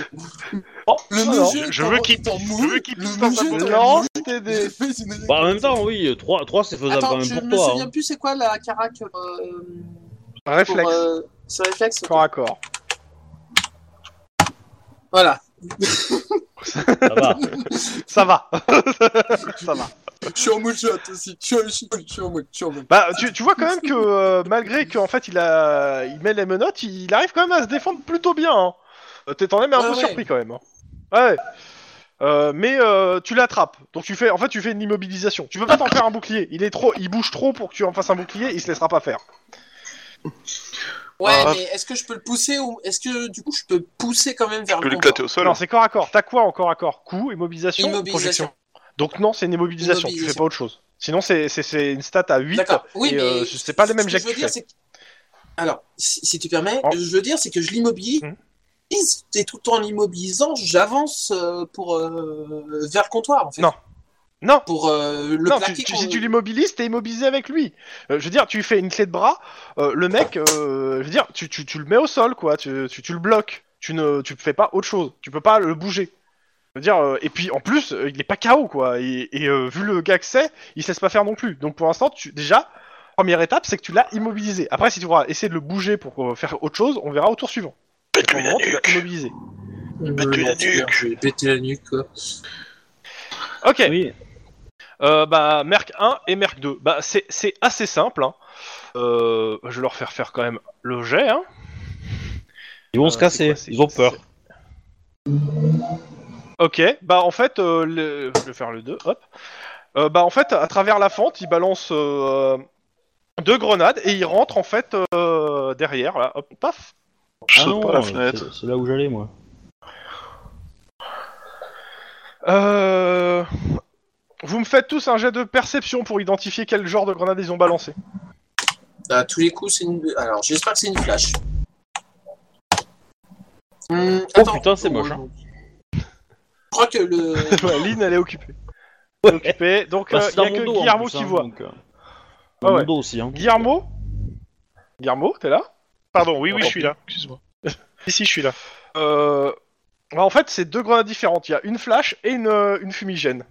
Speaker 4: Le
Speaker 2: non,
Speaker 4: jeu
Speaker 5: je
Speaker 4: est
Speaker 5: veux
Speaker 4: en-
Speaker 5: qu'il
Speaker 4: est en
Speaker 5: pisse, je
Speaker 4: moule,
Speaker 5: veux qu'il
Speaker 4: le
Speaker 5: pisse dans sa
Speaker 4: jeu
Speaker 5: bouteille.
Speaker 4: est en moule,
Speaker 2: Lance tes
Speaker 4: je
Speaker 2: dés.
Speaker 4: fais une réclamation.
Speaker 1: Bah, en même temps, oui, 3, 3 c'est faisable
Speaker 4: Attends,
Speaker 1: quand
Speaker 4: je
Speaker 1: même pour
Speaker 4: ne me
Speaker 1: toi.
Speaker 4: souviens
Speaker 1: hein.
Speaker 4: plus c'est quoi la carac. Euh, pour,
Speaker 2: Réflexe.
Speaker 4: euh, c'est réflexe.
Speaker 2: Corps à corps.
Speaker 4: Voilà,
Speaker 1: Ça
Speaker 2: <laughs>
Speaker 1: va.
Speaker 2: Ça va.
Speaker 4: <laughs>
Speaker 2: Ça va.
Speaker 4: je suis en moule shot aussi. Je suis, je suis, je suis en moule, je suis en moule.
Speaker 2: Bah, tu, tu vois quand même que euh, malgré qu'en fait il a, il met les menottes, il, il arrive quand même à se défendre plutôt bien. Hein. Euh, T'es t'en es même un
Speaker 4: Ouais,
Speaker 2: peu
Speaker 4: ouais.
Speaker 2: surpris quand même. hein. Ouais. Euh, mais euh, tu l'attrapes, donc tu fais, en fait, tu fais une immobilisation. Tu peux pas t'en faire un bouclier. Il est trop, il bouge trop pour que tu en fasses un bouclier. Il se laissera pas faire.
Speaker 4: Ouais,
Speaker 3: Ah.
Speaker 4: mais est-ce que je peux le pousser ou est-ce que du coup je peux pousser quand même
Speaker 3: Tu
Speaker 4: vers
Speaker 3: peux
Speaker 4: le
Speaker 3: l'éclater
Speaker 4: contre
Speaker 3: au sol.
Speaker 2: Non, c'est corps à corps. T'as quoi en corps à corps Coup, immobilisation,
Speaker 4: Immobilisation.
Speaker 2: projection. Donc non, c'est une immobilisation. Tu fais
Speaker 4: Immobilisation.
Speaker 2: pas autre chose. Sinon, c'est c'est- c'est une stat à 8
Speaker 4: D'accord. Oui,
Speaker 2: et,
Speaker 4: mais
Speaker 2: euh, c'est pas les mêmes Oh.
Speaker 4: ce
Speaker 2: jets
Speaker 4: que je
Speaker 2: que
Speaker 4: veux
Speaker 2: tu
Speaker 4: dire,
Speaker 2: fais.
Speaker 4: c'est que- Alors, si, si tu permets,
Speaker 2: En-
Speaker 4: je veux dire, c'est que je l'immobilise.
Speaker 2: Mhm.
Speaker 4: Et tout en l'immobilisant, j'avance euh, pour euh, vers le comptoir en fait.
Speaker 2: Non. Non,
Speaker 4: Pour euh, le
Speaker 2: non, tu-
Speaker 4: plaquer
Speaker 2: tu-
Speaker 4: contre-
Speaker 2: si tu l'immobilises, t'es immobilisé avec lui. Euh, je veux dire, tu lui fais une clé de bras, euh, le mec, euh, je veux dire, tu, tu, tu le mets au sol, quoi, tu, tu, tu le bloques, tu ne tu fais pas autre chose, tu peux pas le bouger. Je veux dire, euh, et puis en plus, euh, il est pas KO, quoi, et, et, euh, vu le gars que c'est, il se laisse pas faire non plus. Donc pour l'instant, tu déjà, première étape, c'est que tu l'as immobilisé. Après, si tu vas essayer de le bouger pour euh, faire autre chose, on verra au tour suivant. Mais pour le moment, tu l'as immobilisé.
Speaker 4: Euh,
Speaker 3: Péter la
Speaker 4: non, putain,
Speaker 3: nuque.
Speaker 4: Je vais péter la nuque, quoi.
Speaker 2: Ok,
Speaker 1: Oui.
Speaker 2: Euh, bah, Merc 1 et Merc 2. Bah, c'est c'est assez simple. hein. Euh, je vais leur faire faire quand même le jet. Hein.
Speaker 1: Ils vont
Speaker 2: Euh,
Speaker 1: se
Speaker 2: c'est
Speaker 1: casser,
Speaker 2: quoi, c'est-
Speaker 1: ils ont peur.
Speaker 2: Ok, bah en fait, euh, le- je vais faire le 2, hop. Euh, bah en fait, à travers la fente, ils balancent euh, deux grenades et ils rentrent en fait euh, derrière, là, hop, paf.
Speaker 3: Je
Speaker 1: Ah
Speaker 3: saute
Speaker 1: non,
Speaker 3: par la
Speaker 1: euh,
Speaker 3: fenêtre.
Speaker 1: c'est- C'est là où j'allais, moi.
Speaker 2: Euh, Vous me faites tous un jet de perception pour identifier quel genre de grenade ils ont balancé.
Speaker 4: Bah, À tous les coups, c'est une. Alors, j'espère que c'est une flash. Hum,
Speaker 1: Oh, putain, c'est moche, hein.
Speaker 4: Je crois que le.
Speaker 2: Ouais, Lynn, elle est occupée.
Speaker 1: Ouais.
Speaker 2: Occupée, donc il
Speaker 1: Bah, c'est
Speaker 2: Euh, y a
Speaker 1: dans
Speaker 2: que
Speaker 1: mon dos, en
Speaker 2: Guillermo
Speaker 1: plus,
Speaker 2: qui
Speaker 1: hein,
Speaker 2: voit.
Speaker 1: donc, euh,
Speaker 2: Ah
Speaker 1: dans mon
Speaker 2: ouais.
Speaker 1: dos aussi, hein.
Speaker 2: Guillermo Guillermo, t'es là
Speaker 5: Pardon, oui, oui,
Speaker 2: Oh,
Speaker 5: je suis là. Excuse-moi. <laughs> Si, si, je suis là.
Speaker 2: Euh, bah, En fait, c'est deux grenades différentes. Il y a une flash et une, euh, une fumigène.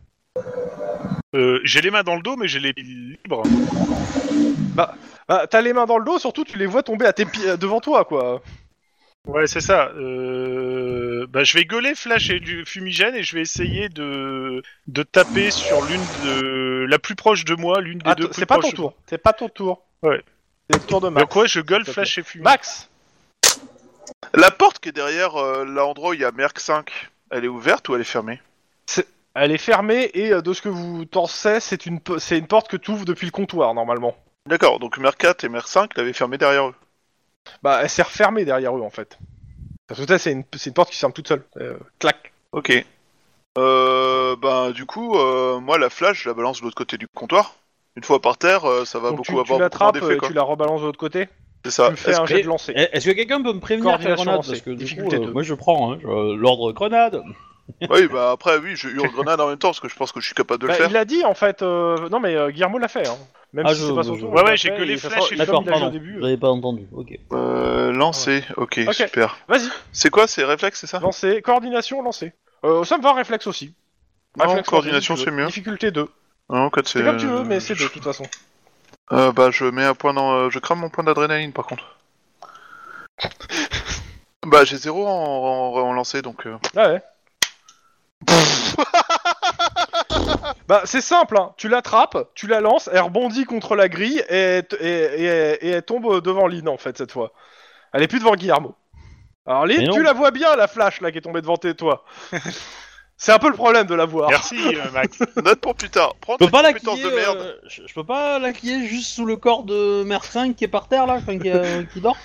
Speaker 5: Euh, j'ai les mains dans le dos, mais j'ai les libres.
Speaker 2: Bah, T'as les mains dans le dos, surtout tu les vois tomber à tes pieds euh, devant toi, quoi.
Speaker 5: Ouais, c'est ça. Euh... Bah, je vais gueuler, flash et du fumigène, et je vais essayer de, de taper sur l'une de la plus proche de moi, l'une des
Speaker 2: Attends,
Speaker 5: deux. plus
Speaker 2: Ah, c'est pas ton
Speaker 5: proches de-
Speaker 2: tour. C'est pas ton tour.
Speaker 5: Ouais.
Speaker 2: C'est le tour de Max.
Speaker 5: Donc ouais, je gueule,
Speaker 2: S'il te
Speaker 5: flash et fumigène.
Speaker 2: Max
Speaker 3: La porte qui est derrière euh, l'endroit où il y a Merc 5, elle est ouverte ou elle est fermée
Speaker 2: Elle est fermée et euh, de ce que vous t'en sais, c'est une, po- c'est une porte que tu ouvres depuis le comptoir, normalement.
Speaker 3: D'accord, donc Merc 4 et Merc 5 l'avaient fermée derrière eux.
Speaker 2: Bah, elle s'est refermée derrière eux, en fait. Parce que ça, c'est une, c'est une porte qui se ferme toute seule. Euh, clac.
Speaker 3: Ok. Euh, ben du coup, euh, moi la flash, je la balance de l'autre côté du comptoir. Une fois par terre, euh, ça va
Speaker 2: Donc tu, tu
Speaker 3: beaucoup avoir beaucoup moins
Speaker 2: l'attrapes
Speaker 3: d'effet.
Speaker 2: et
Speaker 3: quoi. Bah,
Speaker 2: tu la rebalances de l'autre côté.
Speaker 3: C'est ça.
Speaker 2: tu me fais un
Speaker 1: que-
Speaker 2: jet de lancer.
Speaker 1: Eh, Est-ce que quelqu'un peut me prévenir quelle
Speaker 2: Coordination
Speaker 1: grenade
Speaker 2: lancée.
Speaker 1: Parce que du coup,
Speaker 2: Difficulté
Speaker 1: euh,
Speaker 2: deux.
Speaker 1: moi je prends, hein, je- euh, l'ordre grenade.
Speaker 3: oui, bah après, oui, je hurle grenade en même temps parce que je pense que je suis capable de le
Speaker 2: Bah,
Speaker 3: faire.
Speaker 2: il l'a dit en fait. euh, Non mais euh, Guillermo l'a fait. hein. Même
Speaker 1: Ah,
Speaker 2: si
Speaker 1: je-
Speaker 2: c'est pas son
Speaker 1: je-
Speaker 2: tour.
Speaker 5: ouais,
Speaker 2: il l'a
Speaker 5: ouais, j'ai
Speaker 2: fait,
Speaker 5: que les
Speaker 2: il fait
Speaker 5: flashs
Speaker 2: sorte-
Speaker 5: et
Speaker 1: D'accord,
Speaker 2: comme il l'a dit au
Speaker 1: pardon,
Speaker 2: début,
Speaker 1: vous avez pas entendu, ok.
Speaker 3: Euh, lancer,
Speaker 2: Ok.
Speaker 3: ok, super.
Speaker 2: Vas-y,
Speaker 3: C'est quoi, c'est réflexe, c'est ça
Speaker 2: lancez. Coordination, lancez. Euh, ça me va, réflexe aussi.
Speaker 3: Non,
Speaker 2: Réflexe
Speaker 3: Ah, coordination,
Speaker 2: lancé, si tu
Speaker 3: c'est
Speaker 2: veux.
Speaker 3: mieux.
Speaker 2: Difficulté 2.
Speaker 3: Non, quand
Speaker 2: C'est comme tu veux, mais c'est
Speaker 3: je-
Speaker 2: 2 de toute façon.
Speaker 3: Euh, bah, je mets un point dans. euh, Je crame mon point d'adrénaline par
Speaker 2: <laughs>
Speaker 3: contre. bah, j'ai zéro en, en, en lancer donc. euh,
Speaker 2: Ah ouais. bah c'est simple, hein. tu l'attrapes, tu la lances, elle rebondit contre la grille et, t- et- et- et elle tombe euh, devant Lynn en fait cette fois. Elle est plus devant Guillermo. Alors
Speaker 1: Mais
Speaker 2: Lynn,
Speaker 1: non.
Speaker 2: tu la vois bien la flash là qui est tombée devant tes- toi. c'est un peu le problème de la voir.
Speaker 5: Merci, euh,
Speaker 2: <laughs>
Speaker 5: Max.
Speaker 3: Note pour plus tard. Prends
Speaker 1: Je
Speaker 3: tes
Speaker 1: peux pas la
Speaker 3: compétences de merde.
Speaker 1: euh, je je peux pas laquiller juste sous le corps de Mercin qui est par terre là, enfin, qui, euh, qui dort.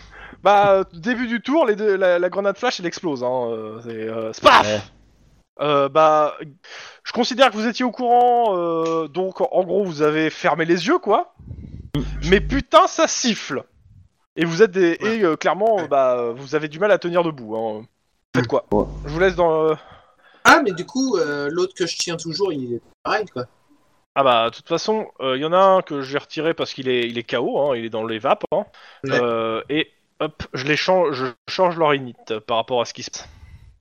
Speaker 2: Bah, euh, début du tour, les deux- la, la grenade flash, elle explose. Hein. euh, C'est euh,
Speaker 1: <laughs>
Speaker 2: spaf
Speaker 1: Ouais.
Speaker 2: Euh, Bah, je considère que vous étiez au courant, euh, donc en gros, vous avez fermé les yeux, quoi. Mais putain, ça siffle Et vous êtes des... Et euh, clairement, euh, bah, euh, vous avez du mal à tenir debout. Hein. Faites quoi
Speaker 1: Ouais.
Speaker 2: Je vous laisse dans... euh,
Speaker 4: Ah, mais du coup, euh, l'autre que je tiens toujours, il est pareil, quoi.
Speaker 2: Ah bah, de toute façon, il y en a un que j'ai retiré parce qu'il est, il est KO, hein, il est dans les vapes. hein.
Speaker 4: Ouais.
Speaker 2: Euh, et hop, je les change, je change leur init euh, par rapport à ce qui se passe.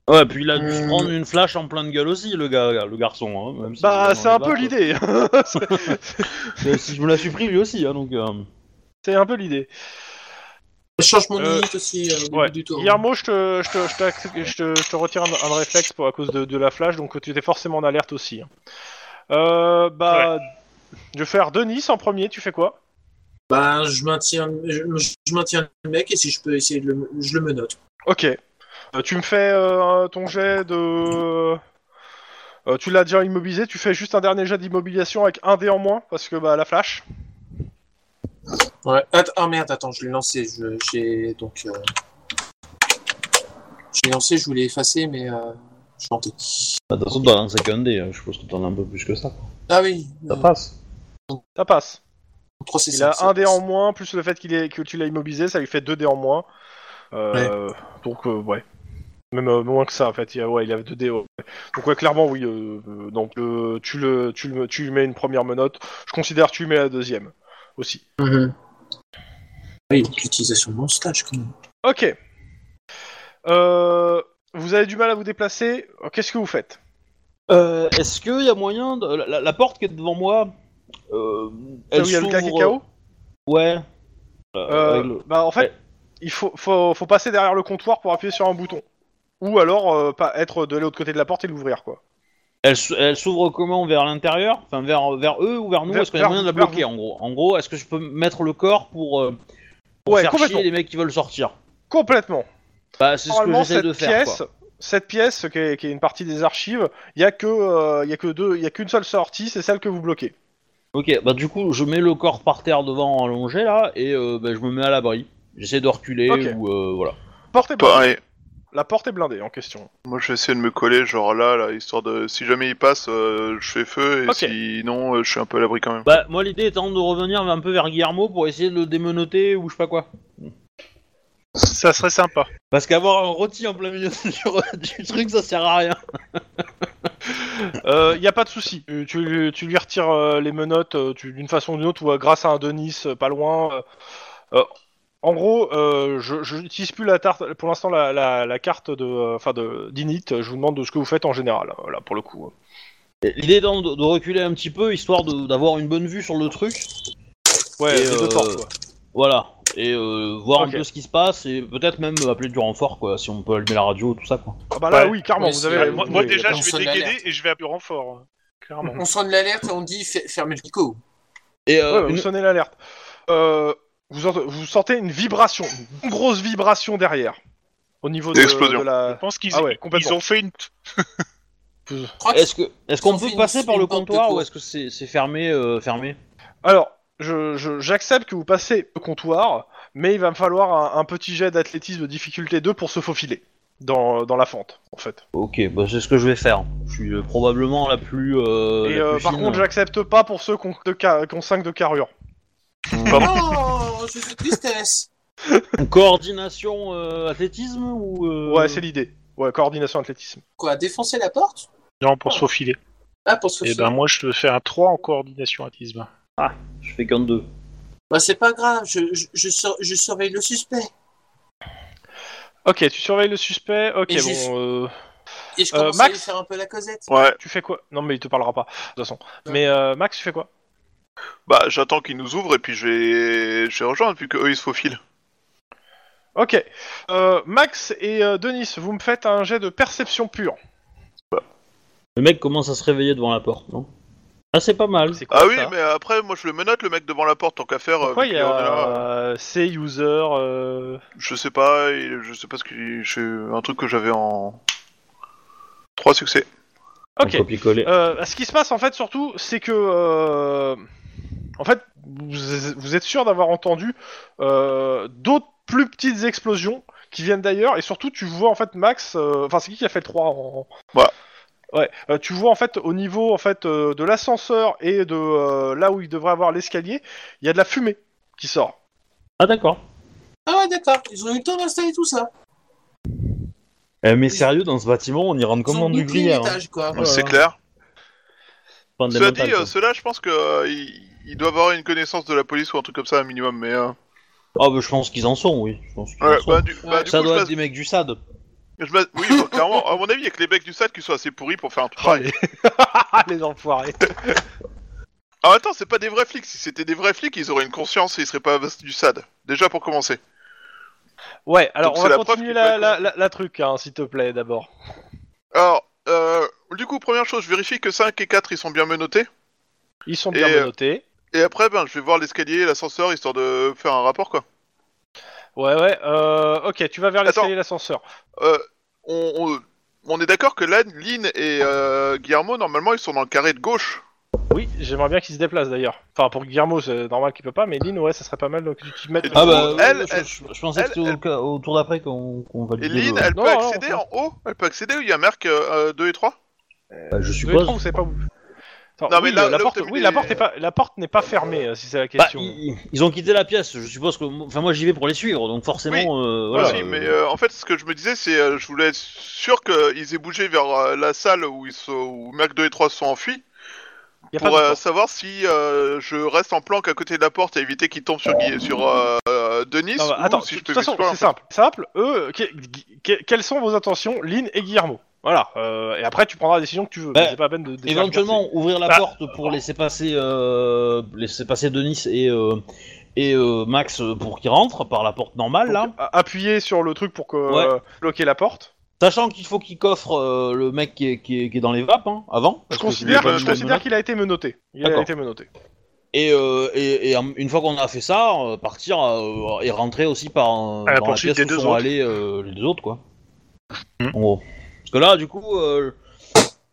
Speaker 1: Ouais, puis il a dû se
Speaker 4: Hmm.
Speaker 1: prendre une flash en plein de gueule aussi, le gars, le garçon. hein, même si
Speaker 2: Bah,
Speaker 1: dans
Speaker 2: c'est
Speaker 1: les
Speaker 2: un peu
Speaker 1: bacs,
Speaker 2: l'idée. hein.
Speaker 1: euh, Si je me la suis pris lui aussi, hein, donc. euh,
Speaker 2: <laughs> c'est un peu l'idée.
Speaker 4: Je change mon
Speaker 2: Euh,
Speaker 4: unit aussi euh, au début
Speaker 2: ouais.
Speaker 4: du tour.
Speaker 2: Guillermo, je te, je te, je t'ac- je te- je te retire un, un réflexe pour, à cause de, de la flash, donc tu étais forcément en alerte aussi. hein. Euh, bah, je vais faire Denis en premier, tu fais quoi
Speaker 4: Bah, je maintiens, je, je maintiens le mec et si je peux essayer de le, je le menote.
Speaker 2: Ok. Euh, tu me fais euh, ton jet de... Euh, tu l'as déjà immobilisé, tu fais juste un dernier jet d'immobilisation avec un dé en moins, parce que bah la flash.
Speaker 4: Ouais. Att- ah merde, attends, je l'ai lancé. Je, j'ai donc. Euh... Je l'ai lancé, je voulais effacer, mais euh, je tentais.
Speaker 1: bah, De toute façon, t'en as un second day, hein, je pense que t'en as un peu plus que ça.
Speaker 4: Ah oui.
Speaker 1: Ça passe.
Speaker 2: Ça passe.
Speaker 4: Trois, c'est
Speaker 2: Il
Speaker 4: ça,
Speaker 2: a
Speaker 4: ça
Speaker 2: un dé
Speaker 4: passe.
Speaker 2: en moins, plus le fait qu'il est, que tu l'as immobilisé, ça lui fait deux dés en moins. Euh, Donc, euh, ouais. Même euh, moins que ça, en fait. Il y a, ouais, il y avait 2 dés. ouais. Donc, ouais, clairement, oui. euh, euh, donc, euh, tu, le, tu, le, tu lui mets une première menotte. Je considère que tu lui mets la deuxième aussi.
Speaker 4: Mhm. Oui, l'utilisation de mon stage, quand même.
Speaker 2: Ok. Euh, vous avez du mal à vous déplacer. Qu'est-ce que vous faites
Speaker 1: Euh, Est-ce qu'il y a moyen de... la, la- la porte qui est devant moi, euh,
Speaker 2: Là
Speaker 1: elle
Speaker 2: où il y a le gars qui est
Speaker 1: s'ouvre-
Speaker 2: KO
Speaker 1: Ouais. Euh,
Speaker 2: Euh,
Speaker 1: avec le-
Speaker 2: Bah en fait,
Speaker 1: Ouais.
Speaker 2: il faut, faut, faut passer derrière le comptoir pour appuyer sur un bouton. Ou alors euh, pas être de l'autre côté de la porte et l'ouvrir quoi.
Speaker 1: Elle, s- elle s'ouvre comment Vers l'intérieur Enfin, vers, vers eux ou vers nous
Speaker 2: Vers-
Speaker 1: Est-ce qu'il y a
Speaker 2: vers-
Speaker 1: moyen de la
Speaker 2: vers
Speaker 1: bloquer en gros En gros, est-ce que je peux mettre le corps pour, euh, pour
Speaker 2: Ouais,
Speaker 1: faire
Speaker 2: complètement.
Speaker 1: chier les mecs qui veulent sortir
Speaker 2: Complètement.
Speaker 1: Bah, c'est ce que
Speaker 2: Normalement
Speaker 1: j'essaie
Speaker 2: cette
Speaker 1: de faire.
Speaker 2: pièce,
Speaker 1: quoi.
Speaker 2: cette pièce qui est, qui est une partie des archives, il y a que euh, il y a que deux, il y a qu'une seule sortie, c'est celle que vous bloquez.
Speaker 1: Ok, bah du coup, je mets le corps par terre devant allongé là et euh, bah, je me mets à l'abri. J'essaie de reculer
Speaker 2: Ok.
Speaker 1: ou euh, voilà.
Speaker 2: Porte est blindée.
Speaker 3: Pareil.
Speaker 2: La porte est blindée en question.
Speaker 3: Moi, je vais essayer de me coller, genre là, là, histoire de. Si jamais il passe, euh, je fais feu, et
Speaker 2: Ok.
Speaker 3: sinon, euh, je suis un peu à l'abri quand même.
Speaker 1: Bah, moi l'idée étant de revenir un peu vers Guillermo pour essayer de le démenoter ou je sais pas quoi.
Speaker 5: Ça serait sympa.
Speaker 1: Parce qu'avoir un rôti en plein milieu <laughs> du, du truc, ça sert à rien.
Speaker 2: Euh, Il y a pas de souci. Tu, tu lui- tu lui retires euh, les menottes euh, tu- d'une façon ou d'une autre ou euh, grâce à un Denis euh, pas loin. euh, euh, en gros, euh, je je n'utilise plus la tarte pour l'instant la, la- la carte de euh, enfin de d'init. Je vous demande de ce que vous faites en général. euh, Là pour le coup.
Speaker 1: L'idée étant de, de reculer un petit peu histoire de- d'avoir une bonne vue sur le truc.
Speaker 2: Ouais.
Speaker 1: Et,
Speaker 2: les deux
Speaker 1: euh,
Speaker 2: portes, quoi.
Speaker 1: Voilà. Et euh, voir
Speaker 2: Ok.
Speaker 1: un peu ce qui se passe et peut-être même appeler du renfort quoi, si on peut allumer la radio, tout ça quoi.
Speaker 2: Ah bah là
Speaker 5: ouais.
Speaker 2: oui carrément.
Speaker 4: Ouais,
Speaker 2: vous
Speaker 4: si,
Speaker 2: avez.
Speaker 4: ouais,
Speaker 5: moi,
Speaker 4: oui,
Speaker 5: moi,
Speaker 4: oui,
Speaker 5: déjà,
Speaker 4: on
Speaker 5: je
Speaker 4: sonne
Speaker 5: vais déguider
Speaker 4: l'alerte.
Speaker 5: et je vais appeler renfort. hein.
Speaker 2: <laughs>
Speaker 5: Clairement.
Speaker 4: On sonne l'alerte et on dit fe- fermez le dico.
Speaker 1: Et
Speaker 2: Ouais,
Speaker 1: euh,
Speaker 2: bah,
Speaker 1: une-
Speaker 2: Vous sonnez l'alerte. Euh, vous, ent- vous sentez une vibration, une grosse vibration derrière au niveau de,
Speaker 3: D'explosion.
Speaker 2: de
Speaker 5: Je
Speaker 2: la.
Speaker 5: pense qu'ils
Speaker 2: Ah ouais,
Speaker 5: ils
Speaker 2: complètement.
Speaker 5: ont fait une.
Speaker 4: Je crois que
Speaker 1: est-ce que est-ce qu'on
Speaker 4: On
Speaker 1: peut
Speaker 4: fait une-
Speaker 1: passer par
Speaker 4: une
Speaker 1: le
Speaker 4: porte de
Speaker 1: comptoir
Speaker 4: cour.
Speaker 1: ou est-ce que c'est c'est fermé euh, fermé
Speaker 2: Alors, je- je- j'accepte que vous passez le comptoir, mais il va me falloir un, un petit jet d'athlétisme de difficulté 2 pour se faufiler dans, dans la fente, en fait.
Speaker 1: Ok, bah c'est ce que je vais faire. Je suis euh, probablement la plus. euh,
Speaker 2: Et
Speaker 1: la
Speaker 2: euh,
Speaker 1: plus
Speaker 2: par
Speaker 1: fine.
Speaker 2: contre, j'accepte pas pour ceux qui ont, de ca- qui ont 5 de carrure.
Speaker 4: Oh, je suis tristesse.
Speaker 1: coordination, euh, athlétisme ou euh,
Speaker 2: Ouais, c'est l'idée. Ouais, coordination athlétisme.
Speaker 4: Quoi, défoncer la porte
Speaker 5: Non, pour se faufiler.
Speaker 4: Ah, pour se
Speaker 5: Et
Speaker 4: faire.
Speaker 5: ben, moi, je te fais un 3 en coordination athlétisme.
Speaker 1: je fais qu'un de deux.
Speaker 4: Bah, c'est pas grave, je, je, je, sur- je surveille le suspect.
Speaker 2: Ok, tu surveilles le suspect. Ok,
Speaker 4: Et j'ai-
Speaker 2: bon, euh,
Speaker 4: Et je
Speaker 2: Euh,
Speaker 4: commence à
Speaker 2: Max
Speaker 4: lui faire un peu la cosette.
Speaker 3: Ouais,
Speaker 2: tu fais quoi Non, mais il te parlera pas, de toute façon.
Speaker 4: Ouais.
Speaker 2: Mais euh, Max, tu fais quoi
Speaker 3: bah j'attends qu'ils nous ouvrent et puis je vais, je vais rejoindre vu qu'eux ils se faufilent.
Speaker 2: Ok. Euh, Max et euh, Denis, vous me faites un jet de perception pure.
Speaker 3: Oh,
Speaker 1: Le mec commence à se réveiller devant la porte, non Ah, c'est pas mal.
Speaker 2: C'est quoi
Speaker 3: Ah oui,
Speaker 2: ça
Speaker 3: mais après moi je le menote le mec devant la porte tant qu'à faire. euh,
Speaker 2: Pourquoi
Speaker 3: vu
Speaker 2: il y
Speaker 3: qu'il en est là, euh,
Speaker 2: a euh, C user euh,
Speaker 3: Je sais pas, il- je sais pas ce qu'il, je- un truc que j'avais en trois succès.
Speaker 2: Ok.
Speaker 1: Un copier-coller.
Speaker 2: Euh, ce qui se passe en fait surtout, c'est que euh, en fait vous, vous êtes sûr d'avoir entendu euh, d'autres plus petites explosions qui viennent d'ailleurs et surtout tu vois en fait Max, euh, enfin c'est qui qui a fait le 3 en...
Speaker 3: Moi.
Speaker 2: Ouais, euh, tu vois en fait au niveau en fait euh, de l'ascenseur et de euh, là où il devrait avoir l'escalier, il y a de la fumée qui
Speaker 3: <laughs>
Speaker 2: sort.
Speaker 1: Ah, d'accord.
Speaker 4: Ah, ouais, d'accord, ils ont eu le temps d'installer tout ça.
Speaker 1: Eh, mais sérieux, dans ce bâtiment, on y rentre comme
Speaker 4: ils
Speaker 1: dans
Speaker 4: ont
Speaker 1: du
Speaker 4: bouclé
Speaker 2: hein.
Speaker 1: grillage.
Speaker 4: l'étage, quoi.
Speaker 1: Ouais.
Speaker 3: C'est clair.
Speaker 1: Enfin, des
Speaker 3: Cela dit,
Speaker 1: montagnes,
Speaker 3: euh,
Speaker 1: quoi.
Speaker 3: ceux-là je pense que euh, ils, ils doivent avoir une connaissance de la police ou un truc comme ça un minimum, mais. euh,
Speaker 1: Ah, bah, je pense qu'ils en sont, oui. Je pense qu'ils en
Speaker 3: Ouais,
Speaker 1: sont.
Speaker 3: bah du, bah, du
Speaker 1: ça
Speaker 3: coup je
Speaker 1: doit être
Speaker 3: passe
Speaker 1: des mecs du SAD.
Speaker 3: Je base- Oui, bah, clairement, à mon avis, avec les mecs du SAD qui sont assez pourris pour faire un truc pareil.
Speaker 2: Ah <laughs> les enfoirés.
Speaker 3: En même temps, Ah, c'est pas des vrais flics. Si c'était des vrais flics, ils auraient une conscience et ils seraient pas du SAD. Déjà pour commencer.
Speaker 2: Ouais, alors
Speaker 3: Donc
Speaker 2: on
Speaker 3: c'est
Speaker 2: va
Speaker 3: la preuve
Speaker 2: continuer
Speaker 3: qu'il
Speaker 2: la,
Speaker 3: faut
Speaker 2: la, la- la truc, hein, s'il te plaît, d'abord.
Speaker 3: Alors, euh, du coup, première chose, je vérifie que 5 et 4 ils sont bien menottés.
Speaker 2: Ils sont
Speaker 3: Et,
Speaker 2: bien
Speaker 3: euh,
Speaker 2: menottés.
Speaker 3: Et après, ben, je vais voir l'escalier et l'ascenseur histoire de faire un rapport quoi.
Speaker 2: Ouais, ouais, euh, ok, tu vas vers l'escalier et l'ascenseur.
Speaker 3: Euh, on, on- on est d'accord que Lan, Lynn et euh, Guillermo, normalement, ils sont dans le carré de gauche.
Speaker 2: Oui, j'aimerais bien qu'il se déplace d'ailleurs. Enfin, pour Guillermo, c'est normal qu'il peut pas, mais Lynn, ouais, ça serait pas mal donc tu te mettes.
Speaker 3: Et du
Speaker 1: Ah,
Speaker 3: coup,
Speaker 1: bah,
Speaker 3: elle,
Speaker 1: je,
Speaker 3: elle-
Speaker 1: je- je pensais
Speaker 3: elle-
Speaker 1: que c'était au, ca- au tour d'après qu'on qu'on
Speaker 3: Et
Speaker 1: validait.
Speaker 3: Lynn,
Speaker 1: le-
Speaker 3: elle
Speaker 2: Non,
Speaker 3: peut
Speaker 2: non,
Speaker 3: accéder
Speaker 2: non.
Speaker 3: en haut Elle peut accéder où il y a marque 2 euh, et 3
Speaker 1: Bah, je
Speaker 2: Deux et
Speaker 1: suppose.
Speaker 2: trois, vous savez pas où. Attends,
Speaker 3: Non,
Speaker 2: oui, euh,
Speaker 3: mais là-
Speaker 2: la,
Speaker 3: là où
Speaker 2: porte,
Speaker 3: t'as vu
Speaker 2: oui,
Speaker 3: les-
Speaker 2: la porte n'est pas, la porte n'est pas fermée, euh, si c'est la
Speaker 1: Bah,
Speaker 2: question.
Speaker 1: ils, ils ont quitté la pièce, je suppose que. Enfin, moi j'y vais pour les suivre, donc forcément.
Speaker 3: Oui,
Speaker 1: euh, voilà,
Speaker 3: Vas-y,
Speaker 1: euh,
Speaker 3: mais euh, en fait, ce que je me disais, c'est euh, je voulais être sûr qu'ils aient bougé vers euh, la salle où, ils sont, où Merc 2 et 3 se sont enfuis
Speaker 2: Il y a pas
Speaker 3: pour
Speaker 2: de
Speaker 3: euh,
Speaker 2: porte.
Speaker 3: savoir si euh, je reste en planque à côté de la porte et éviter qu'ils tombent sur, Guy- sur euh, euh, Denis.
Speaker 2: Non, bah,
Speaker 3: ou
Speaker 2: attends,
Speaker 3: si
Speaker 2: de
Speaker 3: je
Speaker 2: toute
Speaker 3: peux
Speaker 2: façon,
Speaker 3: m'explorer, en
Speaker 2: c'est simple. Simple, eux, que- que- que- quelles sont vos intentions, Lynn et Guillermo Voilà, euh, et après tu prendras la décision que tu veux.
Speaker 1: Bah,
Speaker 2: c'est pas la peine de. de
Speaker 1: Éventuellement, ouvrir la
Speaker 5: Ah.
Speaker 2: Bah,
Speaker 1: porte pour laisser passer, euh, laisser passer Denis et, euh, et euh, Max euh, pour qu'ils rentrent par la porte normale,
Speaker 2: faire
Speaker 1: là.
Speaker 2: Donc, a- appuyer sur le truc pour que
Speaker 1: Ouais.
Speaker 2: euh, bloquer la porte.
Speaker 1: Sachant qu'il faut qu'il coffre euh, le mec qui est, qui est- qui est dans les vapes, hein, avant.
Speaker 2: Je
Speaker 1: Parce que
Speaker 2: considère,
Speaker 1: c'est-
Speaker 3: pas
Speaker 2: je
Speaker 3: une bonne
Speaker 2: considère qu'il a été menotté. Il a
Speaker 1: D'accord.
Speaker 2: été menotté.
Speaker 1: Et, euh, et, et, euh, une fois qu'on a fait ça, euh, partir euh, et rentrer aussi par euh,
Speaker 5: À la
Speaker 1: dans la
Speaker 5: poursuite
Speaker 1: pièce
Speaker 5: des
Speaker 1: où
Speaker 5: deux
Speaker 1: sont
Speaker 5: autres. Hmm.
Speaker 1: allés euh, les deux autres, quoi. En gros. Parce que là, du coup, euh,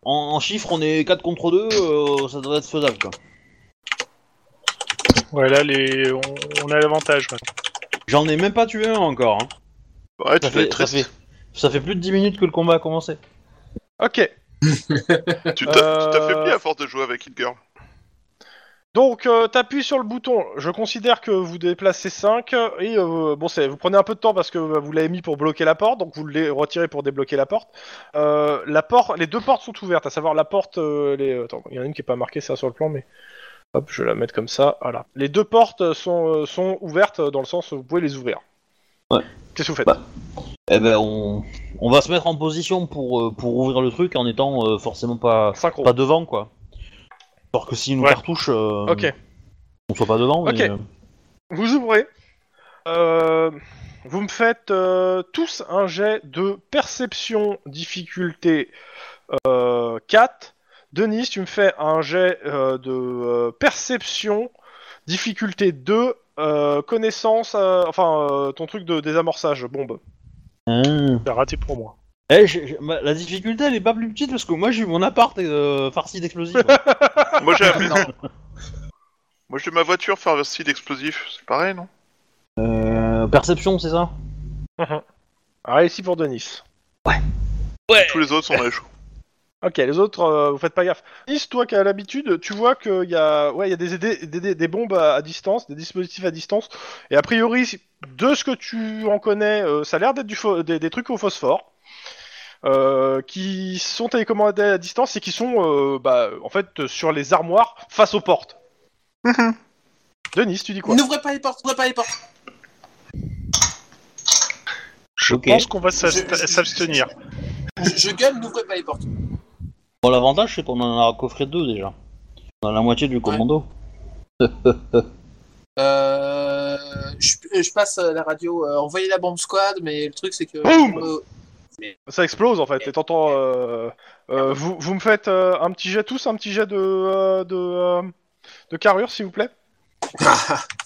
Speaker 1: en, en chiffres, on est 4 contre 2, euh, ça devrait être faisable, quoi.
Speaker 5: Ouais, là, les... on, on a l'avantage. ouais.
Speaker 1: J'en ai même pas tué un encore, hein.
Speaker 3: fait. Ouais, tu
Speaker 1: Ça
Speaker 3: dois
Speaker 1: fait,
Speaker 3: être
Speaker 1: ça,
Speaker 3: triste.
Speaker 1: fait, ça fait plus de 10 minutes que le combat a commencé.
Speaker 2: Ok,
Speaker 3: Tu t'as- tu
Speaker 2: Euh,
Speaker 3: t'affaiblis à force de jouer avec Hit Girl.
Speaker 2: Donc, euh, t'appuies sur le bouton. Je considère que vous déplacez 5. Et euh, bon, c'est- vous prenez un peu de temps parce que euh, vous l'avez mis pour bloquer la porte. Donc, vous le retirez pour débloquer la porte. Euh, la porte, les deux portes sont ouvertes. À savoir, la porte. euh, les... Attends, il y en a une qui est pas marquée, ça, sur le plan. Mais hop, je vais la mettre comme ça. Voilà. Les deux portes euh, sont, euh, sont ouvertes euh, dans le sens où vous pouvez les ouvrir.
Speaker 1: Ouais.
Speaker 2: Qu'est-ce que vous faites
Speaker 1: Bah. Eh ben, on, on va se mettre en position pour, euh, pour ouvrir le truc en étant euh, forcément pas,
Speaker 2: Synchro.
Speaker 1: pas devant, quoi. Alors que s'il nous
Speaker 5: Ouais.
Speaker 1: cartouche, euh,
Speaker 2: Ok.
Speaker 1: on soit pas devant. mais,
Speaker 2: Ok.
Speaker 1: euh,
Speaker 2: Vous ouvrez. Euh, vous me faites euh, tous un jet de perception difficulté euh, 4. Denis, tu me fais un jet euh, de euh, perception difficulté 2. euh, connaissance, euh, enfin euh, ton truc de désamorçage, bombe.
Speaker 1: hein.
Speaker 5: T'as raté pour moi.
Speaker 1: Eh, j'ai- j'ai- ma- la difficulté, elle est pas plus petite parce que moi, j'ai eu mon appart euh, farci d'explosifs. quoi.
Speaker 3: Moi, j'ai la
Speaker 4: <laughs>
Speaker 3: maison. Moi, j'ai ma voiture farcie d'explosifs. C'est pareil, non
Speaker 1: <laughs> Euh, perception, c'est ça
Speaker 2: Ah, ici pour Denis.
Speaker 3: Tous les autres sont à chaud.
Speaker 2: Ok, les autres, euh, vous faites pas gaffe. Is, toi qui as l'habitude, tu vois qu'il y a, ouais, il y a des, des, des- des bombes à, à distance, des dispositifs à distance, et a priori, si- de ce que tu en connais, euh, ça a l'air d'être du pho- des, des trucs au phosphore, euh, qui sont télécommandés à distance et qui sont, euh, bah, en fait, sur les armoires face aux portes. Denis, tu dis quoi
Speaker 4: N'ouvrez pas les portes, n'ouvrez pas les portes.
Speaker 5: Je
Speaker 1: Ok.
Speaker 5: pense qu'on va s'as-
Speaker 4: Je- je-
Speaker 5: s'abstenir.
Speaker 4: Je, je gueule, n'ouvrez pas les portes.
Speaker 1: Bon, l'avantage, c'est qu'on en a coffré deux déjà. On a la moitié du commando.
Speaker 4: Euh, je, je passe euh, la radio. euh, envoyez la bombe squad, mais le truc c'est que.
Speaker 2: Boum
Speaker 4: Euh,
Speaker 2: Ça explose en fait, et t'entends. euh, euh, vous, vous me faites euh, un petit jet tous, un petit jet de, euh, de, euh, de carrure, s'il vous plaît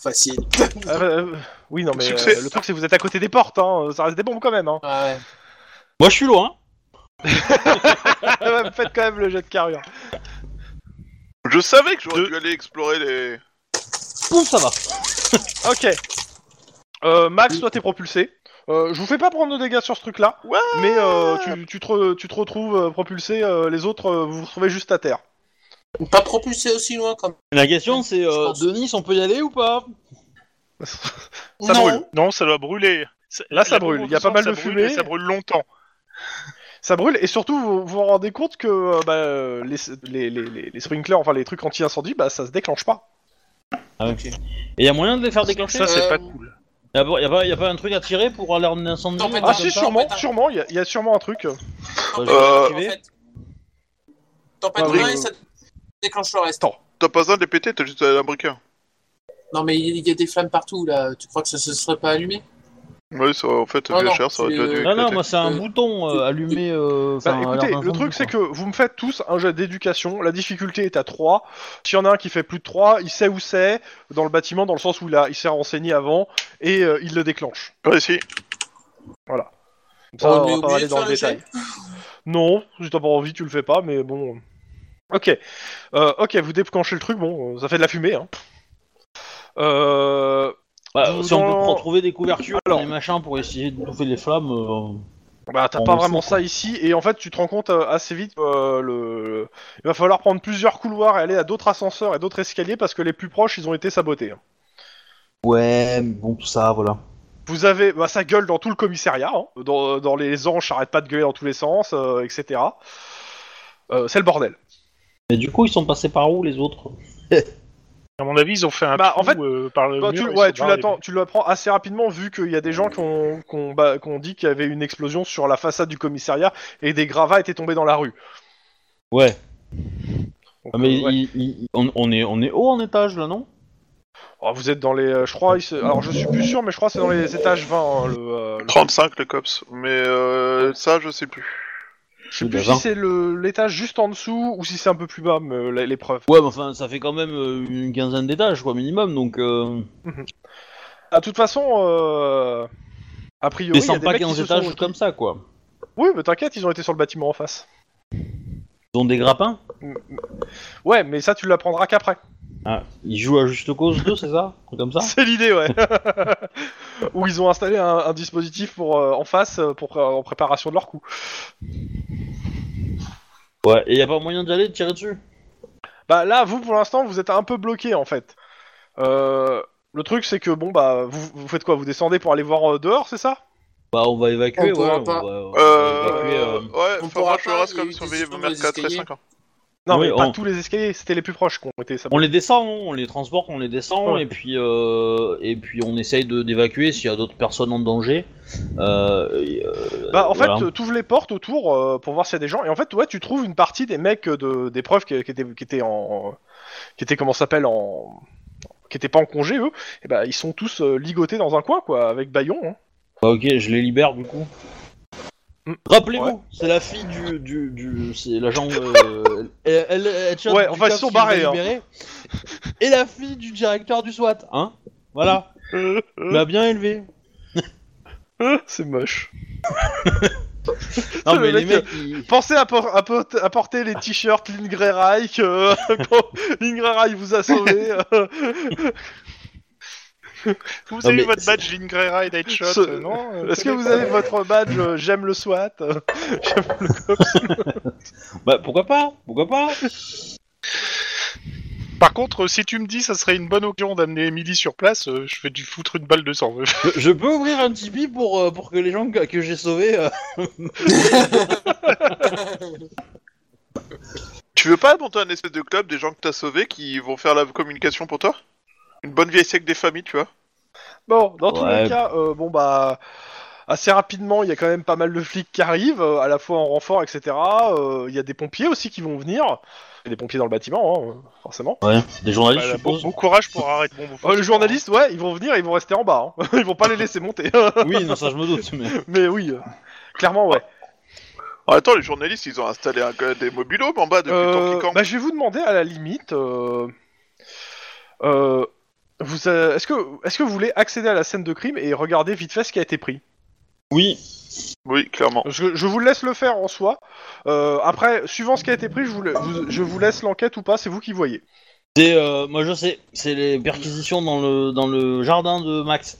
Speaker 4: facile.
Speaker 2: Ah bah, euh, oui, non, mais
Speaker 3: Succès.
Speaker 2: euh, le truc, c'est que vous êtes à côté des portes, hein, euh, ça reste des bombes quand même.
Speaker 3: <laughs>
Speaker 2: Hein.
Speaker 4: Ouais.
Speaker 1: <laughs> Moi, je suis loin.
Speaker 2: Ouais, Euh, Faites quand même le jet de carrure.
Speaker 3: Je savais que j'aurais
Speaker 5: Deux.
Speaker 3: dû aller explorer les.
Speaker 1: Ouf, ça va.
Speaker 2: Ok. Euh, Max, toi, t'es propulsé. Euh, je vous fais pas prendre de dégâts sur ce truc-là,
Speaker 3: Ouais.
Speaker 2: mais euh, tu, tu te, re- tu te retrouves euh, propulsé, euh, les autres, euh, vous vous retrouvez juste à terre.
Speaker 4: Pas propulsé aussi loin comme.
Speaker 1: La question, c'est
Speaker 4: Je
Speaker 1: euh,
Speaker 4: pense.
Speaker 1: Denis, on peut y aller ou pas
Speaker 2: Ça
Speaker 4: non.
Speaker 2: brûle.
Speaker 5: Non, ça doit brûler. C'est-
Speaker 2: Là, ça
Speaker 5: la
Speaker 2: brûle. Il y a pas mal
Speaker 5: ça
Speaker 2: de
Speaker 5: brûle,
Speaker 2: fumée.
Speaker 5: et Ça brûle longtemps.
Speaker 2: Ça brûle, et surtout, vous vous, vous rendez compte que euh, bah, euh, les, les, les- les- les sprinklers, enfin les trucs anti-incendie, bah, ça se déclenche pas.
Speaker 1: Ah Et y a moyen de les faire déclencher
Speaker 5: Ça, c'est
Speaker 4: Euh,
Speaker 5: pas cool.
Speaker 1: Y'a pas, y a pas- y a pas un truc à tirer pour aller en incendie
Speaker 4: Tempête
Speaker 1: ou
Speaker 2: Ah,
Speaker 1: un
Speaker 4: Non,
Speaker 2: si,
Speaker 1: truc
Speaker 4: ça,
Speaker 1: comme
Speaker 2: sûrement,
Speaker 4: mais-
Speaker 2: sûrement, il y a- il y, a sûrement un truc.
Speaker 1: ça
Speaker 2: Bah,
Speaker 4: Tempête,
Speaker 3: Euh,
Speaker 4: en fait. Tempête
Speaker 2: Ah,
Speaker 4: brun
Speaker 2: oui.
Speaker 4: et ça déclenche le reste.
Speaker 3: T'as pas besoin de les péter, t'as juste un briquet.
Speaker 4: Non mais il y a- il y a des flammes partout là. Tu crois que ça se serait pas allumé
Speaker 3: Ouais, ça, en fait,
Speaker 4: Ah non,
Speaker 3: VHR, ça aurait
Speaker 4: c'est,
Speaker 3: déjà
Speaker 4: euh,
Speaker 1: Non,
Speaker 3: dû.
Speaker 1: non,
Speaker 3: éclater.
Speaker 1: moi c'est un
Speaker 4: Euh,
Speaker 1: bouton euh, allumé. euh,
Speaker 2: Bah,
Speaker 1: enfin,
Speaker 2: écoutez,
Speaker 1: alerte
Speaker 2: le
Speaker 1: incendie,
Speaker 2: truc c'est
Speaker 1: quoi.
Speaker 2: que vous me faites tous un jet d'éducation, la difficulté est à 3. S'il y en a un qui fait plus de 3, il sait où c'est, dans le bâtiment, dans le sens où il, a- il s'est renseigné avant, et euh, il le déclenche.
Speaker 3: Ouais, si.
Speaker 2: Comme ça,
Speaker 4: On est
Speaker 2: on va pas
Speaker 4: obligé
Speaker 2: aller
Speaker 4: de
Speaker 2: dans
Speaker 4: faire
Speaker 2: le
Speaker 4: le
Speaker 2: détail. Non, si t'as pas envie, tu le fais pas, mais bon. Ok, Euh, ok, vous déclenchez le truc, bon, euh, ça fait de la fumée. Hein. Euh,
Speaker 1: Bah,
Speaker 2: vous
Speaker 1: si on peut
Speaker 2: dans-
Speaker 1: Bah, retrouver des couvertures,
Speaker 2: Alors.
Speaker 1: des machins pour essayer de bouffer les flammes. euh,
Speaker 2: Bah, t'as
Speaker 1: On
Speaker 2: pas
Speaker 1: le
Speaker 2: vraiment
Speaker 1: sait,
Speaker 2: ça ici, et en fait, tu te rends compte euh, assez vite, euh, le... le- il va falloir prendre plusieurs couloirs et aller à d'autres ascenseurs et d'autres escaliers parce que les plus proches, ils ont été sabotés. hein.
Speaker 1: Ouais, mais bon, tout ça, voilà.
Speaker 2: Vous avez, bah, ça gueule dans tout le commissariat, hein. dans, dans les anges, arrête pas de gueuler dans tous les sens, euh, etc. Euh, c'est le bordel.
Speaker 1: Mais du coup, ils sont passés par où les autres
Speaker 7: À mon avis, ils ont fait un
Speaker 2: Bah,
Speaker 7: trou,
Speaker 2: en fait,
Speaker 7: euh, par le
Speaker 2: Bah,
Speaker 7: mur,
Speaker 2: tu,
Speaker 7: ils
Speaker 2: ouais,
Speaker 7: sont
Speaker 2: tu
Speaker 7: barrés.
Speaker 2: l'attends, tu l'apprends assez rapidement vu qu'il y a des gens qui ont, qui ont- bah, qui ont dit qu'il y avait une explosion sur la façade du commissariat et des gravats étaient tombés dans la rue.
Speaker 1: Ouais,
Speaker 2: Donc,
Speaker 1: Ah, mais
Speaker 2: euh, ouais.
Speaker 1: il- il- il- on, on est, on est haut en étage là, non
Speaker 2: Oh, vous êtes dans les, euh, je crois, ils se- alors je suis plus sûr, mais je crois que c'est dans les étages 20. hein, le, euh, le-
Speaker 3: 35 le cops, mais euh, ça je sais plus.
Speaker 1: Je
Speaker 2: Je sais plus si c'est le- l'étage juste en dessous ou si c'est un peu plus bas, mais, euh, l'é- l'épreuve.
Speaker 1: Ouais, mais enfin, ça fait quand même euh, une quinzaine d'étages, quoi, minimum, donc... Euh...
Speaker 2: Ah, De toute façon, euh, a priori, il y a
Speaker 1: Descends
Speaker 2: des
Speaker 1: pas
Speaker 2: mecs qui
Speaker 1: 15
Speaker 2: se sont-
Speaker 1: étages comme ça, quoi.
Speaker 2: Oui, mais t'inquiète, ils ont été sur le bâtiment en face.
Speaker 1: Ils ont des grappins
Speaker 2: Ouais, mais ça, tu l'apprendras qu'après.
Speaker 1: Ah, Ils jouent à Juste Cause 2, c'est ça Un truc Comme ça
Speaker 2: <laughs> C'est l'idée, ouais. Où ils ont installé un, un dispositif pour euh, en face euh, pour, euh, en préparation de leur coup.
Speaker 1: Ouais, et y a pas moyen d'y aller, de tirer dessus
Speaker 2: Bah là, vous, pour l'instant, vous êtes un peu bloqué, en fait. Euh, le truc, c'est que, bon, bah, vous, vous faites quoi Vous descendez pour aller voir euh, dehors, c'est ça
Speaker 1: Bah, on va évacuer,
Speaker 4: On
Speaker 1: ouais,
Speaker 4: pourra
Speaker 1: on
Speaker 4: pas.
Speaker 1: va, on va évacuer,
Speaker 3: Euh,
Speaker 1: euh,
Speaker 3: ouais,
Speaker 4: bah, on
Speaker 3: enfin,
Speaker 4: pourra
Speaker 3: moi je
Speaker 4: pas,
Speaker 3: reste
Speaker 4: il y a
Speaker 3: comme
Speaker 4: eu
Speaker 3: surveiller
Speaker 4: des
Speaker 3: mon mère
Speaker 4: discussions
Speaker 3: 4 et
Speaker 4: dans les
Speaker 3: 5 ans.
Speaker 2: Non,
Speaker 1: Oui,
Speaker 2: mais pas
Speaker 1: on-
Speaker 2: tous les escaliers, c'était les plus proches qui ont été sabotés.
Speaker 1: On les descend, hein, on les transporte, on les descend,
Speaker 2: Ouais.
Speaker 1: et puis euh, et puis on essaye de d'évacuer s'il y a d'autres personnes en danger. Euh, et, euh,
Speaker 2: Bah en fait,
Speaker 1: voilà.
Speaker 2: euh, t'ouvres les portes autour euh, pour voir s'il y a des gens et en fait ouais tu trouves une partie des mecs euh, de des preuves qui, qui étaient qui étaient en qui étaient comment ça s'appelle en qui étaient pas en congé eux et bah ils sont tous euh, ligotés dans un coin quoi avec Bayon. hein.
Speaker 1: Bah, ok, je les libère du coup.
Speaker 2: Mm.
Speaker 1: Rappelez-vous, c'est la fille du du, du c'est l'agent. euh, elle, elle, elle tient
Speaker 2: Ouais,
Speaker 1: du
Speaker 2: enfin, ils
Speaker 1: cop
Speaker 2: sont
Speaker 1: qui les a
Speaker 2: barrés, hein.
Speaker 1: libérés. Et la fille du directeur du SWAT, hein Voilà.
Speaker 5: Euh.
Speaker 2: Mm.
Speaker 1: L'a bien élevé. Hein,
Speaker 2: C'est moche.
Speaker 1: Non
Speaker 2: <laughs> Le
Speaker 1: mais les
Speaker 2: mec, euh,
Speaker 1: mecs, ils-
Speaker 2: Pensez à, por- à por- à porter les t-shirts Lingray Reich euh, <laughs> quand Lingray Reich vous a sauvé. euh,
Speaker 5: Est-ce que vous
Speaker 1: Non,
Speaker 5: avez
Speaker 1: mais
Speaker 5: votre
Speaker 1: c'est-
Speaker 5: badge Lingray Ride Headshot
Speaker 2: Ce-
Speaker 5: euh, Non euh,
Speaker 2: Est-ce que
Speaker 5: ça
Speaker 2: vous
Speaker 5: dépend.
Speaker 2: avez votre badge euh, J'aime le SWAT euh,
Speaker 1: bah pourquoi pas Pourquoi pas
Speaker 5: Par contre, euh, si tu me dis ça serait une bonne occasion d'amener Emily sur place, euh, je vais du foutre une balle de sang. <laughs>
Speaker 1: je, je peux ouvrir un Tipeee pour euh, pour que les gens que, que j'ai sauvés. euh,
Speaker 3: Tu veux pas monter un espèce de club des gens que t'as sauvés qui vont faire la communication pour toi Une bonne vieille siècle des familles, tu vois
Speaker 2: Bon, dans tous
Speaker 1: Ouais.
Speaker 2: les cas, euh, bon bah assez rapidement, il y a quand même pas mal de flics qui arrivent, euh, à la fois en renfort, etc. Euh, Il y a des pompiers aussi qui vont venir. Il y a des pompiers dans le bâtiment, hein, forcément.
Speaker 1: Ouais, des journalistes,
Speaker 5: Bah,
Speaker 1: je
Speaker 5: là, bon,
Speaker 1: suppose. Oh,
Speaker 5: bon courage pour arrêter bon, bon,
Speaker 2: Euh, les journalistes, ouais, ils vont venir, ils vont rester en bas. hein. <laughs> ils vont pas les laisser monter.
Speaker 1: <laughs>
Speaker 2: <laughs>
Speaker 1: Oui, non, ça je me doute. Mais...
Speaker 2: Mais oui, euh, clairement, ouais.
Speaker 3: Ah, Attends, les journalistes ils ont installé un, des mobilos en bas Ah, depuis le temps
Speaker 2: Euh,
Speaker 3: qu'ils campent.
Speaker 2: bah, je vais vous demander à la limite. euh, euh, vous, euh, est-ce que, est-ce que vous voulez accéder à la scène de crime et regarder vite fait ce qui a été pris
Speaker 1: Oui,
Speaker 3: Oui, clairement.
Speaker 2: Je, je vous laisse le faire en soi. Euh, après, suivant ce qui a été pris, je vous, la- vous- je vous laisse l'enquête ou pas, c'est vous qui voyez.
Speaker 1: c'est euh, moi je sais, c'est les perquisitions dans le dans le jardin de Max.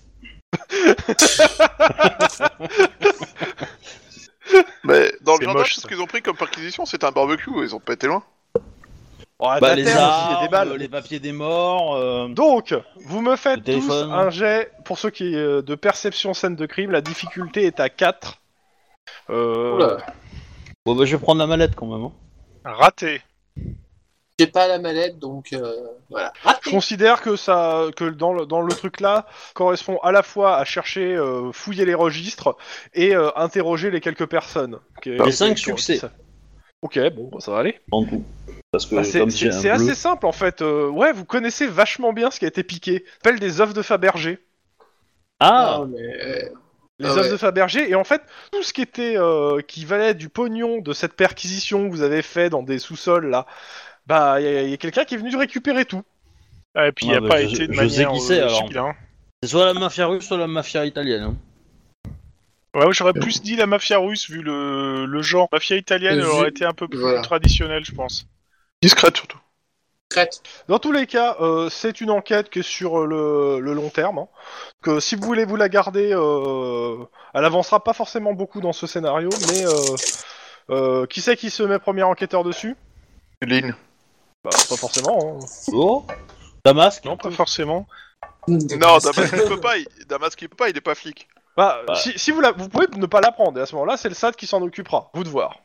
Speaker 3: Mais dans
Speaker 5: C'est
Speaker 3: le jardin,
Speaker 5: moche,
Speaker 3: tout ce
Speaker 5: ça.
Speaker 3: qu'ils ont pris comme perquisition, c'était un barbecue, ils ont pas été loin.
Speaker 2: Oh,
Speaker 1: Bah,
Speaker 2: la
Speaker 1: les
Speaker 2: terre aussi, il y a
Speaker 1: armes,
Speaker 2: des balles.
Speaker 1: les papiers des morts. euh,
Speaker 2: Donc, vous me
Speaker 1: Le
Speaker 2: faites tous
Speaker 1: téléphone.
Speaker 2: un jet pour ceux qui euh, de perception scène de crime. La difficulté est à 4. Euh,
Speaker 4: Oula,
Speaker 1: Bon bah je vais prendre la mallette quand même. hein.
Speaker 5: Raté.
Speaker 4: j'ai pas la mallette, donc euh, voilà.
Speaker 2: je
Speaker 4: Raté.
Speaker 2: considère que ça, que dans le, dans le truc là, correspond à la fois à chercher, euh, fouiller les registres et euh, interroger les quelques personnes. qui-
Speaker 1: Les cinq
Speaker 2: qui-
Speaker 1: succès.
Speaker 2: Ok, bon, bah, ça va aller.
Speaker 1: En tout. Parce que
Speaker 2: Bah, c'est
Speaker 1: Euh, comme j'ai
Speaker 2: c'est-
Speaker 1: un
Speaker 2: c'est
Speaker 1: bleu-
Speaker 2: assez simple en fait. Euh, ouais, vous connaissez vachement bien ce qui a été piqué. Ça s'appelle des œufs de Fabergé.
Speaker 1: Ah
Speaker 4: Non, mais, euh,
Speaker 2: Les
Speaker 4: Ah
Speaker 2: œufs
Speaker 4: ouais.
Speaker 2: de Fabergé. Et en fait, tout ce qui était euh, qui valait du pognon de cette perquisition que vous avez fait dans des sous-sols là, bah il y a, y a quelqu'un qui est venu récupérer tout.
Speaker 5: Ah, et puis il
Speaker 1: Ah,
Speaker 5: a
Speaker 1: bah,
Speaker 5: pas
Speaker 1: je-
Speaker 5: été de
Speaker 1: je sais
Speaker 5: manière
Speaker 1: qui c'est,
Speaker 5: euh,
Speaker 1: alors.
Speaker 5: subile, hein.
Speaker 1: C'est soit la mafia russe, soit la mafia italienne. hein.
Speaker 5: Ouais, j'aurais plus dit la mafia russe vu le, le genre. La mafia italienne
Speaker 4: Euh,
Speaker 5: aurait
Speaker 4: vu-
Speaker 5: été un peu plus
Speaker 4: voilà.
Speaker 5: traditionnelle, je pense.
Speaker 3: Discrète surtout.
Speaker 4: discrète.
Speaker 2: Dans tous les cas, euh, c'est une enquête qui est sur euh, le, le long terme. hein. Que si vous voulez vous la garder, euh, elle avancera pas forcément beaucoup dans ce scénario, mais euh, euh, qui c'est qui se met premier enquêteur dessus
Speaker 3: Lynn.
Speaker 2: Bah, pas forcément. hein.
Speaker 1: Oh Damasque
Speaker 5: Non, pas forcément.
Speaker 3: Non, Damas il peut pas, il... Damas qui peut pas, il est pas flic.
Speaker 2: Bah,
Speaker 1: Bah.
Speaker 2: Si, si vous, la, vous pouvez ne pas la prendre, et à ce moment-là, c'est le SAD qui s'en occupera. Vous de voir.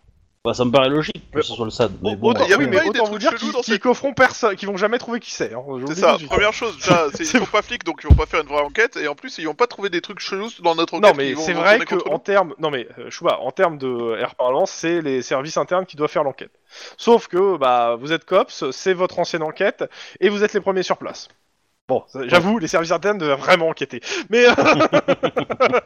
Speaker 1: Bah, ça me paraît logique que
Speaker 2: Mais- Oh,
Speaker 1: ce soit le SAD. Mais bon, bah, euh,
Speaker 2: Autant,
Speaker 3: il y a
Speaker 2: ah oui,
Speaker 3: même
Speaker 2: mais
Speaker 3: pas eu des
Speaker 2: autant vous
Speaker 3: trucs
Speaker 2: dire
Speaker 3: chelous
Speaker 2: qu'ils
Speaker 3: dans
Speaker 2: qui
Speaker 3: cette-
Speaker 2: coffreront personne, qu'ils vont jamais trouver qui c'est. hein. Je vous le
Speaker 3: C'est ça,
Speaker 2: dis tout de suite.
Speaker 3: première chose. Déjà,
Speaker 2: <laughs>
Speaker 3: c'est- ils sont pas flics, donc ils vont pas faire une vraie enquête. Et en plus, ils vont pas trouvé des trucs chelous dans notre enquête.
Speaker 2: Non, mais
Speaker 3: qu'ils vont
Speaker 2: c'est vrai
Speaker 3: retourner
Speaker 2: que
Speaker 3: contre
Speaker 2: en
Speaker 3: nous.
Speaker 2: termes, non mais euh, Chouba, en termes de euh, air parlance, c'est les services internes qui doivent faire l'enquête. Sauf que bah vous êtes cops, c'est votre ancienne enquête et vous êtes les premiers sur place. Bon, ça, j'avoue, les services internes doivent vraiment enquêter. Mais
Speaker 3: <laughs>
Speaker 2: euh,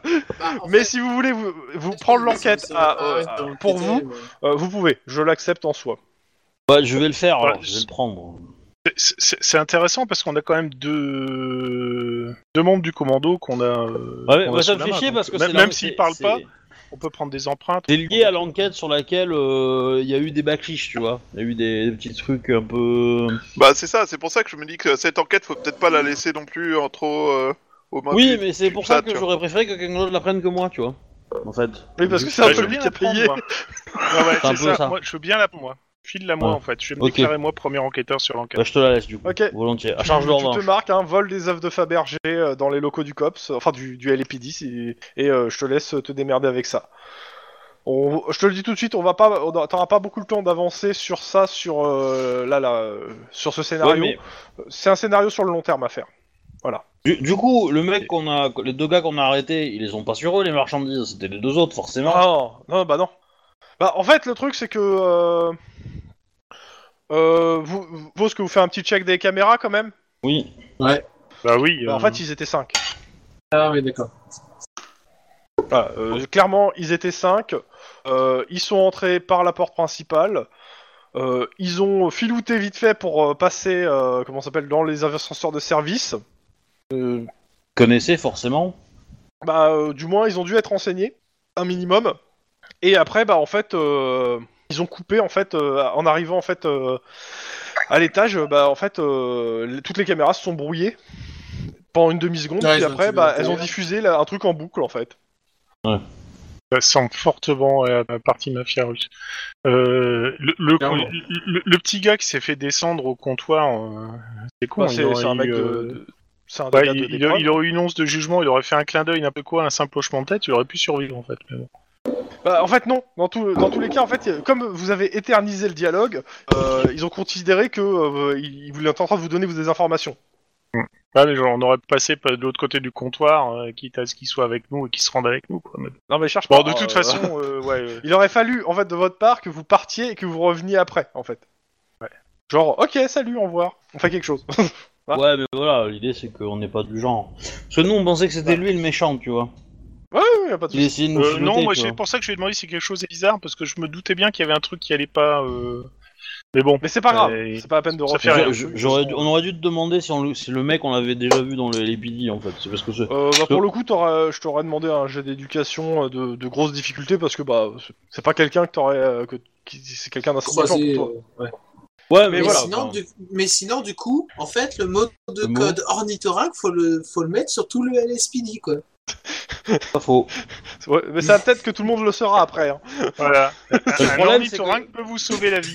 Speaker 2: mais si vous voulez vous, vous prendre l'enquête à,
Speaker 4: Ah,
Speaker 2: euh, à- pour vous, euh, vous pouvez. Je l'accepte en soi.
Speaker 1: bah, je vais le faire,
Speaker 5: Voilà,
Speaker 1: alors, je vais le prendre.
Speaker 5: C'est- C'est c'est intéressant parce qu'on a quand même deux, deux membres du commando qu'on a. euh,
Speaker 1: Ouais,
Speaker 5: qu'on
Speaker 1: ouais,
Speaker 5: a
Speaker 1: ça me
Speaker 5: sous la
Speaker 1: fait
Speaker 5: main,
Speaker 1: chier
Speaker 5: donc,
Speaker 1: parce que
Speaker 5: même-
Speaker 1: c'est la-
Speaker 5: même s'ils
Speaker 1: c'est-
Speaker 5: parlent pas,
Speaker 1: c'est-
Speaker 5: on peut prendre des empreintes.
Speaker 1: C'est lié à l'enquête sur laquelle euh, il y a eu des backlish, tu vois. Il y a eu des, des petits trucs un peu.
Speaker 3: Bah, c'est ça, c'est pour ça que je me dis que cette enquête, faut peut-être pas la laisser non plus en trop euh, aux mains
Speaker 1: Oui,
Speaker 3: du-
Speaker 1: mais c'est
Speaker 3: tu-
Speaker 1: pour
Speaker 3: ça,
Speaker 1: ça que
Speaker 3: tu vois.
Speaker 1: j'aurais préféré que quelqu'un d'autre la prenne que moi, tu vois. En fait.
Speaker 2: Oui, parce que c'est un
Speaker 5: Ouais, je
Speaker 2: peu
Speaker 5: veux
Speaker 2: lui qui
Speaker 5: bien
Speaker 2: a
Speaker 5: la prendre,
Speaker 2: payé.
Speaker 5: moi. Ouais, ouais,
Speaker 1: C'est un
Speaker 5: c'est
Speaker 1: peu
Speaker 5: ça.
Speaker 1: ça.
Speaker 5: Moi, je veux bien la pour moi. File-la moi
Speaker 1: Ouais.
Speaker 5: en fait. Je vais me
Speaker 1: Ok.
Speaker 5: déclarer moi premier enquêteur sur l'enquête.
Speaker 1: Bah, je te la laisse, du coup.
Speaker 2: Ok.
Speaker 1: Volontiers. À
Speaker 2: Tu-
Speaker 1: charge
Speaker 2: tu,
Speaker 1: d'ordre.
Speaker 2: te marques un vol des œufs de Fabergé euh, dans les locaux du COPS, enfin du, du LAPD, si- et euh, je te laisse te démerder avec ça. On- je te le dis tout de suite, on va pas, on a- t'auras pas beaucoup le temps d'avancer sur ça, sur euh, là, là, euh, sur ce
Speaker 1: Ouais,
Speaker 2: scénario.
Speaker 1: mais
Speaker 2: C'est un scénario sur le long terme à faire.
Speaker 1: du, du coup, le mec qu'on a, les deux gars qu'on a arrêtés, ils les ont pas sur eux les marchandises. C'était les deux autres, forcément.
Speaker 2: Non, non, bah non. Bah en fait, le truc c'est que euh, euh, vous, vous- vous, ce que vous faites un petit check des caméras quand même.
Speaker 1: Oui.
Speaker 5: Bah oui.
Speaker 2: Bah, en
Speaker 5: euh,
Speaker 2: fait, ils étaient 5
Speaker 4: Ah oui, d'accord.
Speaker 2: Voilà, euh, clairement, ils étaient 5. ils sont entrés par la porte principale. Euh, ils ont filouté vite fait pour euh, passer, euh, comment ça s'appelle, dans les ascenseurs de service. Euh,
Speaker 1: Connaissez forcément.
Speaker 2: bah, euh, du moins, ils ont dû être renseignés, un minimum. Et après, bah, en fait, euh, ils ont coupé, en fait, euh, en arrivant, en fait, euh, à l'étage, euh, bah, en fait, euh, les- toutes les caméras se sont brouillées pendant une demi-seconde.
Speaker 4: Ouais,
Speaker 2: puis
Speaker 4: Ah, ils ont
Speaker 2: après,
Speaker 4: activé
Speaker 2: bah,
Speaker 4: la
Speaker 2: elles ont
Speaker 4: télé.
Speaker 2: diffusé là, un truc en boucle, en fait.
Speaker 5: Ça ressemble fortement à la partie mafia russe. Euh, le, le,
Speaker 4: Clairement.
Speaker 5: le- le petit gars qui s'est fait descendre au comptoir, euh, c'est con.
Speaker 2: Bah,
Speaker 5: il
Speaker 2: c'est
Speaker 5: aurait
Speaker 2: c'est un
Speaker 5: eu,
Speaker 2: mec de-
Speaker 5: euh,
Speaker 2: de. C'est un des
Speaker 5: ouais,
Speaker 2: gars de-
Speaker 5: il,
Speaker 2: des
Speaker 5: il aurait-
Speaker 2: Prods.
Speaker 5: il aurait eu une once de jugement, il aurait fait un clin d'œil, n'importe quoi, un simple hochement de tête, il aurait pu survivre en fait. mais bon.
Speaker 2: Bah, en fait, non. Dans, tout- dans tous les cas, en fait, euh, comme vous avez éternisé le dialogue, euh, ils ont considéré que euh, ils voulaient en train de vous donner des informations.
Speaker 5: Ouais, mais genre, on aurait passé pas- de l'autre côté du comptoir, euh, quitte à ce qu'il soit avec nous et qu'il se rende avec nous. Quoi. mais-
Speaker 2: Non, mais cherche
Speaker 5: Bon,
Speaker 2: pas.
Speaker 5: de
Speaker 2: hein,
Speaker 5: toute
Speaker 2: euh, <laughs>
Speaker 5: façon, euh, ouais, euh,
Speaker 2: Il aurait fallu, en fait, de votre part, que vous partiez et que vous reveniez après, en fait. Genre, ok, salut, au revoir. On fait quelque chose. <laughs> Ah.
Speaker 1: Ouais, mais voilà, l'idée c'est qu'on n'est pas du genre. Parce que nous, on pensait que
Speaker 2: Bah.
Speaker 1: c'était lui le méchant, tu vois.
Speaker 2: ouais, ouais, ouais, pas de
Speaker 1: Il
Speaker 2: soucis.
Speaker 1: essayait de nous
Speaker 5: Euh,
Speaker 1: filouter,
Speaker 5: non, moi
Speaker 1: tu
Speaker 5: c'est
Speaker 1: vois.
Speaker 5: pour ça que je lui ai demandé si quelque chose est bizarre parce que je me doutais bien qu'il y avait un truc qui allait pas. euh, Mais bon,
Speaker 2: Mais c'est pas grave.
Speaker 5: Euh,
Speaker 2: C'est pas la peine de
Speaker 5: ça
Speaker 2: refaire.
Speaker 5: fait rien.
Speaker 1: J'a- j'a- j'aurais dû- on aurait dû te demander si, on le, si le mec on l'avait déjà vu dans le LAPD en fait. C'est parce que c'est.
Speaker 2: Euh, bah, pour le coup, t'aurais- je t'aurais demandé un jet d'éducation euh, de, de grosses difficultés parce que bah c'est- c'est pas quelqu'un que t'aurais euh, que qui- c'est quelqu'un d'insignifiant
Speaker 4: Croisé,
Speaker 2: pour toi.
Speaker 4: euh,
Speaker 1: Ouais,
Speaker 2: mais
Speaker 1: mais,
Speaker 4: Mais,
Speaker 1: voilà.
Speaker 4: sinon,
Speaker 1: enfin,
Speaker 4: du... mais sinon, du coup, en fait, le mot de
Speaker 1: Le mot.
Speaker 4: code ornithorynque, faut le... faut le mettre sur tout le LSPD, quoi.
Speaker 1: pas faux.
Speaker 2: Ouais, mais ça peut-être que tout le monde le saura après. hein.
Speaker 5: Voilà.
Speaker 1: <laughs> Le
Speaker 5: un
Speaker 1: problème, c'est que-
Speaker 5: ornithorynque peut vous sauver la vie.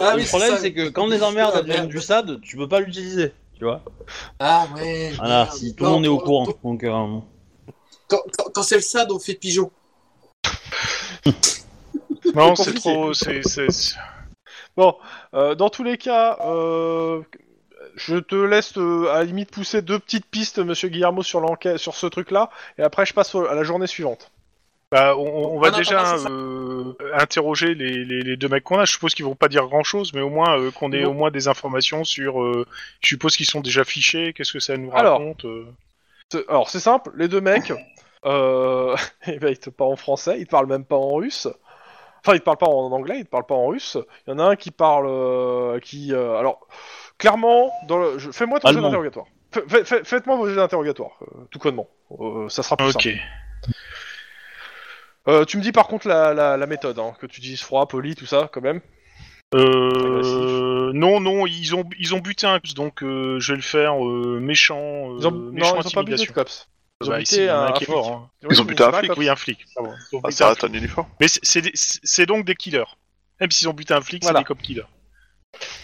Speaker 4: Ah,
Speaker 1: le
Speaker 4: oui,
Speaker 1: problème,
Speaker 4: ça.
Speaker 1: c'est que quand les emmerdes
Speaker 4: Ah,
Speaker 1: adviennent
Speaker 4: merde.
Speaker 1: du SAD, tu peux pas l'utiliser, tu vois.
Speaker 4: Ah ouais.
Speaker 1: Voilà,
Speaker 4: merde.
Speaker 1: si tout le monde est au
Speaker 4: Quand-
Speaker 1: courant. Donc, euh,
Speaker 4: Quand, quand- quand c'est le SAD, on fait pigeon.
Speaker 5: Non,
Speaker 2: C'est
Speaker 5: c'est
Speaker 2: compliqué.
Speaker 5: trop. c'est- c'est- c'est-
Speaker 2: Bon, euh, dans tous les cas, euh, je te laisse euh, à la limite pousser deux petites pistes, Monsieur Guillermo, sur l'enquête, sur ce truc-là, et après je passe au- à la journée suivante.
Speaker 5: Bah, on, on- on va
Speaker 4: Ah non,
Speaker 5: déjà
Speaker 4: pardon, c'est ça.
Speaker 5: euh, interroger les, les- les deux mecs qu'on a. Je suppose qu'ils vont pas dire grand chose, mais au moins euh, qu'on ait
Speaker 2: Non.
Speaker 5: au moins des informations sur. euh, je suppose qu'ils sont déjà fichés. Qu'est-ce que ça nous
Speaker 2: Alors.
Speaker 5: raconte euh.
Speaker 2: C'est- Alors c'est simple, les deux mecs, euh, <laughs> eh ben, ils te parlent en français, ils te parlent même pas en russe. Enfin, ils te parlent pas en anglais, ils te parlent pas en russe. Il y en a un qui parle, euh, qui, euh, alors, clairement, dans le, je- fais-moi ton jeu
Speaker 1: Allemand.
Speaker 2: d'interrogatoire. Fais- fais- fais- Faites-moi vos jeux d'interrogatoire, euh, tout connement. Euh, ça sera plus simple.
Speaker 5: Ok.
Speaker 2: Euh, tu me dis par contre la, la, la méthode, hein, que tu dises froid, poli, tout ça, quand même.
Speaker 5: Euh, euh, non, non, ils ont, ils ont buté un cops, donc euh, je vais le faire euh, méchant, euh,
Speaker 2: Ils ont...
Speaker 5: méchant
Speaker 2: Non, ils ont pas buté
Speaker 5: intimidation.
Speaker 2: de cops. Ils ont
Speaker 5: Bah,
Speaker 2: buté
Speaker 5: ici, il y en a
Speaker 2: un-
Speaker 5: un
Speaker 2: un
Speaker 5: qui est
Speaker 2: flic.
Speaker 5: mort, hein.
Speaker 3: Ils ont buté un
Speaker 2: pas
Speaker 3: flic,
Speaker 2: cops.
Speaker 5: Oui, un flic. pardon. Ils ont
Speaker 3: Ah,
Speaker 5: buté
Speaker 3: ça
Speaker 5: un
Speaker 3: reste
Speaker 5: flic.
Speaker 3: un uniforme.
Speaker 5: Mais c'est- c'est des- c'est c'est donc des killers. Même s'ils ont buté un flic,
Speaker 2: Voilà.
Speaker 5: c'est des cop killers.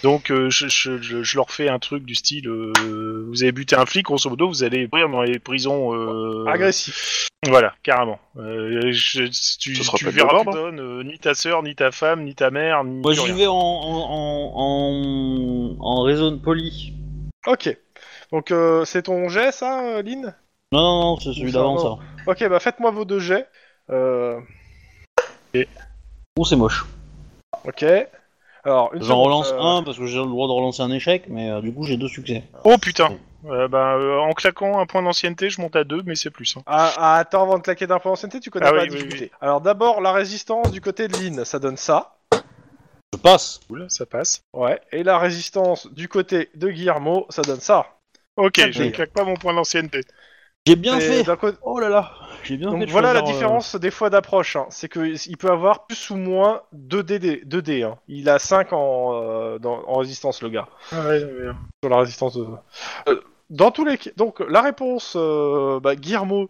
Speaker 5: Donc euh, je, je- je- je leur fais un truc du style euh, vous avez buté un flic, grosso modo, vous allez mourir dans les prisons. euh,
Speaker 2: Agressif.
Speaker 5: Voilà, carrément. Euh, je- tu
Speaker 3: Ce sera
Speaker 5: tu
Speaker 3: peine de
Speaker 5: verras
Speaker 3: mort,
Speaker 5: personne, euh, ni ta sœur, ni ta femme, ni ta mère, ni.
Speaker 1: Moi,
Speaker 5: plus
Speaker 1: j'y
Speaker 5: rien.
Speaker 1: vais en, en, en, en, en raison poli.
Speaker 2: Ok. Donc euh, c'est ton jet ça, euh, Lynn
Speaker 1: Non, non, non, c'est celui
Speaker 2: Ça
Speaker 1: d'avant,
Speaker 2: va.
Speaker 1: ça.
Speaker 2: Ok, bah faites-moi vos deux jets. Euh,
Speaker 1: Bon, c'est moche.
Speaker 2: ok. Alors, une
Speaker 1: J'en
Speaker 2: seconde,
Speaker 1: relance
Speaker 2: euh,
Speaker 1: un parce que j'ai le droit de relancer un échec, mais euh, du coup, j'ai deux succès.
Speaker 5: Oh putain Euh, bah, euh, En claquant un point d'ancienneté, je monte à deux, mais c'est plus. hein.
Speaker 2: Ah, ah, attends, avant de claquer d'un point d'ancienneté, tu connais
Speaker 5: Ah
Speaker 2: pas
Speaker 5: oui,
Speaker 2: la
Speaker 5: oui,
Speaker 2: difficulté. Alors d'abord, la résistance du côté de Lynn, ça donne ça.
Speaker 1: Je passe.
Speaker 5: Cool, ça passe.
Speaker 2: Ouais. Et la résistance du côté de Guillermo, ça donne ça.
Speaker 5: Ok,
Speaker 2: Ça
Speaker 5: je ne
Speaker 1: paye.
Speaker 5: claque pas mon point d'ancienneté.
Speaker 1: J'ai bien
Speaker 2: Et
Speaker 1: fait.
Speaker 2: d'un côté-
Speaker 1: Oh là là. J'ai bien fait.
Speaker 2: Donc
Speaker 1: de
Speaker 2: voilà la
Speaker 1: choisir, euh,
Speaker 2: différence des fois d'approche. hein. C'est qu'il peut avoir plus ou moins 2 DD. 2 dés, hein. Il a 5 en, euh, dans- en résistance, le gars. Sur la résistance de... Euh, Dans tous les cas, donc la réponse, euh, bah, Guillermo,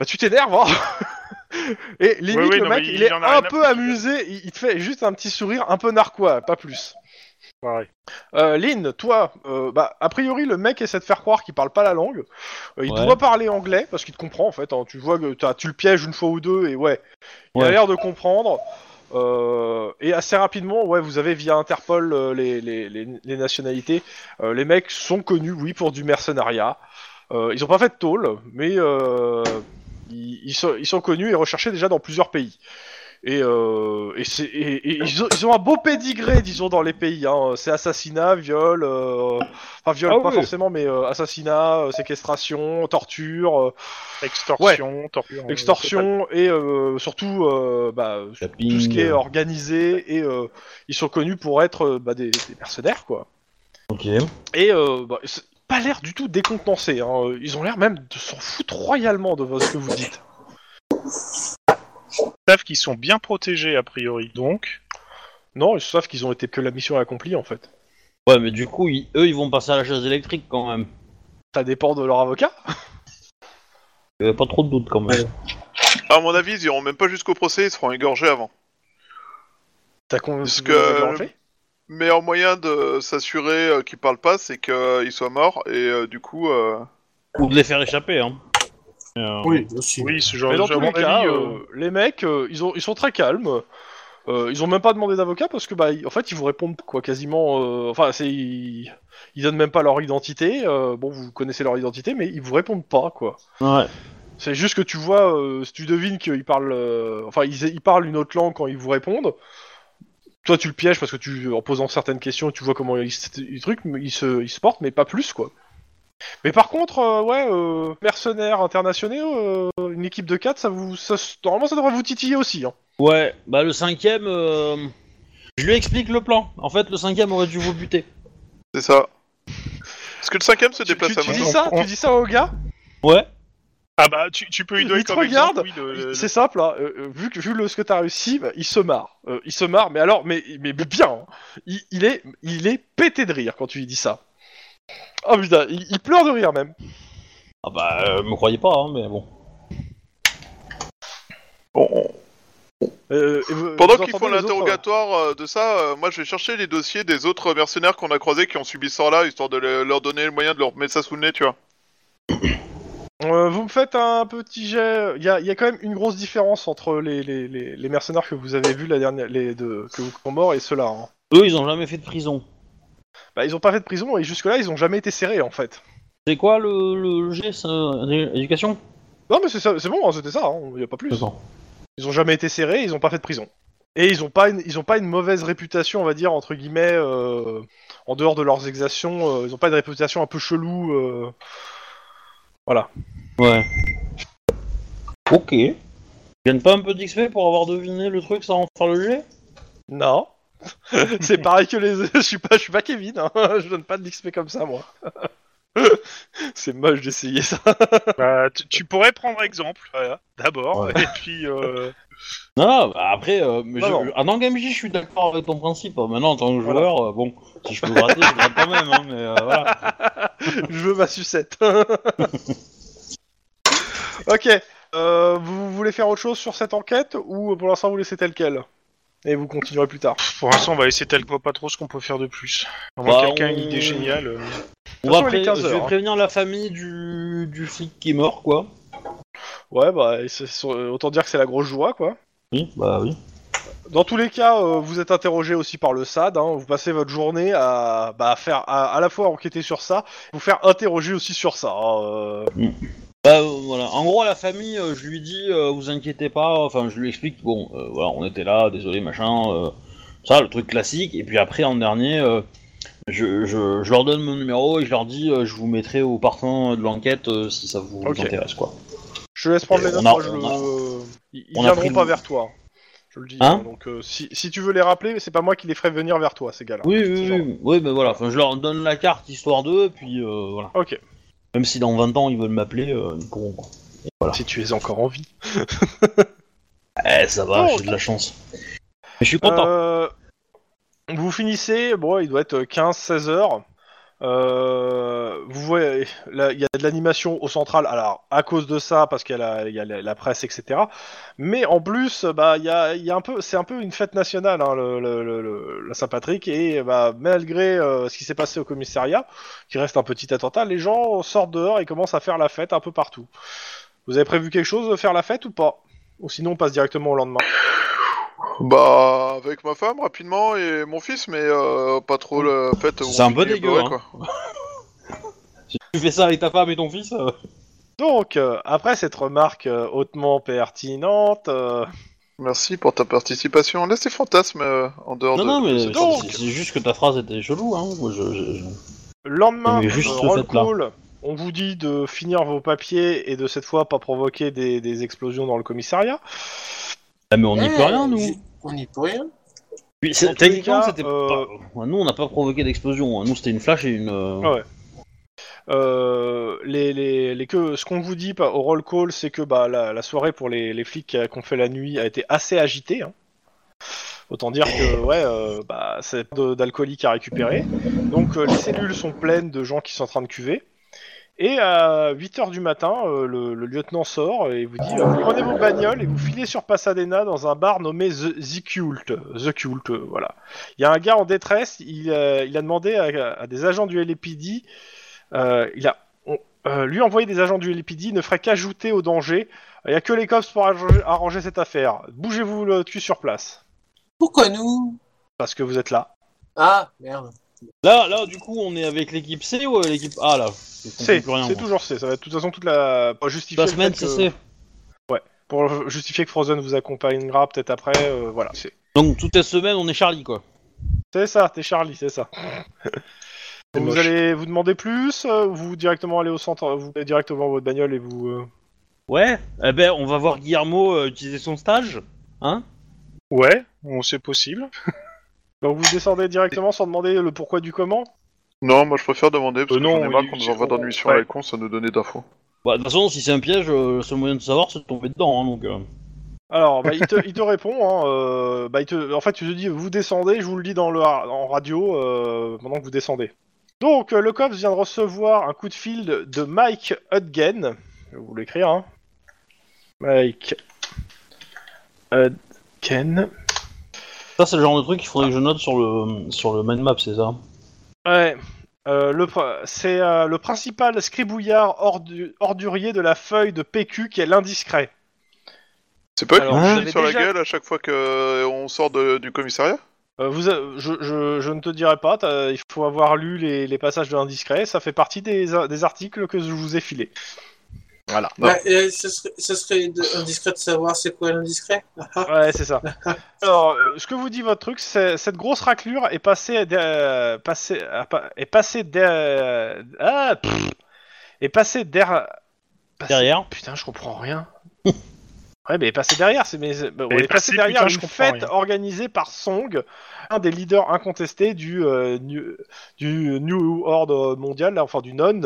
Speaker 2: bah, tu t'énerves, hein <laughs> Et limite,
Speaker 5: Oui, oui,
Speaker 2: le
Speaker 5: non,
Speaker 2: mec,
Speaker 5: mais
Speaker 2: il,
Speaker 5: il
Speaker 2: est
Speaker 5: en a rien
Speaker 2: un
Speaker 5: à
Speaker 2: peu
Speaker 5: foutre.
Speaker 2: amusé, il, il te fait juste un petit sourire un peu narquois, pas plus.
Speaker 5: Pareil.
Speaker 2: Euh, Lynn, toi, euh, bah, a priori, le mec essaie de faire croire qu'il parle pas la langue. Euh, il
Speaker 1: Ouais.
Speaker 2: doit parler anglais parce qu'il te comprend en fait. hein. Tu vois que t'as- tu le pièges une fois ou deux et ouais, il a
Speaker 1: Ouais.
Speaker 2: l'air de comprendre. Euh, et assez rapidement, ouais, vous avez via Interpol euh, les, les- les- les nationalités. Euh, les mecs sont connus, oui, pour du mercenariat. Euh, ils ont pas fait de tôle, mais euh, ils, ils sont, ils sont connus et recherchés déjà dans plusieurs pays. Et, euh, et, c'est- et- et ils, ont, ils ont un beau pédigré, disons, dans les pays. Hein. C'est assassinat, viol, euh, enfin viol
Speaker 1: Ah
Speaker 2: pas
Speaker 1: oui.
Speaker 2: forcément, mais euh, assassinat, euh, séquestration, torture, euh,
Speaker 5: Extorsion, torture. euh,
Speaker 2: extorsion et euh, surtout euh, bah,
Speaker 1: Tapping.
Speaker 2: tout ce qui est organisé. Et euh, ils sont connus pour être euh, bah, des, des mercenaires, quoi.
Speaker 1: Ok.
Speaker 2: Et euh, bah, c'est pas l'air du tout décontenancé. Hein. Ils ont l'air même de s'en foutre royalement de ce que vous dites.
Speaker 5: Ils savent qu'ils sont bien protégés, a priori. Donc,
Speaker 2: Non, ils savent qu'ils ont été que la mission est accomplie, en fait.
Speaker 1: Ouais, mais du coup, ils- eux, ils vont passer à la chaise électrique quand même.
Speaker 2: Ça dépend de leur avocat.
Speaker 1: Euh, pas trop de doute quand même.
Speaker 3: À mon avis, ils iront même pas jusqu'au procès, ils seront égorgés avant.
Speaker 2: T'as con...
Speaker 3: Parce
Speaker 2: vous
Speaker 3: que-
Speaker 2: avez mélangé
Speaker 3: meilleur moyen de s'assurer euh, qu'il parle pas, c'est qu'il soit mort et euh, du coup. euh,
Speaker 1: Ou de les faire échapper, hein. Euh,
Speaker 4: Oui, aussi.
Speaker 5: oui, ce genre
Speaker 2: Mais
Speaker 5: de
Speaker 2: dans
Speaker 5: à
Speaker 2: tous les
Speaker 5: mon
Speaker 2: cas,
Speaker 5: avis, euh,
Speaker 2: euh, les mecs, euh, ils, ont, ils sont très calmes. Euh, ils ont même pas demandé d'avocat parce que, bah, ils- en fait, ils vous répondent quoi, quasiment. euh, enfin, c'est ils, ils donnent même pas leur identité. euh, bon, vous connaissez leur identité, mais ils vous répondent pas quoi.
Speaker 1: Ouais.
Speaker 2: C'est juste que tu vois, euh, si tu devines qu'ils parlent, euh, enfin, ils, ils parlent une autre langue quand ils vous répondent. Toi, tu le pièges parce que tu, en posant certaines questions, tu vois comment ils, se- ils truc, mais ils se, ils se portent, mais pas plus quoi. Mais par contre, euh, ouais, euh, mercenaires internationaux, euh, une équipe de 4, ça vous, ça, normalement, ça devrait vous titiller aussi. Hein.
Speaker 1: Ouais, bah le cinquième, euh, je lui explique le plan. En fait, le cinquième aurait dû vous buter.
Speaker 3: c'est ça. Est-ce que le cinquième se
Speaker 2: Tu,
Speaker 3: déplace
Speaker 2: tu-
Speaker 3: à
Speaker 2: tu dis
Speaker 3: maintenant
Speaker 2: ça, tu dis ça au gars,
Speaker 1: Ouais.
Speaker 5: Ah bah, tu, tu peux lui donner
Speaker 2: Il te
Speaker 5: comme
Speaker 2: regarde,
Speaker 5: exemple, oui, le- le-
Speaker 2: c'est simple. hein, euh, euh, vu que vu le ce que t'as réussi, bah, il se marre, Euh, il se marre, mais alors, mais mais, mais bien, hein. il, il est, il est pété de rire quand tu lui dis ça. Oh putain, il, il pleure de rire même.
Speaker 1: Ah bah, euh, me croyez pas, hein, mais bon.
Speaker 3: On- on-
Speaker 2: Euh, et vous-
Speaker 3: Pendant
Speaker 2: vous
Speaker 3: qu'ils
Speaker 2: entendez
Speaker 3: font
Speaker 2: les autres,
Speaker 3: l'interrogatoire euh, de ça, euh, moi je vais chercher les dossiers des autres mercenaires qu'on a croisés qui ont subi ça là, histoire de le- leur donner le moyen de leur mettre ça sous le nez, tu vois.
Speaker 2: euh, vous me faites un petit jet. euh, Il y a, il y a quand même une grosse différence entre les, les, les, les mercenaires que vous avez vus la dernière, les deux que vous qui sont morts et ceux-là. hein.
Speaker 1: Eux, ils ont jamais fait de prison.
Speaker 2: Bah ils ont pas fait de prison et jusque là ils ont jamais été serrés en fait.
Speaker 1: C'est quoi le, le, le G, ça, euh, éducation
Speaker 2: Non mais c'est ça, c'est bon, hein, c'était ça. Il y a pas plus. Ils ont jamais été serrés, ils ont pas fait de prison. Et ils ont pas une, ils ont pas une mauvaise réputation, on va dire entre guillemets, euh, en dehors de leurs exactions. euh, ils ont pas une réputation un peu chelou. euh.
Speaker 1: Ouais. Ok. Ils gagnent pas un peu d'XP pour avoir deviné le truc sans en faire le G
Speaker 2: Non. <laughs> <laughs> c'est pareil que les. Je suis pas, je suis pas Kevin. hein, Je donne pas de l'XP comme ça moi. <laughs> C'est moche d'essayer ça. <laughs>
Speaker 5: Bah, tu, tu pourrais prendre exemple, voilà, d'abord, et puis... euh,
Speaker 1: Non, non, bah, après, euh, mais
Speaker 2: Non,
Speaker 1: je-
Speaker 2: non.
Speaker 1: je- en engagé, je suis d'accord avec ton principe. Maintenant, en tant que
Speaker 2: Voilà.
Speaker 1: joueur, euh, bon, si je peux gratter, je gratte quand même. hein, mais euh, voilà.
Speaker 2: Je veux ma sucette. <laughs> ok. euh, vous voulez faire autre chose sur cette enquête ou pour l'instant vous laissez tel quel Et vous continuerez plus tard.
Speaker 5: pff, pour l'instant, on va laisser tel quoi pas trop ce qu'on peut faire de plus. À moins
Speaker 1: Bah,
Speaker 5: que quelqu'un ait
Speaker 1: on-
Speaker 5: une idée géniale.
Speaker 1: On
Speaker 5: euh.
Speaker 2: De
Speaker 1: va
Speaker 2: toute façon, il est
Speaker 1: pré-
Speaker 2: 15
Speaker 1: je vais
Speaker 2: heures, hein.
Speaker 1: prévenir la famille du, du flic qui est mort, quoi.
Speaker 2: Ouais, bah c'est sur- autant dire que c'est la grosse joie quoi.
Speaker 1: Oui, bah oui.
Speaker 2: Dans tous les cas, euh, vous êtes interrogé aussi par le SAD. hein. Vous passez votre journée à bah, à faire à, à la fois enquêter sur ça, vous faire interroger aussi sur ça. hein, euh.
Speaker 1: Bah, euh, voilà. En gros, à la famille, euh, je lui dis, euh, vous inquiétez pas, enfin, je lui explique, bon, euh, voilà, on était là, désolé, machin, euh, ça, le truc classique, et puis après, en dernier, euh, je, je, je leur donne mon numéro et je leur dis, euh, je vous mettrai au partant de l'enquête euh, si ça vous, vous
Speaker 2: Ok.
Speaker 1: intéresse, quoi.
Speaker 2: Je te laisse prendre
Speaker 1: Et
Speaker 2: les notes,
Speaker 1: on a-
Speaker 2: moi, je
Speaker 1: on
Speaker 2: le- Ils ils
Speaker 1: on a pris
Speaker 2: viendront
Speaker 1: le-
Speaker 2: pas vers toi. hein. Je le dis.
Speaker 1: Hein
Speaker 2: hein, donc euh, si, si tu veux les rappeler, c'est pas moi qui les ferai venir vers toi, ces gars-là.
Speaker 1: Oui,
Speaker 2: ce
Speaker 1: oui,
Speaker 2: genre.
Speaker 1: oui, oui, mais voilà, enfin, je leur donne la carte histoire d'eux, puis euh, voilà.
Speaker 2: Ok.
Speaker 1: Même si dans 20 ans ils veulent m'appeler, euh, ils pourront, quoi.
Speaker 5: Si tu es encore en vie.
Speaker 1: Eh, ça va,
Speaker 2: Oh,
Speaker 1: j'ai de la chance. Mais je suis content.
Speaker 2: Euh, vous finissez, bon, il doit être 15-16 heures. Euh, vous voyez, là, il y a de l'animation au central, alors à cause de ça, parce qu'il y a la, il y a la- la presse, etc. Mais en plus, bah, il y a, il y a un peu, c'est un peu une fête nationale, hein, le, le- le- le- la Saint-Patrick, et bah, malgré euh, ce qui s'est passé au commissariat, qui reste un petit attentat, les gens sortent dehors et commencent à faire la fête un peu partout. Vous avez prévu quelque chose, de faire la fête ou pas Ou sinon, on passe directement au lendemain.
Speaker 3: Bah, avec ma femme rapidement et mon fils, mais euh, pas trop le fait. où
Speaker 1: C'est
Speaker 3: on
Speaker 1: un peu
Speaker 3: finit
Speaker 1: dégueu,
Speaker 3: bourré,
Speaker 1: hein.
Speaker 3: quoi.
Speaker 1: Si tu fais ça avec ta femme et ton fils, euh,
Speaker 2: Donc, euh, après cette remarque euh, hautement pertinente, euh,
Speaker 3: Merci pour ta participation. Laisse tes fantasmes euh, en dehors
Speaker 1: Non,
Speaker 3: de.
Speaker 1: non, mais c'est-
Speaker 2: donc-
Speaker 1: c'est c'est juste que ta phrase était chelou, hein. Moi, je, je- je-
Speaker 2: le lendemain,
Speaker 1: Mais juste
Speaker 2: euh,
Speaker 1: ce
Speaker 2: roll
Speaker 1: fait-là.
Speaker 2: call, on vous dit de finir vos papiers et de cette fois pas provoquer des, des explosions dans le commissariat.
Speaker 1: Ah, mais on n'y
Speaker 4: Eh,
Speaker 1: peut rien, nous.
Speaker 4: j'ai- On n'y peut rien.
Speaker 1: Puis,
Speaker 2: dans
Speaker 1: c'est-
Speaker 2: tous les
Speaker 1: techniquement,
Speaker 2: cas,
Speaker 1: c'était
Speaker 2: euh,
Speaker 1: pas. Ouais, Nous, on n'a pas provoqué d'explosion. hein. Nous, c'était une flash et une. euh,
Speaker 2: Ouais. Euh, les, les, les que, ce qu'on vous dit pas- au roll call, c'est que bah, la, la soirée pour les, les flics euh, qu'on fait la nuit a été assez agitée. hein. Autant dire que ouais, euh, bah, c'est pas de- d'alcooliques à récupérer. Donc euh, les cellules sont pleines de gens qui sont en train de cuver. Et à 8h du matin, euh, le, le lieutenant sort et vous dit euh, vous prenez vos bagnoles et vous filez sur Pasadena dans un bar nommé The, The Cult. The Cult, euh, voilà. Il y a un gars en détresse, il, euh, il a demandé à, à des agents du LAPD, euh, il a, on- euh, lui envoyer des agents du LAPD ne ferait qu'ajouter au danger. Il n'y a que les cops pour arranger, arranger cette affaire. Bougez-vous le cul sur place,
Speaker 4: Pourquoi nous
Speaker 2: parce que vous êtes là.
Speaker 4: Ah, merde.
Speaker 1: Là, là, du coup, on est avec l'équipe C ou euh, l'équipe A, là Je comprends
Speaker 2: C'est
Speaker 1: plus rien,
Speaker 2: c'est
Speaker 1: moi.
Speaker 2: toujours c'est, ça va être de toute façon toute la... Pour justifier,
Speaker 1: La
Speaker 2: le
Speaker 1: semaine,
Speaker 2: fait
Speaker 1: c'est
Speaker 2: que-
Speaker 1: C.
Speaker 2: pour justifier que Frozen vous accompagnera peut-être après, euh, voilà. C'est-
Speaker 1: Donc, toute la semaine, on est Charlie, quoi.
Speaker 2: C'est ça, t'es Charlie,
Speaker 1: <laughs>
Speaker 2: c'est ça.
Speaker 5: C'est
Speaker 2: vous
Speaker 5: moche.
Speaker 2: allez vous demander plus, euh, vous directement aller au centre, vous allez directement à votre bagnole et vous... euh,
Speaker 1: Ouais. Eh ben, on va voir Guillermo euh, utiliser son stage. Hein
Speaker 5: Ouais, on- c'est possible.
Speaker 2: Donc vous descendez directement sans demander le pourquoi du comment
Speaker 3: Non, moi je préfère demander parce
Speaker 5: Euh,
Speaker 3: que
Speaker 5: non,
Speaker 3: j'en ai marre
Speaker 5: il-
Speaker 3: qu'on nous envoie dans une
Speaker 5: on-
Speaker 3: mission
Speaker 5: ouais.
Speaker 3: à la con, ça nous donnait d'infos.
Speaker 1: Bah, de toute façon, si c'est un piège, euh, le seul moyen de savoir, c'est de tomber dedans, hein, donc. euh.
Speaker 2: Alors, bah, il, te, il te répond, hein, euh, bah, il te, en fait, tu te dis, vous descendez, je vous le dis dans le, ra- en radio euh, pendant que vous descendez. Donc, euh, le COPS vient de recevoir un coup de fil de, de Mike Hudgen. Je vais vous l'écrire, hein. Mike Hudgen.
Speaker 1: Ça, c'est le genre de truc qu'il faudrait que je note sur le, sur le mind map, c'est ça
Speaker 2: Ouais. Euh, le pr- c'est euh, le principal scribouillard ordu- ordurier de la feuille de PQ qui est l'indiscret.
Speaker 3: C'est pas
Speaker 2: Alors,
Speaker 3: une
Speaker 1: je
Speaker 3: machine
Speaker 2: l'avais
Speaker 3: sur
Speaker 2: déjà-
Speaker 3: la gueule à chaque fois que euh, on sort de- du commissariat
Speaker 2: Euh, vous, a- je, je, je ne te dirai pas, t'as- il faut avoir lu les, les passages de l'indiscret, ça fait partie des, a- des articles que je vous ai filés. Voilà.
Speaker 3: Non.
Speaker 4: Ouais, euh, ce serait, ce serait de- indiscret de savoir c'est quoi l'indiscret. Ah, ah.
Speaker 2: Ouais, c'est ça. Alors, euh, ce que vous dit votre truc, c'est cette grosse raclure est passée, dé- euh, passée, à pa- est passée, dé- euh, ah, pff, est passée der- passée-
Speaker 1: Derrière
Speaker 2: Putain, je comprends rien. <laughs> Ouais, mais passer derrière, c'est mes... bah, on
Speaker 5: Et
Speaker 2: est passé
Speaker 5: passer,
Speaker 2: derrière
Speaker 5: putain,
Speaker 2: une
Speaker 5: je comprends
Speaker 2: fête
Speaker 5: rien.
Speaker 2: organisée par Song, un des leaders incontestés du, euh, New- du New Order mondial, là, enfin du Non,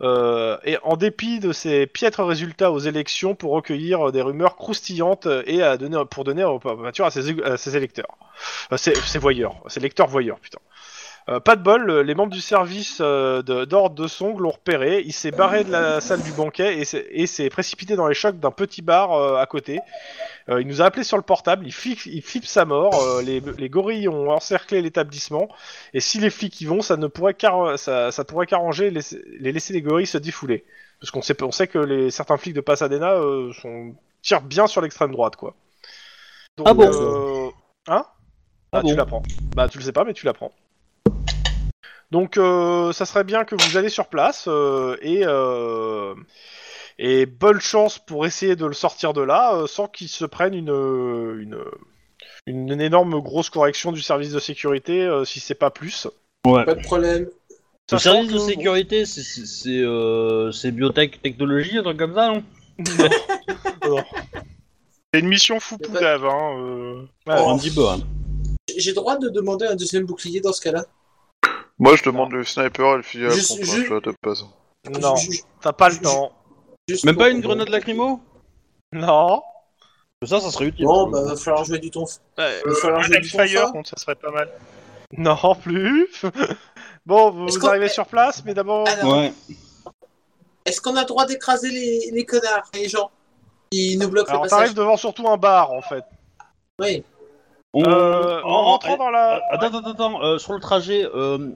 Speaker 2: euh, et en dépit de ses piètres résultats aux élections pour recueillir des rumeurs croustillantes et à donner, pour donner voiture à ses, à ses électeurs, Euh, ses, ses voyeurs, ses lecteurs voyeurs, putain. Euh, pas de bol, euh, les membres du service euh, de- d'ordre de, Song l'ont repéré. Il s'est barré de la salle du banquet et s'est- et s'est précipité dans les chocs d'un petit bar euh, à côté. Euh, il nous a appelé sur le portable, il, fixe, il flippe sa mort. euh, les, les gorilles ont encerclé l'établissement. Et si les flics y vont, ça ne pourrait qu'ar- ça, ça pourrait qu'arranger les, les laisser les gorilles se défouler. Parce qu'on sait, on sait que les, certains flics de Pasadena euh, sont, tirent bien sur l'extrême droite, quoi. Donc,
Speaker 1: Ah bon
Speaker 2: euh, Hein
Speaker 1: Ah
Speaker 2: Ah,
Speaker 1: bon
Speaker 2: tu l'apprends. Bah, tu le sais pas, mais tu l'apprends. Donc, euh, ça serait bien que vous allez sur place euh, et euh, et bonne chance pour essayer de le sortir de là euh, sans qu'il se prenne une, euh, une une énorme grosse correction du service de sécurité euh, si c'est pas plus.
Speaker 1: Ouais.
Speaker 4: Pas de problème.
Speaker 1: Le
Speaker 2: Sachant
Speaker 1: service
Speaker 2: que-
Speaker 1: de sécurité, c'est- c'est c'est, euh, c'est biotech, technologie, un truc comme ça, non
Speaker 5: C'est une mission foupoudave, hein. euh.
Speaker 2: Ouais,
Speaker 4: Oh.
Speaker 1: Un petit peu, hein.
Speaker 4: J'ai droit de demander un deuxième bouclier dans ce cas-là
Speaker 3: Moi, je demande le sniper et le fusil à
Speaker 4: Je-
Speaker 3: pompe, hein,
Speaker 4: je-
Speaker 3: je... te passe.
Speaker 2: Non,
Speaker 4: Ju- ju-
Speaker 2: t'as pas le
Speaker 4: je-
Speaker 2: temps.
Speaker 4: juste
Speaker 1: Même
Speaker 4: pour-
Speaker 1: pas une grenade lacrymo
Speaker 2: Non.
Speaker 1: Ça, ça serait utile.
Speaker 4: Non, bah va falloir jouer du tonf.
Speaker 5: Ouais,
Speaker 1: Euh,
Speaker 4: Va falloir
Speaker 5: un
Speaker 4: jouer du
Speaker 5: Hellfire,
Speaker 4: tonfa.
Speaker 5: Euh, contre, ça serait pas mal.
Speaker 2: Non plus. <laughs> bon, vous,
Speaker 4: Est-ce
Speaker 2: vous
Speaker 4: qu'on- Ah,
Speaker 2: arrivez sur place, mais d'abord.
Speaker 4: Alors,
Speaker 1: Ouais.
Speaker 4: est-ce qu'on a droit d'écraser les, les connards, les gens qui nous bloquent
Speaker 2: Alors,
Speaker 4: le passage
Speaker 2: t'arrives devant surtout un bar en fait.
Speaker 4: Oui.
Speaker 1: On-
Speaker 2: Euh,
Speaker 1: on-
Speaker 2: en rentrant dans
Speaker 1: euh,
Speaker 2: la.
Speaker 1: Attends, attends, attends, euh, sur le trajet, euh,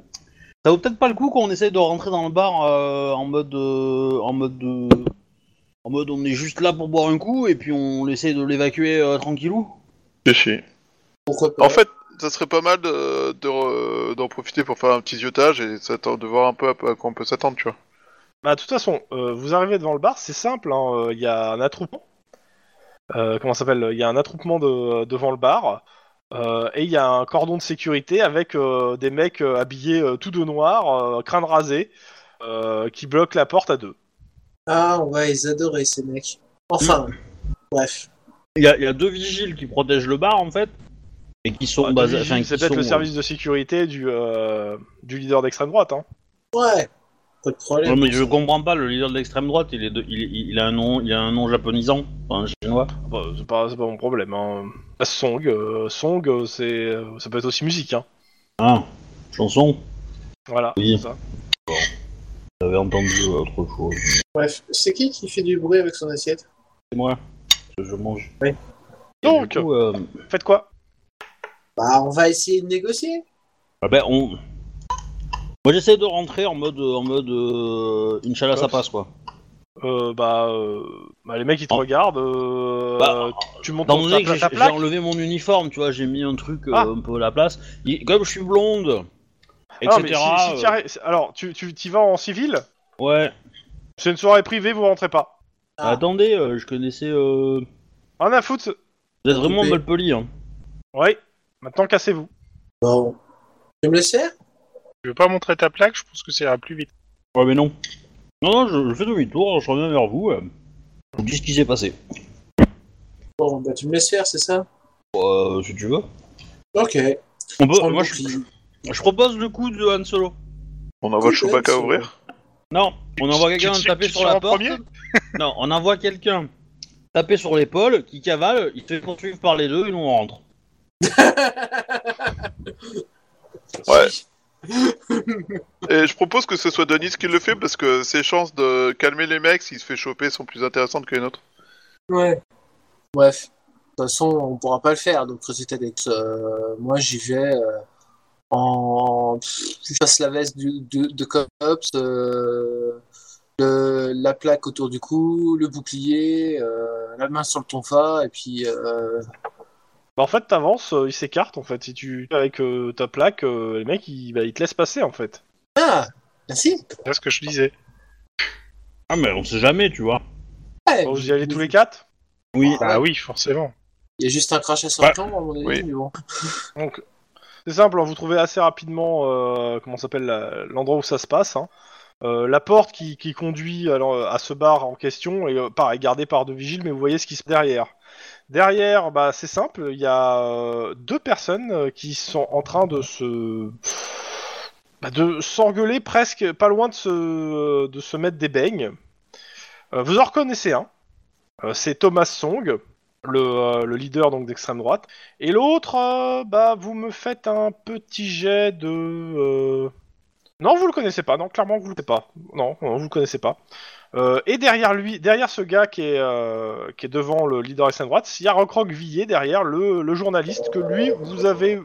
Speaker 1: ça vaut peut-être pas le coup qu'on essaye de rentrer dans le bar euh, en mode. euh, en mode. euh, en mode on est juste là pour boire un coup et puis on essaye de l'évacuer euh, tranquillou
Speaker 4: Pourquoi pas
Speaker 3: En fait, ça serait pas mal de- de re- d'en profiter pour faire un petit ziotage et s'attendre- de voir un peu à à quoi on peut s'attendre, tu vois.
Speaker 2: Bah, de toute façon, euh, vous arrivez devant le bar, c'est simple, hein, euh, il y a un attroupement. Euh, comment ça s'appelle Il y a un attroupement de, devant le bar. euh, et il y a un cordon de sécurité avec euh, des mecs euh, habillés euh, tout de noir, euh, crâne rasé, euh, qui bloquent la porte à deux.
Speaker 4: Ah, on va les adorer, ces mecs. Enfin, bref.
Speaker 1: Il y, a- il y a deux vigiles qui protègent le bar en fait et qui sont
Speaker 2: Bah,
Speaker 1: basés- Ah,
Speaker 2: de-
Speaker 1: enfin, qui
Speaker 2: c'est peut-être
Speaker 1: sont,
Speaker 2: le service de sécurité du, euh, du leader d'extrême droite. Hein.
Speaker 4: Ouais,
Speaker 1: euh,
Speaker 4: pas de
Speaker 1: ouais,
Speaker 4: problème.
Speaker 1: mais je comprends pas, le leader de l'extrême droite, il, est de- il, il- il a un nom, il a un nom japonisant, enfin chinois.
Speaker 2: Bah, c'est, pas, c'est pas mon problème. Hein. Bah, Song, euh, Song euh, c'est, euh, ça peut être aussi musique. Hein.
Speaker 1: Ah, chanson,
Speaker 2: Voilà,
Speaker 1: Oui.
Speaker 2: c'est ça.
Speaker 1: j'avais entendu autre chose.
Speaker 4: Bref, c'est qui qui fait du bruit avec son assiette
Speaker 1: C'est moi, je, je mange. Et
Speaker 2: Donc,
Speaker 1: du coup, euh,
Speaker 2: faites quoi
Speaker 4: Bah, on va essayer de négocier.
Speaker 1: Ah ben, on. Moi j'essaie de rentrer en mode. En mode euh, Inch'Allah ça
Speaker 2: Cops.
Speaker 1: passe quoi.
Speaker 2: Euh, bah, euh, bah, les mecs ils te
Speaker 1: Oh.
Speaker 2: regardent. Euh,
Speaker 1: Bah,
Speaker 2: tu montes
Speaker 1: Étant
Speaker 2: ton,
Speaker 1: donné que
Speaker 2: ta,
Speaker 1: j'ai
Speaker 2: ta
Speaker 1: j'ai
Speaker 2: plaque.
Speaker 1: enlevé mon uniforme, tu vois, j'ai mis un truc euh,
Speaker 2: Ah.
Speaker 1: un peu à la place. Il- comme je suis blonde, etc.
Speaker 2: Ah, mais si- si t'y
Speaker 1: euh,
Speaker 2: arri- Alors, tu tu- t'y vas en civil
Speaker 1: Ouais.
Speaker 2: C'est une soirée privée, vous rentrez pas.
Speaker 4: Ah.
Speaker 1: Attendez, euh, je connaissais. Euh...
Speaker 2: Rien à foutre. ce-
Speaker 1: Vous êtes vraiment
Speaker 4: Coupé.
Speaker 1: malpoli. Hein.
Speaker 2: Ouais. Maintenant, cassez-vous.
Speaker 4: Bon. Tu me le sers
Speaker 5: Je veux pas montrer ta plaque, je pense que ça ira plus vite.
Speaker 1: Ouais, mais non. Non, non, je, je fais demi-tour, je reviens vers vous. euh, Je vous dis ce qui s'est passé.
Speaker 4: Bon, bah, tu me le sers, c'est ça
Speaker 1: Euh, si tu veux.
Speaker 4: Ok.
Speaker 1: On peut,
Speaker 4: Prends le
Speaker 1: moi, je,
Speaker 4: bouclier.
Speaker 1: je propose le coup de Han Solo.
Speaker 3: On envoie
Speaker 4: Cool,
Speaker 3: Chewbacca
Speaker 4: ouais,
Speaker 3: ouvrir
Speaker 1: Non, on envoie quelqu'un
Speaker 5: Tu tires-
Speaker 1: taper
Speaker 5: tu
Speaker 1: sur
Speaker 5: tires
Speaker 1: la
Speaker 5: en
Speaker 1: porte.
Speaker 5: premier
Speaker 1: <laughs> Non, on envoie quelqu'un taper sur l'épaule, qui cavale, il se fait poursuivre par les deux et nous on rentre.
Speaker 3: Ouais. Et je propose que ce soit Denis qui le fait parce que ses chances de calmer les mecs s'il se fait choper sont plus intéressantes que les nôtres.
Speaker 4: Ouais. Bref. De toute façon, on pourra pas le faire. Donc, résultat d'être. euh, moi, j'y vais euh, en. pff, Je fasse la veste du, de, de Cops, euh, le- la plaque autour du cou, le bouclier, euh, la main sur le tonfa, et puis. euh,
Speaker 2: Bah, en fait, t'avances, euh, ils s'écartent en fait. Si tu avec euh, ta plaque, euh, les mecs ils, bah, ils te laissent passer en fait.
Speaker 4: Ah Merci
Speaker 5: C'est ce que je disais.
Speaker 1: Ah, mais on sait jamais, tu vois.
Speaker 4: Ouais.
Speaker 2: Bon, vous y allez tous les quatre
Speaker 1: Oui.
Speaker 5: Bah oui, forcément.
Speaker 4: Il y a juste un crachat sur
Speaker 1: Bah,
Speaker 4: le temps, à mon avis,
Speaker 3: oui.
Speaker 4: mais bon.
Speaker 2: Donc, c'est simple, hein, vous trouvez assez rapidement euh, comment s'appelle la- l'endroit où ça se passe. hein. Euh, la porte qui, qui conduit à, l'en- à ce bar en question est, euh, pareil, gardée par deux vigiles, mais vous voyez ce qui se passe derrière. Derrière, bah, c'est simple, il y a euh, deux personnes euh, qui sont en train de se. bah, de s'engueuler presque, pas loin de se, de se mettre des beignes. Euh, vous en reconnaissez un. Euh, c'est Thomas Song, le, euh, le leader donc d'extrême droite. Et l'autre, euh, bah, vous me faites un petit jet de. euh, non, vous le connaissez pas. Non, clairement, vous le connaissez pas. Non, non, vous le connaissez pas. Euh, et derrière lui, derrière ce gars qui est, euh, qui est devant le leader extrême droite, il y a Recroquevillé derrière le, le journaliste que lui, vous avez,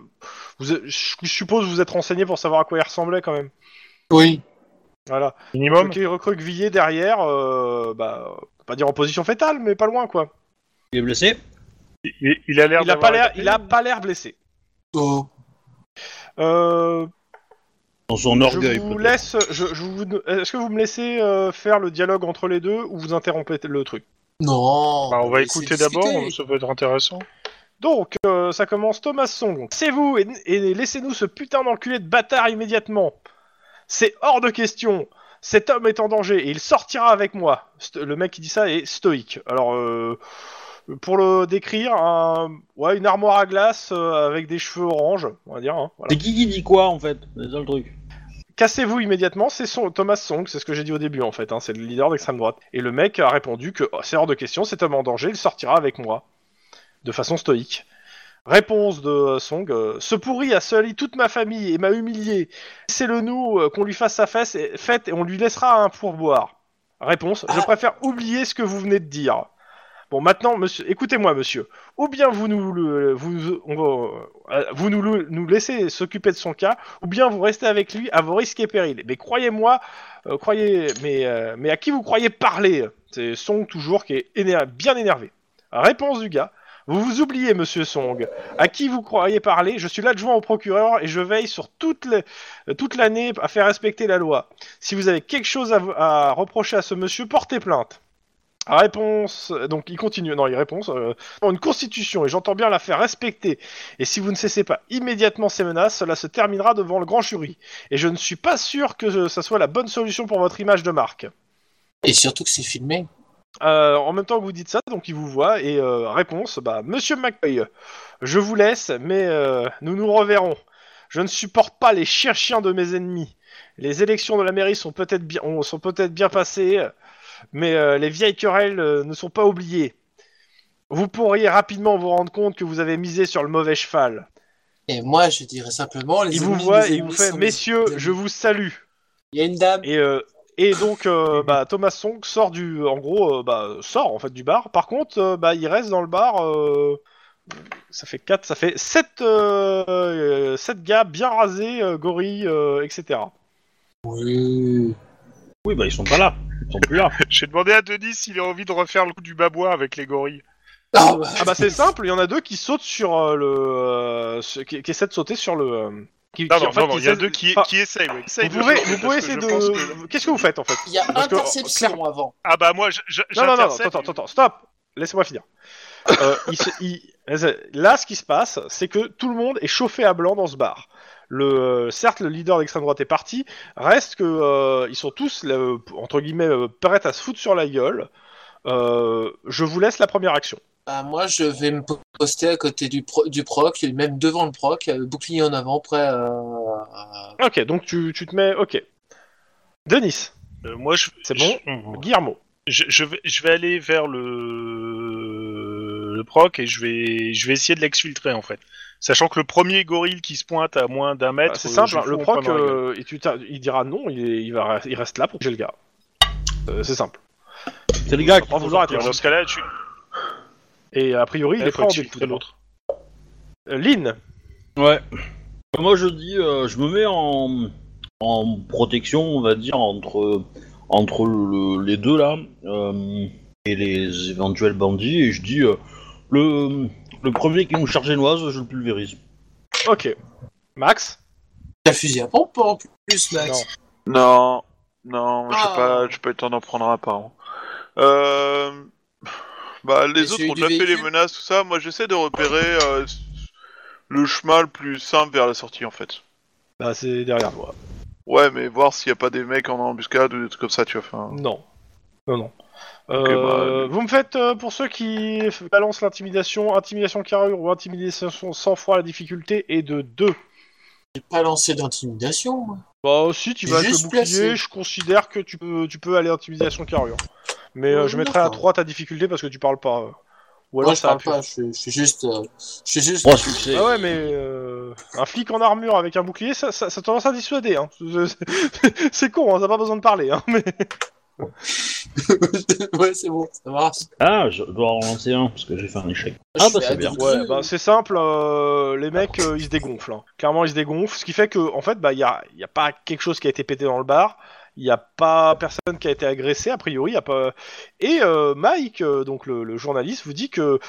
Speaker 2: vous, je suppose vous êtes renseigné pour savoir à quoi il ressemblait quand même.
Speaker 4: Oui.
Speaker 2: Voilà.
Speaker 5: Minimum.
Speaker 2: Donc il est recroquevillé derrière, euh, bah, on peut pas dire en position fétale, mais pas loin quoi.
Speaker 1: Il est blessé
Speaker 5: Il, il a l'air
Speaker 2: Il a pas
Speaker 5: d'avoir
Speaker 2: l'air,
Speaker 5: été-
Speaker 2: il a pas l'air blessé.
Speaker 4: Oh.
Speaker 2: Euh,
Speaker 1: Dans son orgueil,
Speaker 2: je vous
Speaker 1: peut-être.
Speaker 2: laisse. Je, je vous, est-ce que vous me laissez euh, faire le dialogue entre les deux ou vous interrompez le truc?
Speaker 4: Non.
Speaker 5: Bah, on va
Speaker 4: mais
Speaker 5: écouter
Speaker 4: c'est
Speaker 5: d'abord,
Speaker 4: discuté.
Speaker 5: ça peut être intéressant. <laughs>
Speaker 2: Donc, euh, ça commence Thomas Song. C'est vous et, et laissez-nous ce putain d'enculé de bâtard immédiatement. C'est hors de question. Cet homme est en danger et il sortira avec moi. Sto- le mec qui dit ça est stoïque. Alors, euh, pour le décrire, un- ouais, une armoire à glace euh, avec des cheveux orange, on va dire. hein, voilà.
Speaker 1: C'est qui qui dit quoi en fait C'est ça le truc.
Speaker 2: Cassez-vous immédiatement, c'est son Thomas Song, c'est ce que j'ai dit au début en fait, hein, c'est le leader d'extrême droite. Et le mec a répondu que oh, c'est hors de question, cet homme en danger, il sortira avec moi. De façon stoïque. Réponse de euh, Song euh, Ce pourri a sali toute ma famille et m'a humilié. Laissez-le nous, euh, qu'on lui fasse sa fesse et, fête et on lui laissera un pourboire. Réponse Je
Speaker 4: Ah.
Speaker 2: préfère oublier ce que vous venez de dire. Bon, maintenant, monsieur, écoutez-moi, monsieur. Ou bien vous nous, le- vous, on va- euh, vous nous, le- nous laissez s'occuper de son cas, ou bien vous restez avec lui à vos risques et périls. Mais croyez-moi, euh, croyez, mais, euh, mais à qui vous croyez parler C'est Song toujours qui est éner- bien énervé. Réponse du gars. Vous vous oubliez, monsieur Song. À qui vous croyez parler Je suis l'adjoint au procureur et je veille sur toute le- euh, toute l'année à faire respecter la loi. Si vous avez quelque chose à, vous- à reprocher à ce monsieur, portez plainte. Réponse. Donc il continue. Non, il répond. euh, une constitution et j'entends bien la faire respecter. Et si vous ne cessez pas immédiatement ces menaces, cela se terminera devant le grand jury. Et je ne suis pas sûr que euh, ça soit la bonne solution pour votre image de marque.
Speaker 4: Et surtout que c'est filmé.
Speaker 2: Euh, en même temps que vous dites ça, donc il vous voit et euh, réponse, bah Monsieur McCoy, je vous laisse, mais euh, nous nous reverrons. Je ne supporte pas les chiens de mes ennemis. Les élections de la mairie sont peut-être bien, ont- sont peut-être bien passées, mais euh, les vieilles querelles euh, ne sont pas oubliées. Vous pourriez rapidement vous rendre compte que vous avez misé sur le mauvais cheval.
Speaker 4: Et moi, je dirais simplement. Les
Speaker 2: Il vous
Speaker 4: ennemis
Speaker 2: voit
Speaker 4: des
Speaker 2: et il vous
Speaker 4: ennemis
Speaker 2: fait,
Speaker 4: sont mes
Speaker 2: messieurs,
Speaker 4: ennemis.
Speaker 2: je vous salue.
Speaker 4: Il y a une dame.
Speaker 2: Et, euh, et donc, euh, bah, Thomas Song sort du, en gros, euh, bah, sort en fait du bar. Par contre, euh, bah, il reste dans le bar. euh, ça fait 4, ça fait 7, gars bien rasés, euh, gorilles, euh, etc.
Speaker 4: Oui.
Speaker 1: Oui, bah ils sont pas là. Ils sont plus là.
Speaker 5: J'ai demandé à Denis s'il a envie de refaire le coup du babois avec les gorilles.
Speaker 4: Ah, bah,
Speaker 2: Ah bah c'est simple, il y en a deux qui sautent sur euh, le, euh, ce- qui, qui essaient de sauter sur le. euh, qui-
Speaker 5: Non,
Speaker 2: qui,
Speaker 5: non,
Speaker 2: en fait,
Speaker 5: non, non,
Speaker 2: qui
Speaker 5: il y a
Speaker 2: essaient-
Speaker 5: deux qui,
Speaker 2: enfin,
Speaker 5: qui essayent. ouais, qui essayent de
Speaker 2: vous pouvez,
Speaker 5: sauter,
Speaker 2: vous pouvez
Speaker 5: parce que
Speaker 2: essayer
Speaker 5: je pense
Speaker 2: de.
Speaker 5: que-
Speaker 2: Qu'est-ce que vous faites en fait
Speaker 4: il y a
Speaker 2: Parce que,
Speaker 4: interception avant.
Speaker 5: Ah bah moi, je- je-
Speaker 2: Non, non, non,
Speaker 5: j'intercepte.
Speaker 2: attends, attends, attends, stop Laissez-moi finir. Euh, il se- il- Là, ce qui se passe, c'est que tout le monde est chauffé à blanc dans ce bar. Le, certes, le leader d'extrême droite est parti, reste que euh, ils sont tous, là, euh, entre guillemets, euh, prêts à se foutre sur la gueule. Euh, je vous laisse la première action.
Speaker 4: Bah, moi, je vais me poster à côté du, pro- du proc, même devant le proc, euh, bouclier en avant, prêt à.
Speaker 5: Ah.
Speaker 2: Ok, donc tu, tu te mets... Ok. Denis,
Speaker 5: Euh, moi, je,
Speaker 2: C'est bon Mmh.
Speaker 5: je-
Speaker 2: Guillermo.
Speaker 5: je, je vais, je vais aller vers le, le proc et je vais, je vais essayer de l'exfiltrer en fait. Sachant que le premier gorille qui se pointe à moins d'un mètre,
Speaker 2: Bah, c'est
Speaker 5: euh,
Speaker 2: simple,
Speaker 5: je
Speaker 2: hein, le
Speaker 5: fous en
Speaker 2: proc,
Speaker 5: plein dans la gueule.
Speaker 2: euh, il, tu t'as- il dira non, il, est- il va, il reste là pour protéger le gars. Euh, c'est simple. Oh,
Speaker 1: C'est le gars qui
Speaker 2: Pas vouloir être
Speaker 5: Alors, Dans ce cas-là, tu
Speaker 2: Et a priori, il est
Speaker 5: faut
Speaker 2: prêt en
Speaker 5: exfiltrer
Speaker 2: découdre.
Speaker 5: l'autre.
Speaker 2: Euh, Lynn,
Speaker 1: Ouais. Moi je dis, euh, je me mets en, en protection, on va dire, entre, entre le- les deux là, euh, et les éventuels bandits, et je dis, euh, le, le premier qui nous charge une oise, je le pulvérise.
Speaker 2: ok. Max
Speaker 4: T'as le fusil à pompe en plus, Max.
Speaker 2: Non.
Speaker 3: Non, non, je
Speaker 4: Ah.
Speaker 3: vais pas, je vais pas le temps d'en prendre un par an. Euh... Bah, les
Speaker 4: Et
Speaker 3: autres
Speaker 4: celui
Speaker 3: ont
Speaker 4: du
Speaker 3: déjà fait les
Speaker 4: véhicule
Speaker 3: menaces, tout ça. Moi, j'essaie de repérer euh, le chemin le plus simple vers la sortie, en fait.
Speaker 2: Bah, c'est derrière moi.
Speaker 3: Ouais, mais voir s'il n'y a pas des mecs en embuscade ou des trucs comme ça, tu vois. Enfin,
Speaker 2: Non. Non, non.
Speaker 3: Ok,
Speaker 2: Euh,
Speaker 3: bah,
Speaker 2: Vous me faites, euh, pour ceux qui f- balancent l'intimidation, intimidation carrure ou intimidation sans froid, la difficulté est de 2.
Speaker 4: J'ai pas lancé d'intimidation, moi.
Speaker 2: Bah si tu
Speaker 4: J'ai
Speaker 2: vas avec le
Speaker 4: juste
Speaker 2: bouclier,
Speaker 4: placé.
Speaker 2: je considère que tu peux, tu peux aller intimidation carrure. Mais euh,
Speaker 4: Ouais,
Speaker 2: je mettrai à
Speaker 4: Mmh, d'accord.
Speaker 2: 3 ta difficulté parce que tu parles pas. euh. Ou alors
Speaker 4: Moi, je
Speaker 2: ça
Speaker 4: parle
Speaker 2: appuie.
Speaker 4: pas, je, je suis juste. euh, je suis juste.
Speaker 1: Trois succès.
Speaker 2: Ah ouais, mais euh, un flic en armure avec un bouclier, ça, ça, ça a tendance à dissuader. Hein. <laughs> C'est- C'est con, hein, t'as pas besoin de parler. Hein, mais...
Speaker 4: <laughs> ouais, c'est bon, ça marche.
Speaker 1: Ah, je dois en lancer un parce que j'ai fait un échec.
Speaker 4: Je
Speaker 1: Ah, bah
Speaker 4: fais
Speaker 1: c'est bien.
Speaker 4: adulte.
Speaker 2: Ouais, bah, c'est simple, euh, les mecs euh, ils se dégonflent. hein. Clairement, ils se dégonflent. Ce qui fait que, en fait, bah, il n'y a, il y a pas quelque chose qui a été pété dans le bar. Il n'y a pas personne qui a été agressé, a priori. il Y a pas... Et euh, Mike, euh, donc le, le journaliste, vous dit que.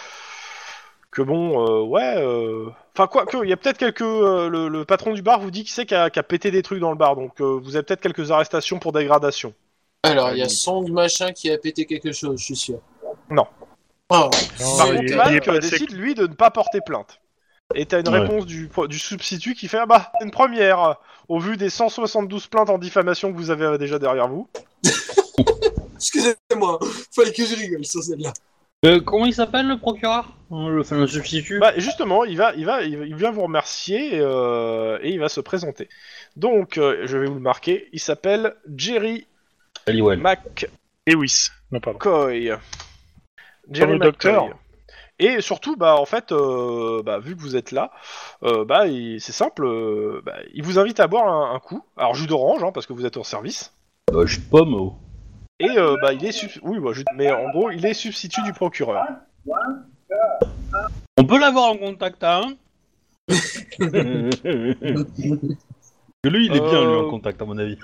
Speaker 2: Que bon, euh, ouais. euh, Enfin, quoi que, il y a peut-être quelques. euh, le, le patron du bar vous dit qui c'est qui a, qui a pété des trucs dans le bar. Donc, euh, vous avez peut-être quelques arrestations pour dégradation.
Speaker 4: Alors, il y a Song machin qui a pété quelque chose, je suis sûr.
Speaker 2: Non.
Speaker 4: Oh,
Speaker 2: Par
Speaker 4: c'est
Speaker 2: contre,
Speaker 5: il est- il
Speaker 4: ok.
Speaker 5: est
Speaker 2: Mike
Speaker 5: pas
Speaker 2: euh,
Speaker 5: sec.
Speaker 2: décide, lui, de ne pas porter plainte. Et t'as une
Speaker 1: Ouais.
Speaker 2: réponse du, du substitut qui fait Ah bah, c'est une première, euh, au vu des 172 plaintes en diffamation que vous avez euh, déjà derrière vous.
Speaker 4: Excusez-moi, <laughs> fallait que je rigole sur celle-là.
Speaker 1: Euh, comment il s'appelle le procureur Euh, le, enfin, le substitut
Speaker 2: Bah, justement, il va, il va, il va- il vient vous remercier euh, et il va se présenter. Donc, euh, je vais vous le marquer, il s'appelle Jerry
Speaker 1: Halliwell.
Speaker 2: Mac
Speaker 5: Lewis. Non, pardon.
Speaker 2: McCoy. Jerry
Speaker 5: le docteur.
Speaker 2: McCoy. Et surtout, bah, en fait, euh, bah, vu que vous êtes là, euh, bah, il- c'est simple, euh, bah, il vous invite à boire un, un coup. Alors, jus d'orange, hein, parce que vous êtes en service.
Speaker 1: Bah, je suis pomme. oh.
Speaker 2: Et euh, bah, il est sub- oui, bah, jus- mais en gros, il est substitut du procureur.
Speaker 1: On peut l'avoir en contact à un Que lui, il est bien, lui,
Speaker 2: Euh.
Speaker 1: en contact, à mon avis.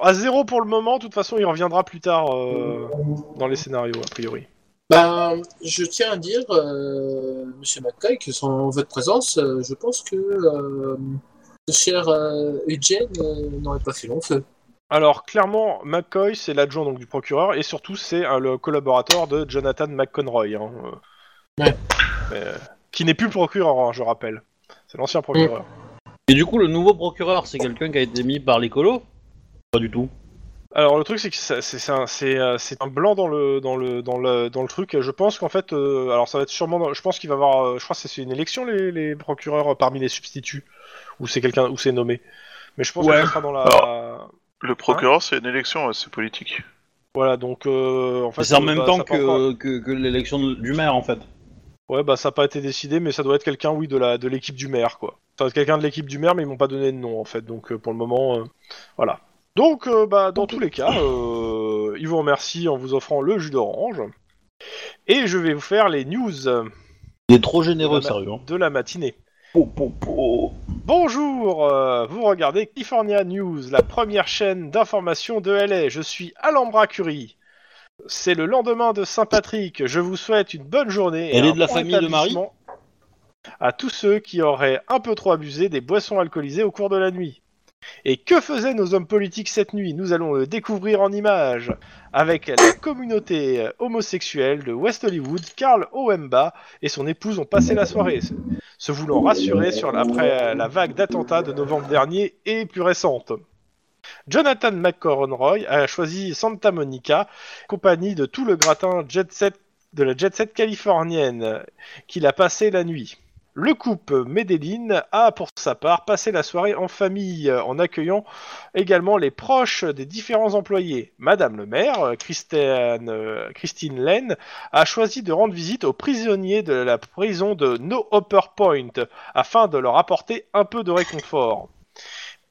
Speaker 2: À zéro pour le moment, de toute façon, il reviendra plus tard euh, dans les scénarios, a priori.
Speaker 4: Ben, je tiens à dire, euh, monsieur McCoy, que sans votre présence, euh, je pense que euh, ce cher euh, Eugene euh, n'aurait pas fait long feu.
Speaker 2: Alors, clairement, McCoy, c'est l'adjoint donc, du procureur, et surtout, c'est euh, le collaborateur de Jonathan McConroy. hein, euh.
Speaker 4: Ouais.
Speaker 2: Mais, euh, qui n'est plus le procureur, hein, je rappelle. C'est l'ancien procureur.
Speaker 1: Et du coup, le nouveau procureur, c'est quelqu'un qui a été mis par l'écolo Pas du tout.
Speaker 2: Alors le truc c'est que ça- c'est c'est un, c'est, euh, c'est un blanc dans le dans le dans le dans le truc. Je pense qu'en fait, euh, alors ça va être sûrement. dans- je pense qu'il va y avoir. euh, je crois que c'est une élection les, les procureurs euh, parmi les substituts ou c'est quelqu'un ou c'est nommé. Mais je pense
Speaker 3: Ouais.
Speaker 2: que ça sera dans la.
Speaker 3: le procureur, c'est une élection, ouais, c'est politique.
Speaker 2: Voilà donc euh, en fait.
Speaker 1: C'est en
Speaker 2: euh,
Speaker 1: même
Speaker 2: bah,
Speaker 1: temps
Speaker 2: ça a pas encore-
Speaker 1: que, que, que l'élection de- du maire, en fait.
Speaker 2: Ouais bah ça n'a pas été décidé mais ça doit être quelqu'un oui de la de l'équipe du maire quoi. Ça doit être quelqu'un de l'équipe du maire mais ils m'ont pas donné de nom en fait donc euh, pour le moment euh, voilà. Donc euh, bah dans tous les cas euh, ils vous remercient en vous offrant le jus d'orange. Et je vais vous faire les news. euh,
Speaker 1: Il est trop généreux,
Speaker 2: Voilà.
Speaker 1: sérieux. hein.
Speaker 2: de la matinée.
Speaker 1: Po, po, po.
Speaker 2: Bonjour, euh, vous regardez California News, la première chaîne d'information de LA. Je suis Alhambra Curie. C'est le lendemain de Saint-Patrick. Je vous souhaite une bonne journée. et
Speaker 1: Elle est
Speaker 2: un
Speaker 1: de la
Speaker 2: bon
Speaker 1: famille de Marie
Speaker 2: rétablissement À tous ceux qui auraient un peu trop abusé des boissons alcoolisées au cours de la nuit. Et que faisaient nos hommes politiques cette nuit Nous allons le découvrir en images avec la communauté euh, homosexuelle de West Hollywood. Carl Oemba et son épouse ont passé la soirée se voulant rassurer sur la- après la vague d'attentats de novembre dernier et plus récente. Jonathan McConroy a choisi Santa Monica, compagnie de tout le gratin jet set de la jet set californienne qu'il a passé la nuit. Le couple Medellin a pour sa part passé la soirée en famille euh, en accueillant également les proches des différents employés. Madame le maire, euh, Christiane, euh, Christine Lane, a choisi de rendre visite aux prisonniers de la prison de No Upper Point afin de leur apporter un peu de réconfort.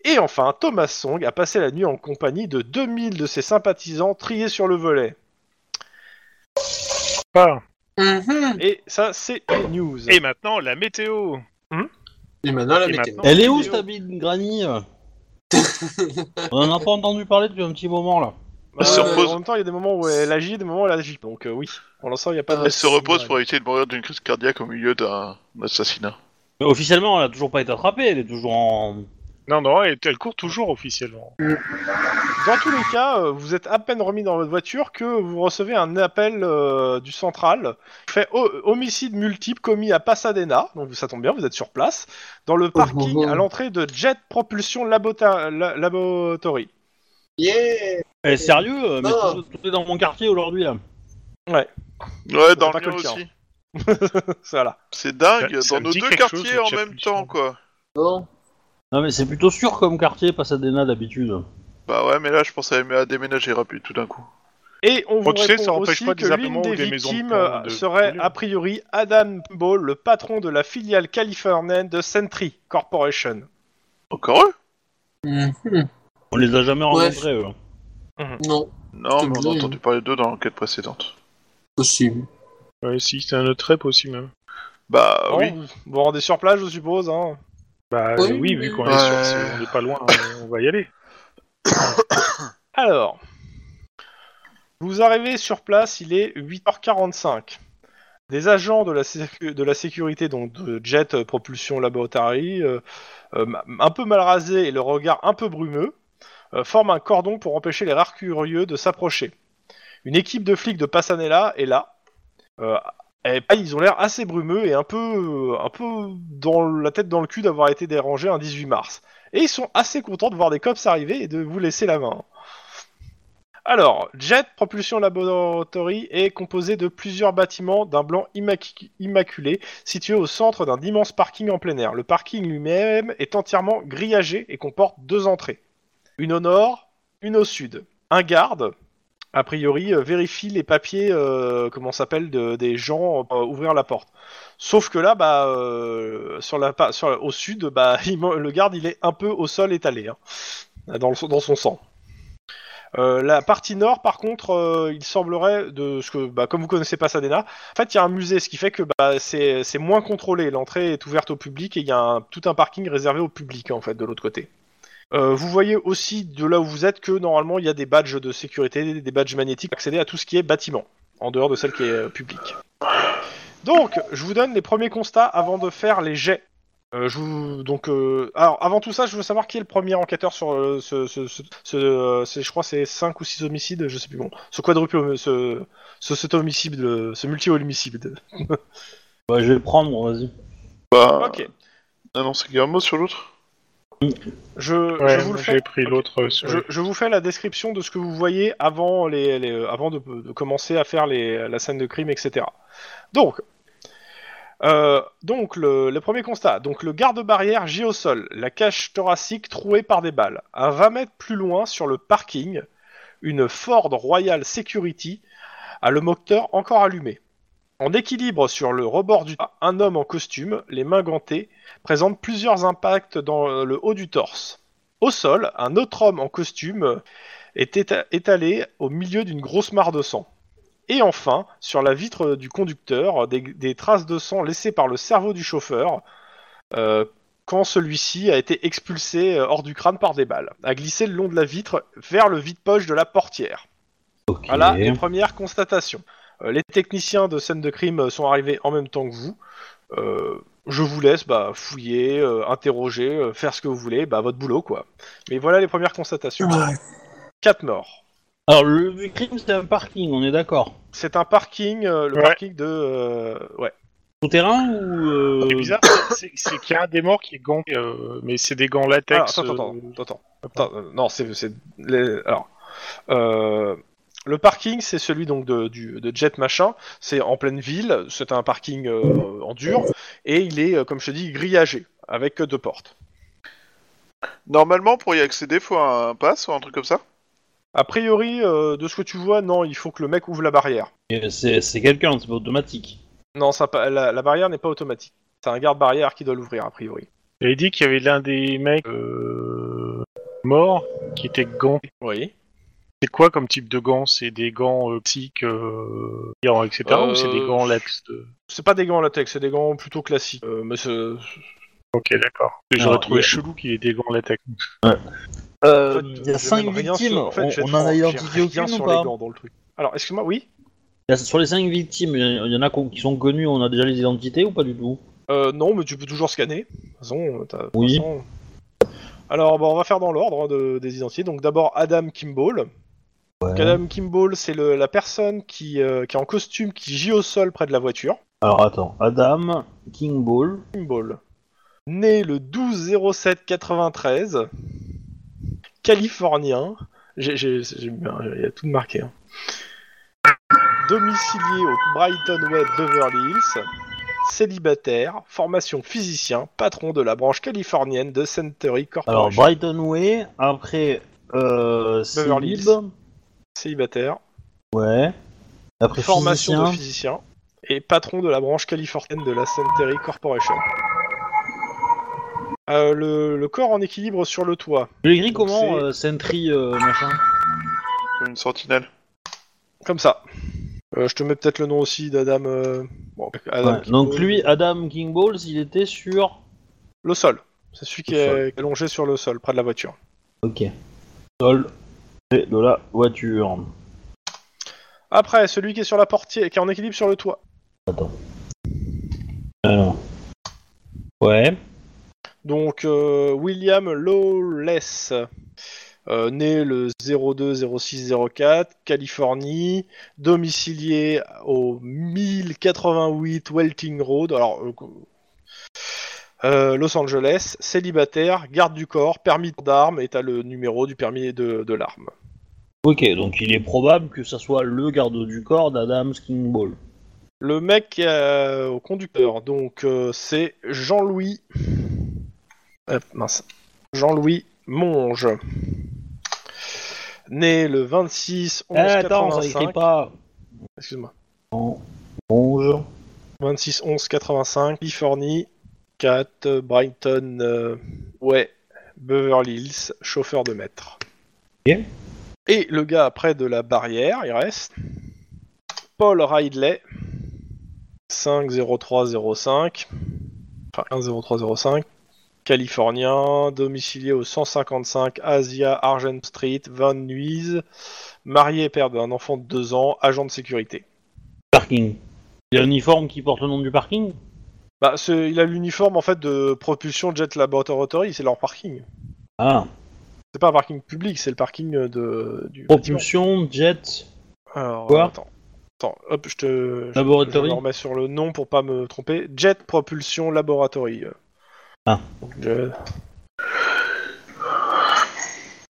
Speaker 2: Et enfin, Thomas Song a passé la nuit en compagnie de 2000 de ses sympathisants triés sur le volet.
Speaker 5: Pas.
Speaker 2: Et ça, c'est les news.
Speaker 5: Et maintenant, la météo.
Speaker 4: Et maintenant, la
Speaker 5: Et
Speaker 4: météo.
Speaker 5: maintenant-
Speaker 1: Elle est où,
Speaker 5: vidéo.
Speaker 1: cette habite Granny euh On en a pas entendu parler depuis un petit moment, là.
Speaker 2: Bah,
Speaker 3: se
Speaker 2: euh,
Speaker 3: repose.
Speaker 2: En même temps, il y a des moments où elle agit, des moments où elle agit. Donc euh, oui, pour l'instant, il n'y a pas de...
Speaker 3: Elle se repose
Speaker 2: Ouais.
Speaker 3: pour éviter de mourir d'une crise cardiaque au milieu d'un assassinat.
Speaker 1: Mais officiellement, elle a toujours pas été attrapée, elle est toujours en...
Speaker 5: Non, non, elle, elle court toujours officiellement.
Speaker 2: Dans tous les cas, euh, vous êtes à peine remis dans votre voiture que vous recevez un appel euh, du central. Fait ho- homicide multiple commis à Pasadena, donc ça tombe bien, vous êtes sur place, dans le parking
Speaker 4: oh, oh.
Speaker 2: à l'entrée de Jet Propulsion Labota- La- Laboratory. <laughs>
Speaker 4: Yeah
Speaker 1: Eh, sérieux, euh, mais
Speaker 4: Non.
Speaker 1: tout, tout est dans mon quartier aujourd'hui là.
Speaker 3: Ouais, dans
Speaker 2: pas
Speaker 3: le
Speaker 2: que
Speaker 3: mien
Speaker 2: le tien.
Speaker 3: aussi.
Speaker 2: Voilà.
Speaker 3: C'est dingue,
Speaker 5: Ça- ça
Speaker 3: dans
Speaker 5: me
Speaker 3: nos
Speaker 5: dit
Speaker 3: deux
Speaker 5: quelque chose,
Speaker 3: quartiers
Speaker 5: le
Speaker 3: en
Speaker 5: chat
Speaker 3: même
Speaker 5: du
Speaker 3: temps,
Speaker 5: chat.
Speaker 3: quoi.
Speaker 4: Bon,
Speaker 1: Non mais c'est plutôt sûr comme quartier Pasadena d'habitude.
Speaker 3: Bah ouais, mais là, je pensais à- à déménager rapide tout d'un coup.
Speaker 2: Et on vous
Speaker 5: tu sais,
Speaker 2: répond
Speaker 5: ça empêche
Speaker 2: aussi
Speaker 5: pas des
Speaker 2: que l'une
Speaker 5: appartements
Speaker 2: des,
Speaker 5: ou des maisons de
Speaker 2: victimes
Speaker 5: plan,
Speaker 2: euh,
Speaker 5: de-
Speaker 2: serait
Speaker 5: de lieu.
Speaker 2: a priori Adam Ball, le patron de la filiale californienne de Sentry Corporation.
Speaker 3: Encore eux
Speaker 4: Mhm.
Speaker 1: On les a jamais rencontrés. eux.
Speaker 4: non,
Speaker 3: Non,
Speaker 4: Putain,
Speaker 3: mais on a
Speaker 4: oui.
Speaker 3: entendu parler d'eux dans l'enquête précédente.
Speaker 4: possible.
Speaker 5: Ouais, si, c'est un autre rep aussi, même.
Speaker 3: Bah
Speaker 5: Ah Oh.
Speaker 2: Bon,
Speaker 3: oui.
Speaker 2: Vous vous rendez sur place, je suppose. Hein.
Speaker 5: Bah
Speaker 4: Oui,
Speaker 5: euh, oui,
Speaker 4: mais-
Speaker 5: vu qu'on
Speaker 3: Ouais.
Speaker 5: est sur, c'est- on est pas loin, euh, on va y aller.
Speaker 2: Alors, vous arrivez sur place, il est 8h45. Des agents de la, sécu- de la sécurité, donc de Jet euh, Propulsion Laboratory, euh, euh, ma- un peu mal rasés et le regard un peu brumeux, euh, forment un cordon pour empêcher les rares curieux de s'approcher. Une équipe de flics de Passanella est là. Euh, et, ah, ils ont l'air assez brumeux et un peu, euh, un peu dans la tête dans le cul d'avoir été dérangés un 18 mars. Et ils sont assez contents de voir des cops arriver et de vous laisser la main. Alors, Jet Propulsion Laboratory est composé de plusieurs bâtiments d'un blanc immacu- immaculé situé au centre d'un immense parking en plein air. Le parking lui-même est entièrement grillagé et comporte deux entrées. Une au nord, une au sud. Un garde, a priori, euh, vérifie les papiers, euh, comment ça s'appelle, de- des gens pour ouvrir la porte. Sauf que là, bah, euh, sur la, pa- sur la- au sud, bah, <laughs> il man- le garde, il est un peu au sol étalé, hein, dans, le- dans son sang. Euh, la partie nord, par contre, euh, il semblerait de ce que, bah, comme vous connaissez pas Sadena, en fait, il y a un musée, ce qui fait que bah, c'est c'est moins contrôlé. L'entrée est ouverte au public et il y a un- tout un parking réservé au public, en fait, de l'autre côté. Euh, vous voyez aussi de là où vous êtes que normalement il y a des badges de sécurité, des badges magnétiques pour accéder à tout ce qui est bâtiment, en dehors de celle qui est euh, publique. Donc, je vous donne les premiers constats avant de faire les jets. Euh, je vous- donc, euh, alors, avant tout ça, je veux savoir qui est le premier enquêteur sur euh, ce, ce, ce, ce- euh, c'est- je crois, c'est 5 ou 6 homicides, je sais plus bon, ce quadruple, homi- ce, ce, cet homicide, euh, ce multi-homicide.
Speaker 1: Bah, je vais le prendre, vas-y.
Speaker 3: Bah,
Speaker 2: Ok,
Speaker 3: ah non, c'est Guillermo sur l'autre
Speaker 2: je,
Speaker 5: Ouais,
Speaker 2: je vous le fais.
Speaker 5: j'ai pris
Speaker 2: Ok.
Speaker 5: l'autre euh, sur
Speaker 2: Je, je vous fais la description de ce que vous voyez avant, les, les- euh, avant de, de commencer à faire les- la scène de crime, etc. Donc, euh, donc le, le premier constat. Donc, le garde-barrière gît au sol, la cage thoracique trouée par des balles. À 20 mètres plus loin, sur le parking, une Ford Royal Security a le moteur encore allumé. En équilibre sur le rebord du toit, un homme en costume, les mains gantées, présente plusieurs impacts dans euh, le haut du torse. Au sol, un autre homme en costume euh, est éta- étalé au milieu d'une grosse mare de sang. Et enfin, sur la vitre du conducteur, euh, des, des traces de sang laissées par le cerveau du chauffeur euh, quand celui-ci a été expulsé euh, hors du crâne par des balles, a glissé le long de la vitre vers le vide-poche de la portière.
Speaker 1: Ok.
Speaker 2: Voilà les premières constatations. Euh, les techniciens de scène de crime euh, sont arrivés en même temps que vous. Euh, je vous laisse bah, fouiller, euh, interroger, euh, faire ce que vous voulez, bah, votre boulot quoi. Mais voilà les premières constatations.
Speaker 4: Ouais.
Speaker 2: Quatre morts.
Speaker 1: Alors le lieu du crime c'est un parking, on est d'accord.
Speaker 2: C'est un parking, euh, le
Speaker 5: Ouais.
Speaker 2: parking de. euh, ouais.
Speaker 1: Souterrain ou euh,
Speaker 5: Ce qui est bizarre, <coughs> c'est c'est qu'il y a un des morts qui est ganté, euh, mais c'est des gants
Speaker 2: Alors,
Speaker 5: latex.
Speaker 2: Ah, attends, attends,
Speaker 5: euh,
Speaker 2: attends, attends. Attends, euh, non, c'est. c'est les- Alors. euh, le parking, c'est celui donc de, du, de Jet Machin. C'est en pleine ville. C'est un parking euh, en dur. Et il est, euh, comme je te dis, grillagé. Avec que deux portes.
Speaker 3: Normalement, pour y accéder, faut un pass ou un truc comme ça
Speaker 2: A priori, euh, de ce que tu vois, non, il faut que le mec ouvre la barrière.
Speaker 1: euh, C'est c'est quelqu'un, c'est pas automatique.
Speaker 2: Non, ça, pa- la, la barrière n'est pas automatique. C'est un garde-barrière qui doit l'ouvrir, a priori.
Speaker 5: J'avais dit qu'il y avait l'un des mecs euh, morts qui était ganté.
Speaker 2: Oui.
Speaker 5: C'est quoi comme type de gants C'est des gants euh, psych, euh, etc.
Speaker 2: Euh,
Speaker 5: Ou c'est des gants latex de-
Speaker 2: C'est pas des gants en latex, c'est des gants plutôt classiques. Euh, mais c'est-
Speaker 5: Ok, d'accord.
Speaker 1: Alors,
Speaker 5: J'aurais trouvé
Speaker 1: il y a-
Speaker 5: chelou qu'il ait des gants latex.
Speaker 2: En
Speaker 1: Euh,
Speaker 2: fait,
Speaker 1: il y a
Speaker 2: j'ai
Speaker 1: 5
Speaker 2: même rien
Speaker 1: victimes,
Speaker 2: sur- en fait, j'ai-
Speaker 1: on, on en a
Speaker 2: j'ai
Speaker 1: identifié
Speaker 2: rien
Speaker 1: aucune
Speaker 2: sur
Speaker 1: ou
Speaker 2: les
Speaker 1: pas
Speaker 2: gants dans le truc. Alors, excuse-moi, oui
Speaker 1: Il y a- Sur les 5 victimes, il y en- il y en a qu'on- qui sont connues, on a déjà les identités ou pas du tout
Speaker 2: euh, Non, mais tu peux toujours scanner. De toute façon, t'as- de toute
Speaker 1: Oui.
Speaker 2: façon- Alors, bah, on va faire dans l'ordre hein, de- des identités. Donc, d'abord Adam Kimball. Donc, Adam Kimball, c'est le- la personne qui, euh, qui est en costume qui gît au sol près de la voiture.
Speaker 1: Alors attends, Adam, King Ball.
Speaker 2: Kimball. Né le 12-07-93, californien. J'ai- j'ai- j'ai- j'ai bien- Il y a tout marqué. hein. Domicilié au Brighton Way Beverly Hills. Célibataire, formation physicien, patron de la branche californienne de Century
Speaker 1: Alors
Speaker 2: Corporation.
Speaker 1: Brighton Way, après euh,
Speaker 2: Beverly
Speaker 1: Célib.
Speaker 2: Célibataire,
Speaker 1: Ouais. Après physicien.
Speaker 2: formation de physicien et patron de la branche californienne de la Century Corporation. Euh, le, le corps en équilibre sur le toit,
Speaker 1: Je l'écris comment
Speaker 2: c'est-
Speaker 1: euh, Sentry euh, machin
Speaker 3: Comme une sentinelle.
Speaker 2: comme ça. Euh, je te mets peut-être le nom aussi d'Adam. euh, bon, Adam
Speaker 1: Ouais,
Speaker 2: qui-
Speaker 1: Donc lui, Adam King Balls, il était sur.
Speaker 2: Le sol. C'est celui qui
Speaker 1: Le sol.
Speaker 2: est, qui est allongé sur le sol, près de la voiture.
Speaker 1: Ok. Sol et de la voiture.
Speaker 2: Après, celui qui est sur la portière, qui est en équilibre sur le toit.
Speaker 1: Alors. Ouais.
Speaker 2: Donc euh, William Lawless, euh, né le 02-06-04, Californie, domicilié au 1088 Welting Road, alors euh, euh, Los Angeles, célibataire, garde du corps, permis d'armes, et t'as le numéro du permis de, de l'arme.
Speaker 1: Ok, donc il est probable que ça soit le garde du corps d'Adam King Ball.
Speaker 2: Le mec euh, au conducteur, donc euh, c'est Jean-Louis. Hop, mince. Jean-Louis Monge. Né le 26 11
Speaker 1: Eh, attends, ça écrit
Speaker 2: 85.
Speaker 1: pas.
Speaker 2: Excuse-moi.
Speaker 1: En Monge.
Speaker 2: 26 11 85, Californie, 4 Brighton euh, ouais, Beverly Hills, chauffeur de maître.
Speaker 1: Ok.
Speaker 2: Et le gars près de la barrière, il reste Paul Ridley 50305 enfin 10305 Californien, domicilié au 155 Asia Argent Street, Van Nuys, marié et père d'un enfant de 2 ans, agent de sécurité.
Speaker 1: Parking. Il y a un uniforme qui porte le nom du parking
Speaker 2: Bah, ce- il a l'uniforme en fait de propulsion Jet Laboratory, c'est leur parking.
Speaker 1: Ah.
Speaker 2: C'est pas un parking public, c'est le parking euh, de du. bâtiment.
Speaker 1: Propulsion, jet.
Speaker 2: Alors,
Speaker 1: Quoi
Speaker 2: attends. Attends, hop, je te. je-
Speaker 1: Laboratory.
Speaker 2: Je me remets sur le nom pour pas me tromper. Jet Propulsion Laboratory.
Speaker 1: Ah.
Speaker 2: Donc, je-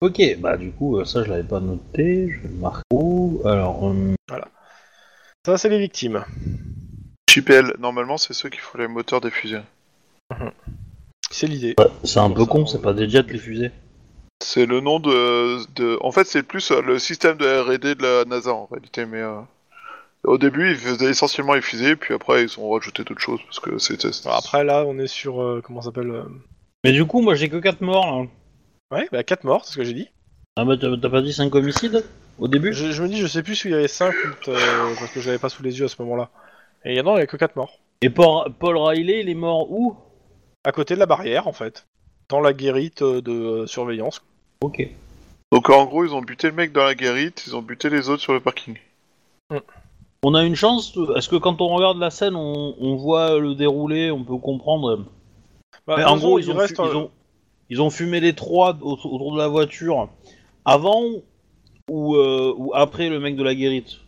Speaker 1: Ok, bah du coup, euh, ça je l'avais pas noté, je le marque où Alors, euh,
Speaker 2: Ça, c'est les victimes.
Speaker 3: JPL, normalement, c'est ceux qui font les moteurs des fusées.
Speaker 2: C'est l'idée.
Speaker 1: c'est un
Speaker 2: Bon,
Speaker 1: peu
Speaker 2: ça,
Speaker 1: con,
Speaker 2: on-
Speaker 1: c'est pas des jets les fusées.
Speaker 3: C'est le nom de, de- En fait, c'est plus euh, le système de R&D de la NASA en réalité, mais euh, au début, ils faisaient essentiellement les fusées, puis après, ils ont rajouté d'autres choses parce que c'était.
Speaker 2: Alors, après, là, on est sur. euh, comment ça s'appelle euh,
Speaker 1: Mais du coup, moi j'ai que 4 morts là.
Speaker 2: Ouais, bah 4 morts, c'est ce que j'ai dit.
Speaker 1: Ah bah t'as t'as pas dit 5 homicides au début
Speaker 2: Je, je me dis, je sais plus s'il y avait 5 ou. euh, parce que je l'avais pas sous les yeux à ce moment-là. Et non, il y a que 4 morts.
Speaker 1: Et Paul, Paul Riley, il est mort où
Speaker 2: à côté de la barrière en fait, dans la guérite euh, de euh, surveillance.
Speaker 1: Ok.
Speaker 3: Donc en gros, ils ont buté le mec dans la guérite, ils ont buté les autres sur le parking.
Speaker 1: On a une chance de- Est-ce que quand on regarde la scène, on, on voit le déroulé, on peut comprendre
Speaker 2: Bah,
Speaker 1: Mais
Speaker 2: de
Speaker 1: En
Speaker 2: toute
Speaker 1: gros, ils
Speaker 2: façon,
Speaker 1: ont,
Speaker 2: il reste,
Speaker 1: fu-
Speaker 2: euh,
Speaker 1: ils, ont, ils ont fumé les trois autour autour de la voiture avant ou, euh, ou après le mec de la guérite Je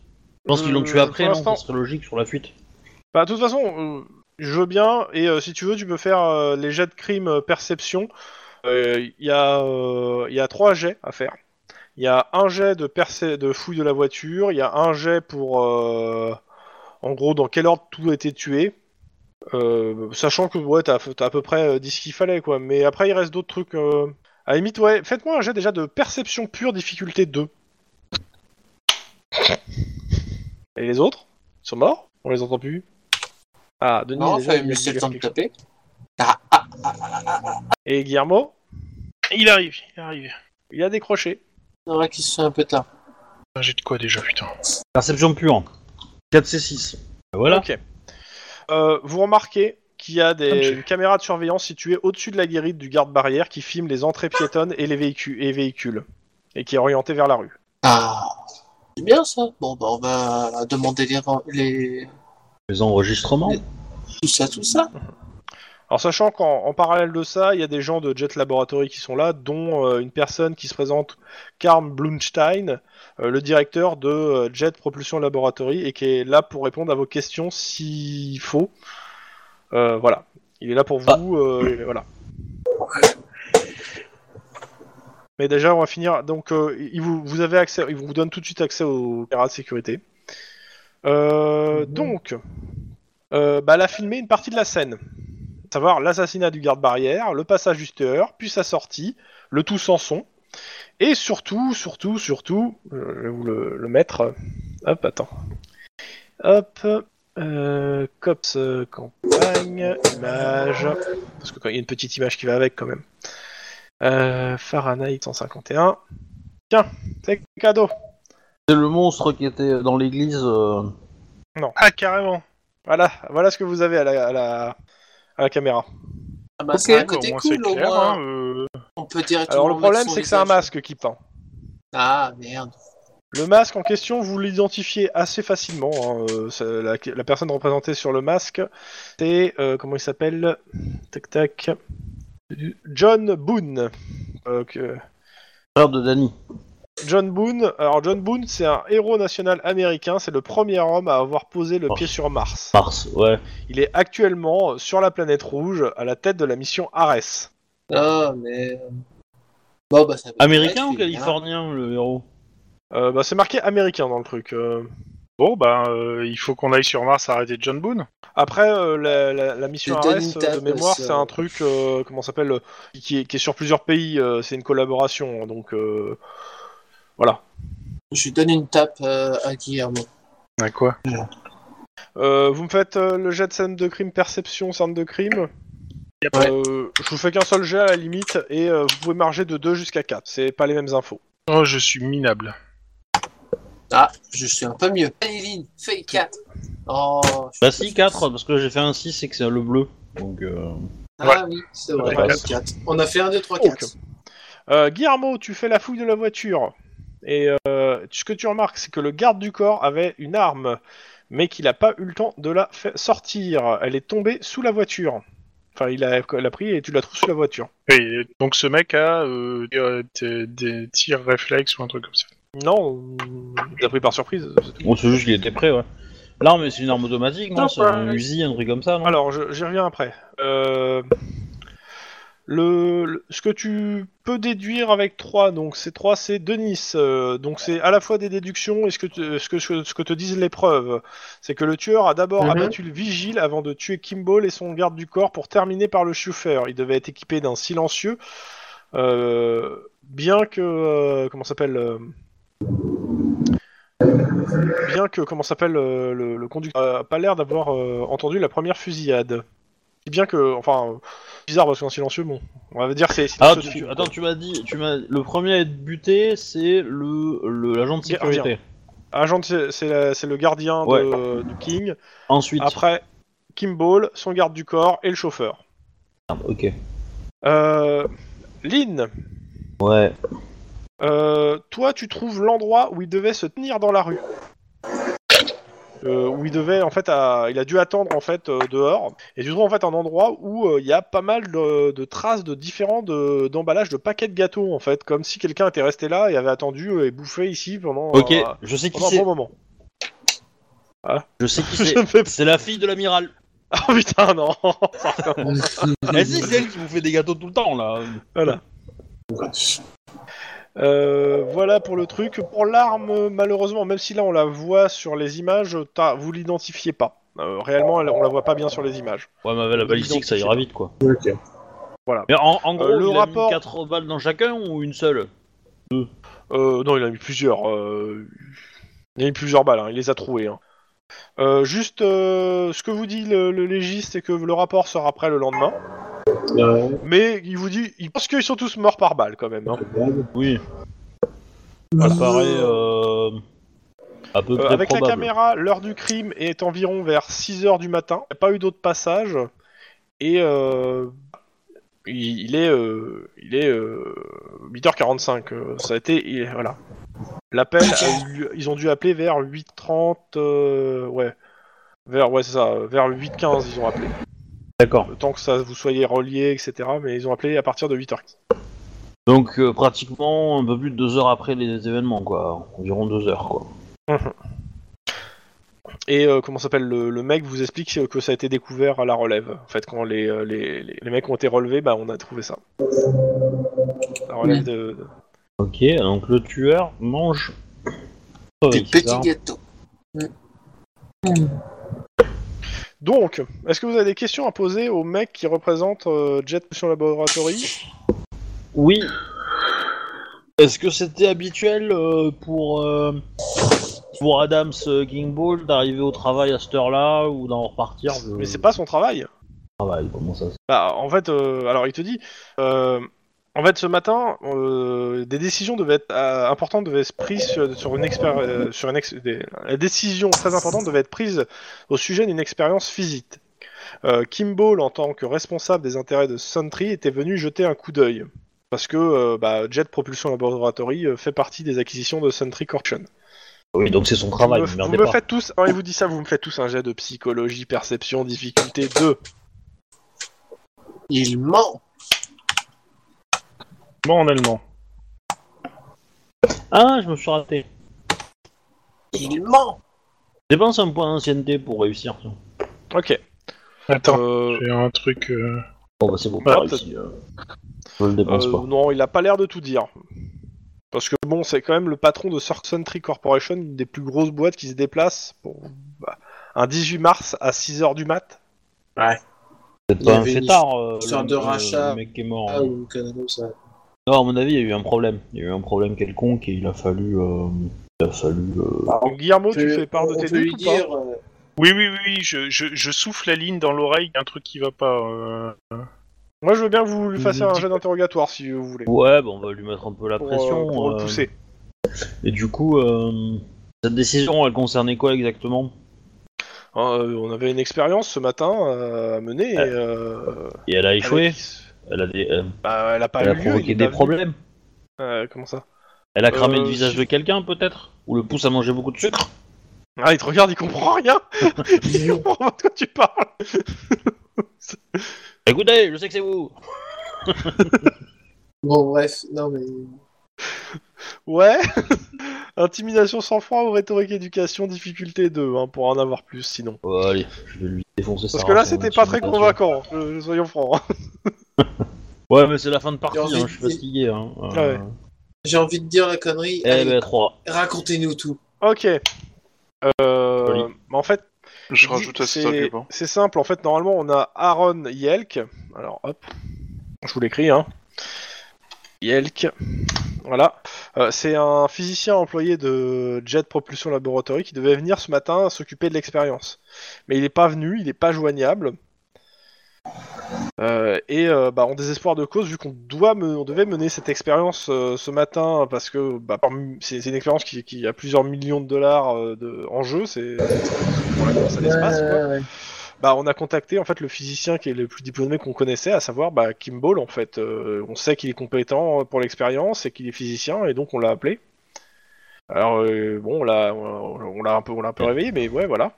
Speaker 1: pense qu'ils l'ont
Speaker 2: Euh,
Speaker 1: tué après,
Speaker 2: pour
Speaker 1: non Ça
Speaker 2: l'instant-
Speaker 1: serait logique sur la fuite.
Speaker 2: bah, de toute façon, euh, je veux bien et euh, si tu veux, tu peux faire euh, les jets de crime euh, perception. Euh, Il y a euh, il y a trois jets à faire. Il y a un jet de percé- de fouille de la voiture. Il y a un jet pour euh, en gros dans quel ordre tout a été tué. Euh, sachant que ouais, t'as t'as à peu près euh, dit ce qu'il fallait quoi. Mais après, il reste d'autres trucs. euh. À la limite, ouais, faites-moi un jet déjà de perception pure difficulté 2. Et les autres Ils sont morts On les entend plus Ah, Denis,
Speaker 4: Non,
Speaker 2: déjà,
Speaker 4: fallait
Speaker 2: il
Speaker 4: me
Speaker 2: a
Speaker 4: laisser
Speaker 2: dit
Speaker 4: le temps de
Speaker 2: quelque chose.
Speaker 4: taper.
Speaker 2: Et Guillermo,
Speaker 7: Il arrive, il arrive.
Speaker 2: il a décroché.
Speaker 4: Il y en a qui se fait un peu tard.
Speaker 7: Ah, J'ai de quoi déjà, putain.
Speaker 1: Perception pure. 4C6. Bah, Voilà.
Speaker 2: Ok. Euh, vous remarquez qu'il y a
Speaker 7: Comme
Speaker 2: des
Speaker 7: j'ai-
Speaker 2: une caméra de surveillance située au-dessus de la guérite du garde-barrière qui filme les entrées piétonnes et les véhicules, et, véhicules, et qui est orientée vers la rue.
Speaker 4: Ah, c'est bien ça. Bon, bah, on va demander les, ren- les...
Speaker 1: Les enregistrements.
Speaker 4: tout ça, tout ça.
Speaker 2: Alors sachant qu'en en parallèle de ça, il y a des gens de Jet Laboratory qui sont là, dont euh, une personne qui se présente, Karm Blumstein, euh, le directeur de euh, Jet Propulsion Laboratory, et qui est là pour répondre à vos questions s'il faut. Euh, voilà, il est là pour vous, euh, et voilà. Mais déjà, on va finir. Donc, euh, il vous, vous avez accès, il vous donne tout de suite accès aux caméras de sécurité. Euh, Donc, euh, bah, elle a filmé une partie de la scène, à savoir l'assassinat du garde-barrière, le passage du tueur, puis sa sortie, le tout sans son, et surtout, surtout, surtout, euh, je vais vous le, le mettre. Hop, attends. Hop. euh, cops euh, campagne image parce que quand il y a une petite image qui va avec quand même euh, Fahrenheit 151 tiens c'est cadeau
Speaker 1: C'est le monstre qui était dans l'église. euh,
Speaker 5: Ah, carrément.
Speaker 2: Voilà, voilà ce que vous avez à la, à la, à la caméra.
Speaker 4: Ah bah, c'est un
Speaker 5: D'accord,
Speaker 4: côté
Speaker 5: au moins,
Speaker 4: cool, au
Speaker 5: clair,
Speaker 4: moins.
Speaker 5: hein, euh,
Speaker 4: On peut directement
Speaker 2: Alors le
Speaker 4: mettre
Speaker 2: problème,
Speaker 4: son
Speaker 2: c'est que c'est un
Speaker 4: visage.
Speaker 2: masque qui peint.
Speaker 4: Ah merde.
Speaker 2: Le masque en question, vous l'identifiez assez facilement. hein, euh, c'est la, la personne représentée sur le masque, c'est euh, comment il s'appelle Tac tac. John Boone. Euh, que-
Speaker 1: Frère de Danny.
Speaker 2: John Boone. Alors John Boone, c'est un héros national américain. C'est le premier homme à avoir posé le
Speaker 1: Oh.
Speaker 2: pied sur Mars.
Speaker 1: Mars, ouais.
Speaker 2: Il est actuellement sur la planète rouge, à la tête de la mission Ares.
Speaker 4: Ah merde. Bon bah ça. va
Speaker 1: Américain
Speaker 4: être,
Speaker 1: ou
Speaker 4: c'est bien.
Speaker 1: californien, le héros
Speaker 2: Euh, bah, c'est marqué américain dans le truc. euh.
Speaker 5: Bon, ben, euh, il faut qu'on aille sur Mars arrêter John Boone.
Speaker 2: Après, euh, la, la- la mission
Speaker 4: Le
Speaker 2: Ares,
Speaker 4: Danny
Speaker 2: euh, de
Speaker 4: Tapos,
Speaker 2: mémoire,
Speaker 4: euh.
Speaker 2: c'est un truc, euh, comment ça s'appelle, euh, qui, est- qui est sur plusieurs pays, euh, c'est une collaboration, hein, donc... euh, Voilà.
Speaker 4: Je donne une tape euh, à Guillermo.
Speaker 5: À quoi
Speaker 2: Euh, vous me faites euh, le jet de scène de crime, perception, scène de crime
Speaker 5: Yep.
Speaker 2: Euh, Je vous fais qu'un seul jet à la limite, et euh, vous pouvez marger de 2 jusqu'à 4, c'est pas les mêmes infos.
Speaker 5: Oh, je suis minable.
Speaker 4: Ah, je suis un peu mieux. Anéline, feuille 4. Oh. je-
Speaker 1: Bah si, 4, parce que j'ai fait un 6 et que c'est le bleu. Donc, euh,
Speaker 4: Ah oui, c'est vrai.
Speaker 1: Ouais.
Speaker 4: feuille 4. On a fait un 2, 3,
Speaker 2: Donc. <laughs>
Speaker 4: 4.
Speaker 2: Euh, Guillermo, tu fais la fouille de la voiture. Et euh, ce que tu remarques, c'est que le garde du corps avait une arme, mais qu'il n'a pas eu le temps de la fa- sortir. Elle est tombée sous la voiture. Enfin, il a, elle a pris et tu la trouves sous la voiture.
Speaker 5: Oui, donc ce mec a euh, euh, des, des tirs réflexes ou un truc comme ça.
Speaker 2: Non, il l'a pris par surprise. c'est tout.
Speaker 1: on se juge qu'il était prêt, ouais. L'arme, c'est une arme automatique, non C'est un Uzi, un truc comme ça, non
Speaker 2: Alors, je- j'y reviens après. Euh, le, le- ce que tu peux déduire avec 3, donc ces 3, c'est Denis. euh, donc c'est à la fois des déductions et ce que, te- ce que, ce que- ce que te disent les preuves. C'est que le tueur a d'abord
Speaker 4: Mhm.
Speaker 2: abattu le vigile avant de tuer Kimball et son garde du corps pour terminer par le chauffeur. Il devait être équipé d'un silencieux, euh, bien que... euh, comment s'appelle euh, bien que comment s'appelle euh, le, le conducteur a pas l'air d'avoir euh, entendu la première fusillade. Si Bien que, enfin, euh, bizarre parce qu'en silencieux, bon, on va dire que c'est. c'est
Speaker 1: Ah,
Speaker 2: ce
Speaker 1: tu-
Speaker 2: film,
Speaker 1: tu-
Speaker 2: quoi.
Speaker 1: attends, tu m'as dit, tu m'as, le premier à être buté, c'est le, le- l'agent de
Speaker 2: Gardien.
Speaker 1: sécurité.
Speaker 2: Agent, de- c'est- c'est la- c'est le gardien de-
Speaker 1: Ouais.
Speaker 2: du King.
Speaker 1: Ensuite,
Speaker 2: Après, Kimball, son garde du corps et le chauffeur.
Speaker 1: Merde, ok.
Speaker 2: Euh, Lynn,
Speaker 1: Ouais.
Speaker 2: euh, toi, tu trouves l'endroit où il devait se tenir dans la rue. Euh, où il devait, en fait, à- il a dû attendre en fait euh, dehors. Et tu trouves en fait un endroit où euh, il y a pas mal de, de traces de différents de- d'emballages de, paquets de gâteaux en fait, comme si quelqu'un était resté là et avait attendu euh, et bouffé ici pendant.
Speaker 1: Ok,
Speaker 2: euh,
Speaker 1: je sais qui
Speaker 2: pendant un
Speaker 1: c'est.
Speaker 2: bon moment. <laughs>
Speaker 1: Je sais qui
Speaker 2: Je
Speaker 1: c'est.
Speaker 2: me fais-
Speaker 1: C'est la fille de l'amiral.
Speaker 2: Oh <laughs> putain, non Ah,
Speaker 1: Eh si, c'est elle qui vous fait des gâteaux tout le temps, là.
Speaker 2: Euh, voilà pour le truc. Pour l'arme, malheureusement, même si là on la voit sur les images, t'as- vous l'identifiez pas. Euh, réellement, elle- on la voit pas bien sur les images.
Speaker 1: Ouais, mais avec la balistique, ça ira vite, quoi.
Speaker 4: Ok.
Speaker 1: Mais en, en gros,
Speaker 2: Euh, le
Speaker 1: le il rapport...
Speaker 2: rapport-
Speaker 1: 4 balles dans chacun ou une seule
Speaker 2: Euh, non, il en a mis plusieurs. euh, Il en a mis plusieurs balles, hein, il les a trouvées. hein. Euh, juste, euh, ce que vous dit le, le légiste, c'est que le rapport sera prêt le lendemain.
Speaker 4: Ouais,
Speaker 2: Mais il vous dit, il pense qu'ils sont tous morts par balle quand même. hein.
Speaker 1: Oui. Ça paraît euh, à peu
Speaker 2: Euh,
Speaker 1: près
Speaker 2: avec la
Speaker 1: probable.
Speaker 2: caméra, l'heure du crime est environ vers 6h du matin. Il n'y a pas eu d'autres passages. Et euh, il, il est, euh, il est 8h45. Euh, ça a été. il- voilà. L'appel, a eu lieu- ils ont dû appeler vers euh, 8h30. euh, ouais. Vers, ouais, c'est ça. Vers 8h15, ils ont appelé.
Speaker 1: D'accord.
Speaker 2: le temps que ça vous soyez relié, etc. Mais ils ont appelé à partir de 8h15.
Speaker 1: Donc euh, pratiquement un peu plus de deux heures après les événements, quoi. Environ deux heures, quoi.
Speaker 2: Et euh, comment s'appelle le, le mec vous explique euh, que ça a été découvert à la relève. En fait, quand les, euh, les, les- les mecs ont été relevés, bah on a trouvé ça. La relève de, de-
Speaker 1: Ok, donc le tueur mange. Oh,
Speaker 4: Des petits gâteaux.
Speaker 2: Donc, est-ce que vous avez des questions à poser au mec qui représente euh, Jet Potion Laboratory
Speaker 1: Oui. Est-ce que c'était habituel euh, pour, euh, pour Adams euh, Kingball d'arriver au travail à cette heure-là ou d'en repartir je-
Speaker 2: Mais c'est pas son travail.
Speaker 1: travail, comment ça se-
Speaker 2: Bah, en fait, euh, alors il te dit, euh, en fait, ce matin, euh, des décisions devaient être euh, importantes devaient être prises sur, sur une expéri- euh, sur une ex- des- la décision très importante devait être prise au sujet d'une expérience physique. Euh, Kimball, en tant que responsable des intérêts de Sentry, était venu jeter un coup d'œil parce que euh, bah, Jet Propulsion Laboratory euh, fait partie des acquisitions de Sentry Corporation.
Speaker 1: Oui, donc c'est son travail,
Speaker 2: vous
Speaker 1: vous
Speaker 2: me,
Speaker 1: merdez
Speaker 2: vous me
Speaker 1: pas.
Speaker 2: faites tous, il vous dit ça, vous me faites tous un jet de psychologie, perception, difficulté 2.
Speaker 4: Il ment.
Speaker 5: Moi en allemand.
Speaker 1: Ah, je me suis raté.
Speaker 4: Il ment.
Speaker 1: Dépense un point d'ancienneté pour réussir. tiens.
Speaker 2: Ok.
Speaker 5: Attends,
Speaker 2: Euh,
Speaker 5: j'ai un truc. euh,
Speaker 1: Bon, bah c'est bon,
Speaker 2: Ah,
Speaker 1: par ici. euh, Je le dépense
Speaker 2: Euh,
Speaker 1: pas.
Speaker 2: non, il a pas l'air de tout dire. Parce que bon, c'est quand même le patron de Sorkson Tree Corporation, une des plus grosses boîtes qui se déplace pour bah, un 18 mars à 6h du mat.
Speaker 1: C'est
Speaker 4: il y
Speaker 1: pas un
Speaker 4: avait une
Speaker 1: fêtard, euh,
Speaker 4: histoire
Speaker 1: le-
Speaker 4: de
Speaker 1: le-
Speaker 4: rachat.
Speaker 1: le mec qui est mort. hein.
Speaker 4: Ah, ou une connerie comme ça.
Speaker 1: Non, à mon avis, il y a eu un problème. Il y a eu un problème quelconque et il a fallu. euh, Il a fallu. euh,
Speaker 2: Donc Guillermo, tu
Speaker 4: Je-
Speaker 2: fais part de
Speaker 4: on
Speaker 2: tes
Speaker 4: peut lui
Speaker 2: doutes ou pas
Speaker 4: dire, euh,
Speaker 5: Oui, oui, oui, oui, je, je, je souffle la ligne dans l'oreille, y a un truc qui va pas. euh,
Speaker 2: Moi, je veux bien que vous lui fassiez
Speaker 5: Mhm.
Speaker 2: un jeu d'interrogatoire si vous voulez.
Speaker 1: Ouais, bah on va lui mettre un peu la
Speaker 2: Pour, euh,
Speaker 1: pression.
Speaker 2: pour le
Speaker 1: euh,
Speaker 2: pousser.
Speaker 1: Et du coup, euh, cette décision, elle concernait quoi exactement
Speaker 2: Euh, on avait une expérience ce matin euh, à mener. et, euh,
Speaker 1: Et elle a échoué
Speaker 2: avec-
Speaker 1: Elle a, des- euh,
Speaker 2: bah, elle a pas
Speaker 1: elle
Speaker 2: eu
Speaker 1: a
Speaker 2: lieu, il
Speaker 1: provoqué
Speaker 2: est
Speaker 1: des
Speaker 2: pas venu.
Speaker 1: problèmes
Speaker 2: Euh, comment ça
Speaker 1: Elle a cramé
Speaker 2: Euh,
Speaker 1: le visage
Speaker 2: je-
Speaker 1: de quelqu'un, peut-être Ou le pouce a mangé beaucoup de sucre
Speaker 2: Ah, il te regarde, il comprend rien. <laughs> il comprend pas de quoi tu parles.
Speaker 1: Écoutez, je sais que c'est vous
Speaker 4: Bon, bref, non, mais.
Speaker 2: Ouais. <laughs> Intimidation sans froid ou rhétorique éducation, difficulté 2, hein, pour en avoir plus sinon.
Speaker 1: Oh, Allez, je vais lui défoncer ça. hein,
Speaker 2: Parce que là, c'était pas très convaincant, euh, soyons francs.
Speaker 1: Ouais, mais c'est la fin de partie,
Speaker 4: J'ai envie
Speaker 1: hein,
Speaker 4: de
Speaker 1: je suis
Speaker 4: dire-
Speaker 1: fatigué. Hein. Euh,
Speaker 2: Ah ouais.
Speaker 4: J'ai envie de dire la connerie.
Speaker 1: Eh
Speaker 4: Allez,
Speaker 1: ben, 3.
Speaker 4: Racontez-nous tout.
Speaker 2: <laughs> ok. Euh,
Speaker 1: Joli.
Speaker 2: mais en fait,
Speaker 3: Je
Speaker 2: dis-
Speaker 3: rajoute à cet
Speaker 2: c'est
Speaker 3: argument.
Speaker 2: c'est simple. En fait, normalement, on a Aaron Yelk. Alors, hop, je vous l'écris. Hein. Yelk. Voilà. Euh, c'est un physicien employé de Jet Propulsion Laboratory qui devait venir ce matin s'occuper de l'expérience. Mais il n'est pas venu, il n'est pas joignable. Euh, et euh, bah, en désespoir de cause, vu qu'on doit me- on devait mener cette expérience euh, ce matin, parce que bah, parmi- c'est c'est une expérience qui, qui a plusieurs millions de dollars euh, de, en jeu, c'est pour la course à l'espace. quoi
Speaker 4: Ouais, ouais.
Speaker 2: bah, on a contacté en fait le physicien qui est le plus diplômé qu'on connaissait, à savoir bah, Kimball en fait. Euh, on sait qu'il est compétent pour l'expérience et qu'il est physicien et donc on l'a appelé. Alors euh, bon, on l'a, on on l'a un peu, on l'a un peu réveillé, mais ouais, voilà.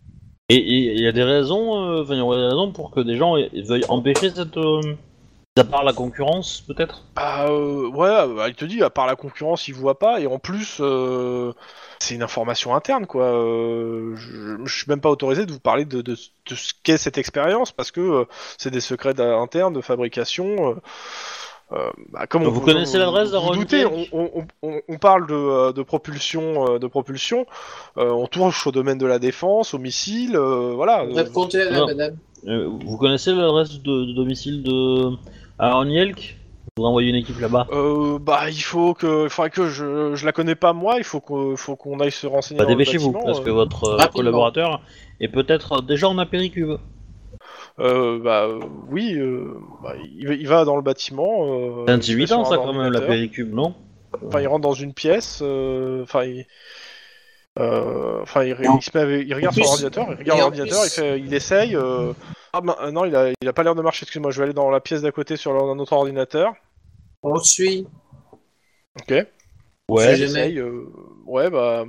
Speaker 1: Et et il y a des raisons, euh, enfin, il y aurait des raisons pour que des gens eh, veuillent empêcher cette. euh, à part la concurrence, peut-être
Speaker 2: Bah euh, ouais, bah, il te dit, à part la concurrence, il voit pas, et en plus, euh, c'est une information interne, quoi. Euh, je, je suis même pas autorisé de vous parler de, de- de ce qu'est cette expérience, parce que euh, c'est des secrets d'a- internes de fabrication. euh, euh, bah, comme
Speaker 1: Vous connaissez
Speaker 2: comme
Speaker 1: l'adresse
Speaker 2: vous
Speaker 1: d'Aaron
Speaker 2: doutez, on,
Speaker 1: Drake
Speaker 2: on- on- on parle de, euh, de propulsion, euh, de propulsion. euh, on touche au domaine de la défense, aux missiles, euh, voilà. euh,
Speaker 4: Racontez à la
Speaker 1: non.
Speaker 4: madame.
Speaker 1: Euh, vous connaissez l'adresse de, de domicile de Aaron Yelk Vous envoyez une équipe là-bas
Speaker 2: Euh, bah, il faut que, il faudrait que je, je la connais pas moi. Il faut qu'on, faut qu'on aille se renseigner.
Speaker 1: Bah,
Speaker 2: dans le
Speaker 1: dépêchez-vous,
Speaker 2: bâtiment,
Speaker 1: parce
Speaker 2: euh.
Speaker 1: que votre euh,
Speaker 4: Rapidement.
Speaker 1: collaborateur est peut-être déjà en apéricube.
Speaker 2: Euh, bah, euh, oui, euh, bah, il, va- il va dans le bâtiment. Euh,
Speaker 1: C'est un
Speaker 2: il
Speaker 1: petit
Speaker 2: se met
Speaker 1: huit
Speaker 2: sur
Speaker 1: ans,
Speaker 2: un
Speaker 1: ça, quand même,
Speaker 2: ordinateur.
Speaker 1: l'apéricube, non
Speaker 2: Enfin, il rentre dans une pièce. euh, Enfin, il. euh, Enfin, il, il se met avec- il regarde son
Speaker 4: En plus-
Speaker 2: ordinateur, il regarde
Speaker 4: et en
Speaker 2: l'ordinateur, il,
Speaker 4: plus-
Speaker 2: fait- il essaye. euh, Ah ben, euh, non, il a, il a pas l'air de marcher, excuse-moi, je vais aller dans la pièce d'à côté sur l'or- un autre ordinateur.
Speaker 4: On le suit.
Speaker 2: Ok.
Speaker 4: Ouais.
Speaker 2: il essaye. euh, Ouais, bah.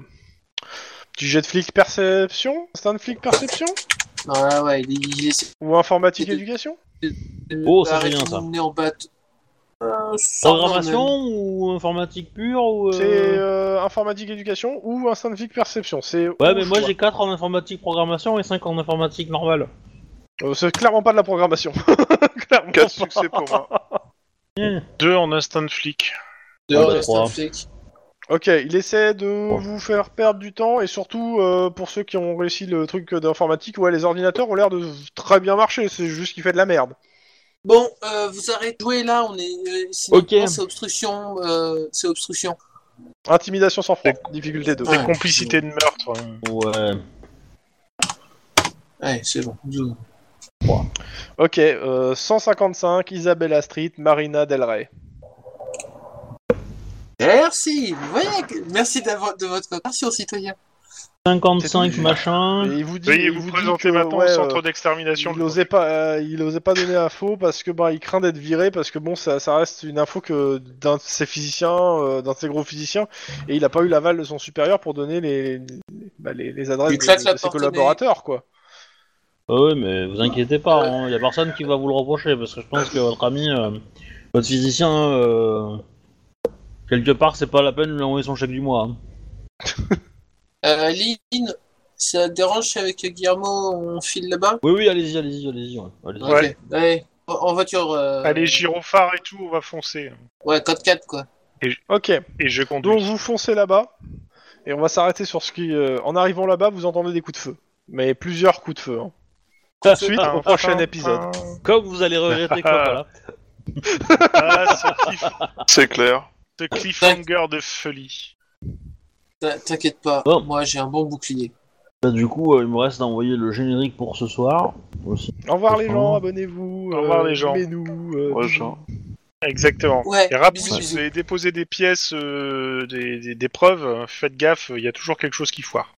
Speaker 2: Petit jet de flic perception Instinct de flic perception
Speaker 4: Ah ouais, il, il essaie
Speaker 2: Ou informatique éducation
Speaker 4: de
Speaker 1: Oh, ça, c'est bien, ça.
Speaker 4: retourner en bas. Euh, ça,
Speaker 1: Programmation
Speaker 4: non,
Speaker 1: ou informatique pure ou, euh,
Speaker 2: C'est euh, informatique éducation ou instinct de perception. C'est
Speaker 1: Ouais,
Speaker 2: au
Speaker 1: mais moi
Speaker 2: choix.
Speaker 1: j'ai 4 en informatique programmation et 5 en informatique normale.
Speaker 2: Euh, c'est clairement pas de la programmation. <laughs> clairement. <laughs>
Speaker 3: 4 succès pour moi.
Speaker 5: Deux en instant flic.
Speaker 4: de
Speaker 1: Ah bah,
Speaker 4: reste
Speaker 1: trois.
Speaker 4: un flic.
Speaker 2: Ok, il essaie de
Speaker 1: Bon.
Speaker 2: vous faire perdre du temps et surtout euh, pour ceux qui ont réussi le truc d'informatique, ouais, les ordinateurs ont l'air de très bien marcher. C'est juste qu'il fait de la merde.
Speaker 4: Bon, euh, vous arrêtez de jouer là, on est. euh, sinon,
Speaker 1: Ok.
Speaker 4: C'est obstruction. euh, c'est obstruction.
Speaker 2: Intimidation sans froid, difficulté 2.
Speaker 4: Ouais.
Speaker 5: Complicité de meurtre. hein.
Speaker 1: Ouais.
Speaker 4: Ouais, c'est bon.
Speaker 2: Ok, euh, 155, Isabella Street, Marina Del Rey.
Speaker 4: Merci. Vous voyez que- merci d'avoir- de votre coopération, citoyen.
Speaker 1: 55
Speaker 2: C'est-
Speaker 1: machin.
Speaker 2: Et il vous dit,
Speaker 5: Veuillez
Speaker 2: il
Speaker 5: vous,
Speaker 2: vous dit
Speaker 5: présenter
Speaker 2: que,
Speaker 5: maintenant
Speaker 2: ouais,
Speaker 5: au
Speaker 2: euh,
Speaker 5: centre d'extermination.
Speaker 2: Il osait pas, euh, il osait pas donner l'info parce que bah, il craint d'être viré parce que bon, ça, ça reste une info que d'un de ses physiciens, euh, d'un de ses gros physiciens, et il a pas eu l'aval de son supérieur pour donner les, les, bah, les- les adresses
Speaker 4: Il
Speaker 2: de,
Speaker 4: claque la
Speaker 2: de ses
Speaker 4: porte au nez.
Speaker 2: collaborateurs quoi.
Speaker 1: Ah ouais, mais vous inquiétez pas, il y a personne qui va vous le reprocher parce que je pense que votre ami, euh, votre physicien, euh, quelque part, c'est pas la peine de lui envoyer son chèque du mois. hein.
Speaker 4: Euh, Lynn, ça te dérange si avec Guillermo, on file là-bas
Speaker 1: Oui, oui, allez-y, allez-y, allez-y. ouais, allez-y.
Speaker 4: Ok, Allez, en- en voiture. euh,
Speaker 5: Allez, gyrophare et tout, on va foncer.
Speaker 4: Ouais, code 4, quoi.
Speaker 2: Ok,
Speaker 5: Et je conduis.
Speaker 2: donc vous foncez là-bas et on va s'arrêter sur ce qui. euh, en arrivant là-bas, vous entendez des coups de feu, mais plusieurs coups de feu. hein. Suite au prochain épisode.
Speaker 1: Comme vous allez regretter que soit <laughs> pas là.
Speaker 5: Ah, ce, cliff-
Speaker 3: C'est clair.
Speaker 5: ce cliffhanger de folie.
Speaker 4: T'in- T'inquiète pas,
Speaker 1: Bon.
Speaker 4: moi j'ai un bon bouclier.
Speaker 1: Bah, du coup, euh, il me reste à envoyer le générique pour ce soir. Aussi.
Speaker 2: Au revoir les gens,
Speaker 1: Oh.
Speaker 2: abonnez-vous. euh,
Speaker 5: Au revoir, les gens.
Speaker 2: nous
Speaker 3: Moi, genre.
Speaker 5: Exactement.
Speaker 4: Ouais,
Speaker 5: Et rappelez,
Speaker 4: bisous,
Speaker 5: si
Speaker 4: bisous.
Speaker 5: vous avez déposé des pièces, euh, des, des- des preuves, euh, faites gaffe, il y a toujours quelque chose qui foire.